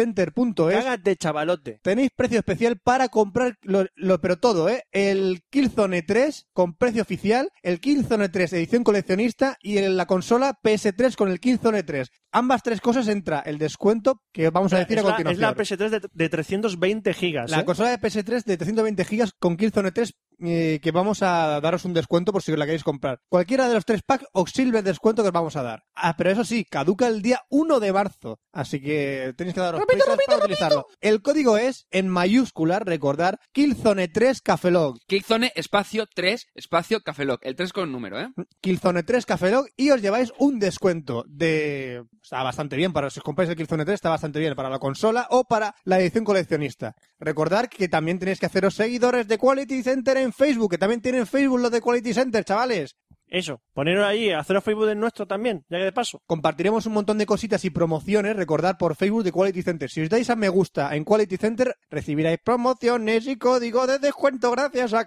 Speaker 3: qualitycenter.es.
Speaker 1: Cágate, chavalote.
Speaker 3: Tenéis precio especial para comprar, lo, lo, pero todo, ¿eh? El Killzone 3 con precio oficial, el Killzone 3 edición coleccionista y el, la consola PS3 con el Killzone 3. Ambas tres cosas entra el descuento que vamos a decir
Speaker 1: Eh, es
Speaker 3: a continuación.
Speaker 1: La, es la PS3 de, de 320 gigas.
Speaker 3: La
Speaker 1: ¿eh?
Speaker 3: consola de PS3 de 320 gigas con Killzone 3 eh, que vamos a daros un descuento por si la queréis comprar. Cualquiera de los tres packs os sirve el descuento que os vamos a dar. Ah, pero eso sí, caduca el día 1 de marzo. Así que tenéis que daros
Speaker 18: Repito,
Speaker 3: prisas
Speaker 18: repito, repito.
Speaker 3: para utilizarlo. El código es, en mayúsculas, recordar, Killzone 3 Cafelog.
Speaker 2: Killzone espacio 3 espacio Cafeloc. El 3 con número, ¿eh?
Speaker 3: Killzone 3 Cafelog y os lleváis un descuento de... Está bastante bien para... Si os compráis el Killzone 3 está bastante bien para la consola o para la edición coleccionista. Recordad que también tenéis que haceros seguidores de Quality Center en Facebook, que también tienen Facebook los de Quality Center, chavales.
Speaker 1: Eso, poneros ahí, haceros Facebook del nuestro también, ya que de paso.
Speaker 3: Compartiremos un montón de cositas y promociones, recordad por Facebook de Quality Center. Si os dais a me gusta en Quality Center, recibiréis promociones y código de descuento gracias a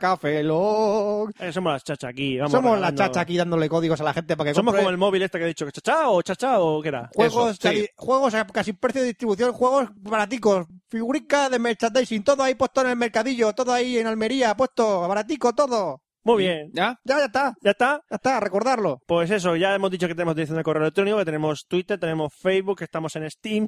Speaker 3: Cafelog.
Speaker 1: Eh, somos las chacha aquí, vamos
Speaker 3: Somos la
Speaker 1: regalando-
Speaker 3: chacha aquí dándole códigos a la gente para que
Speaker 1: Somos
Speaker 3: compre
Speaker 1: como el móvil este que he dicho, que chacha o chacha o qué era.
Speaker 3: juegos,
Speaker 1: Eso,
Speaker 3: cali-
Speaker 1: sí.
Speaker 3: juegos a casi precio de distribución, juegos baraticos, figurica de merchandising, todo ahí puesto en el mercadillo, todo ahí en Almería, puesto baratico, todo.
Speaker 1: Muy bien.
Speaker 2: ¿Ya?
Speaker 3: Ya, ya está.
Speaker 1: ¿Ya está?
Speaker 3: Ya está, recordarlo.
Speaker 1: Pues eso, ya hemos dicho que tenemos dirección de correo electrónico, que tenemos Twitter, tenemos Facebook, que estamos en Steam,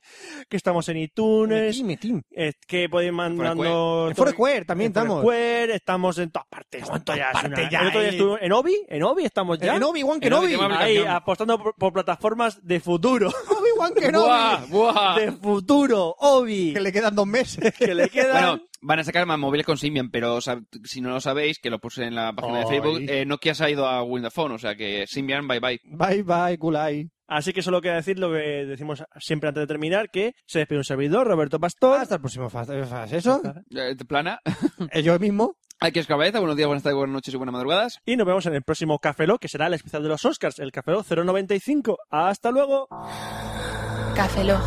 Speaker 1: que estamos en iTunes,
Speaker 3: Steam, Steam.
Speaker 1: eh, que podéis mandando...
Speaker 3: En Foursquare también
Speaker 1: En
Speaker 3: estamos.
Speaker 1: Foursquare, estamos en todas partes. Esto ya es
Speaker 3: partes
Speaker 1: una-
Speaker 3: ya,
Speaker 1: el otro día
Speaker 3: eh.
Speaker 1: estuve- en Obi, en Obi estamos ya.
Speaker 3: En Obi-Wan Kenobi.
Speaker 1: En Ahí, apostando por, por plataformas de futuro.
Speaker 3: Obi-Wan Kenobi.
Speaker 2: Buah, buah.
Speaker 1: De futuro, Obi.
Speaker 3: Que le quedan dos meses.
Speaker 1: Que le quedan...
Speaker 2: Bueno, van a sacar más móviles con Symbian, pero o sea, si no lo sabéis, que lo puse en la página de
Speaker 1: Ay.
Speaker 2: Facebook, eh, Nokia se ha ido a Windows Phone, o sea que Symbian, bye bye.
Speaker 3: Bye bye, Kulai.
Speaker 1: Así que solo queda decir lo que decimos siempre antes de terminar, que se despide un servidor, Roberto Pastor.
Speaker 3: Hasta el próximo fas, fas- eso.
Speaker 2: Eh, Plana,
Speaker 3: Eh, Yo mismo.
Speaker 2: aquí es cabeza, buenos días, buenas tardes, buenas noches y buenas madrugadas.
Speaker 1: Y nos vemos en el próximo Café Lock, que será el especial de los Oscars, el Café Lock 095. ¡Hasta luego!
Speaker 11: Café Lock.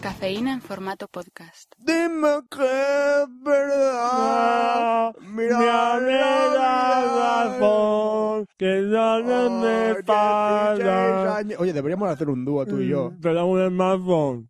Speaker 11: Cafeína en formato podcast.
Speaker 3: Dime que es verdad. Ah, Mira,
Speaker 1: Me haré la razón, que ya no me
Speaker 3: Ay, 16
Speaker 1: falta.
Speaker 3: años. Oye, deberíamos hacer un dúo tú y yo.
Speaker 1: Te damos el smartphone.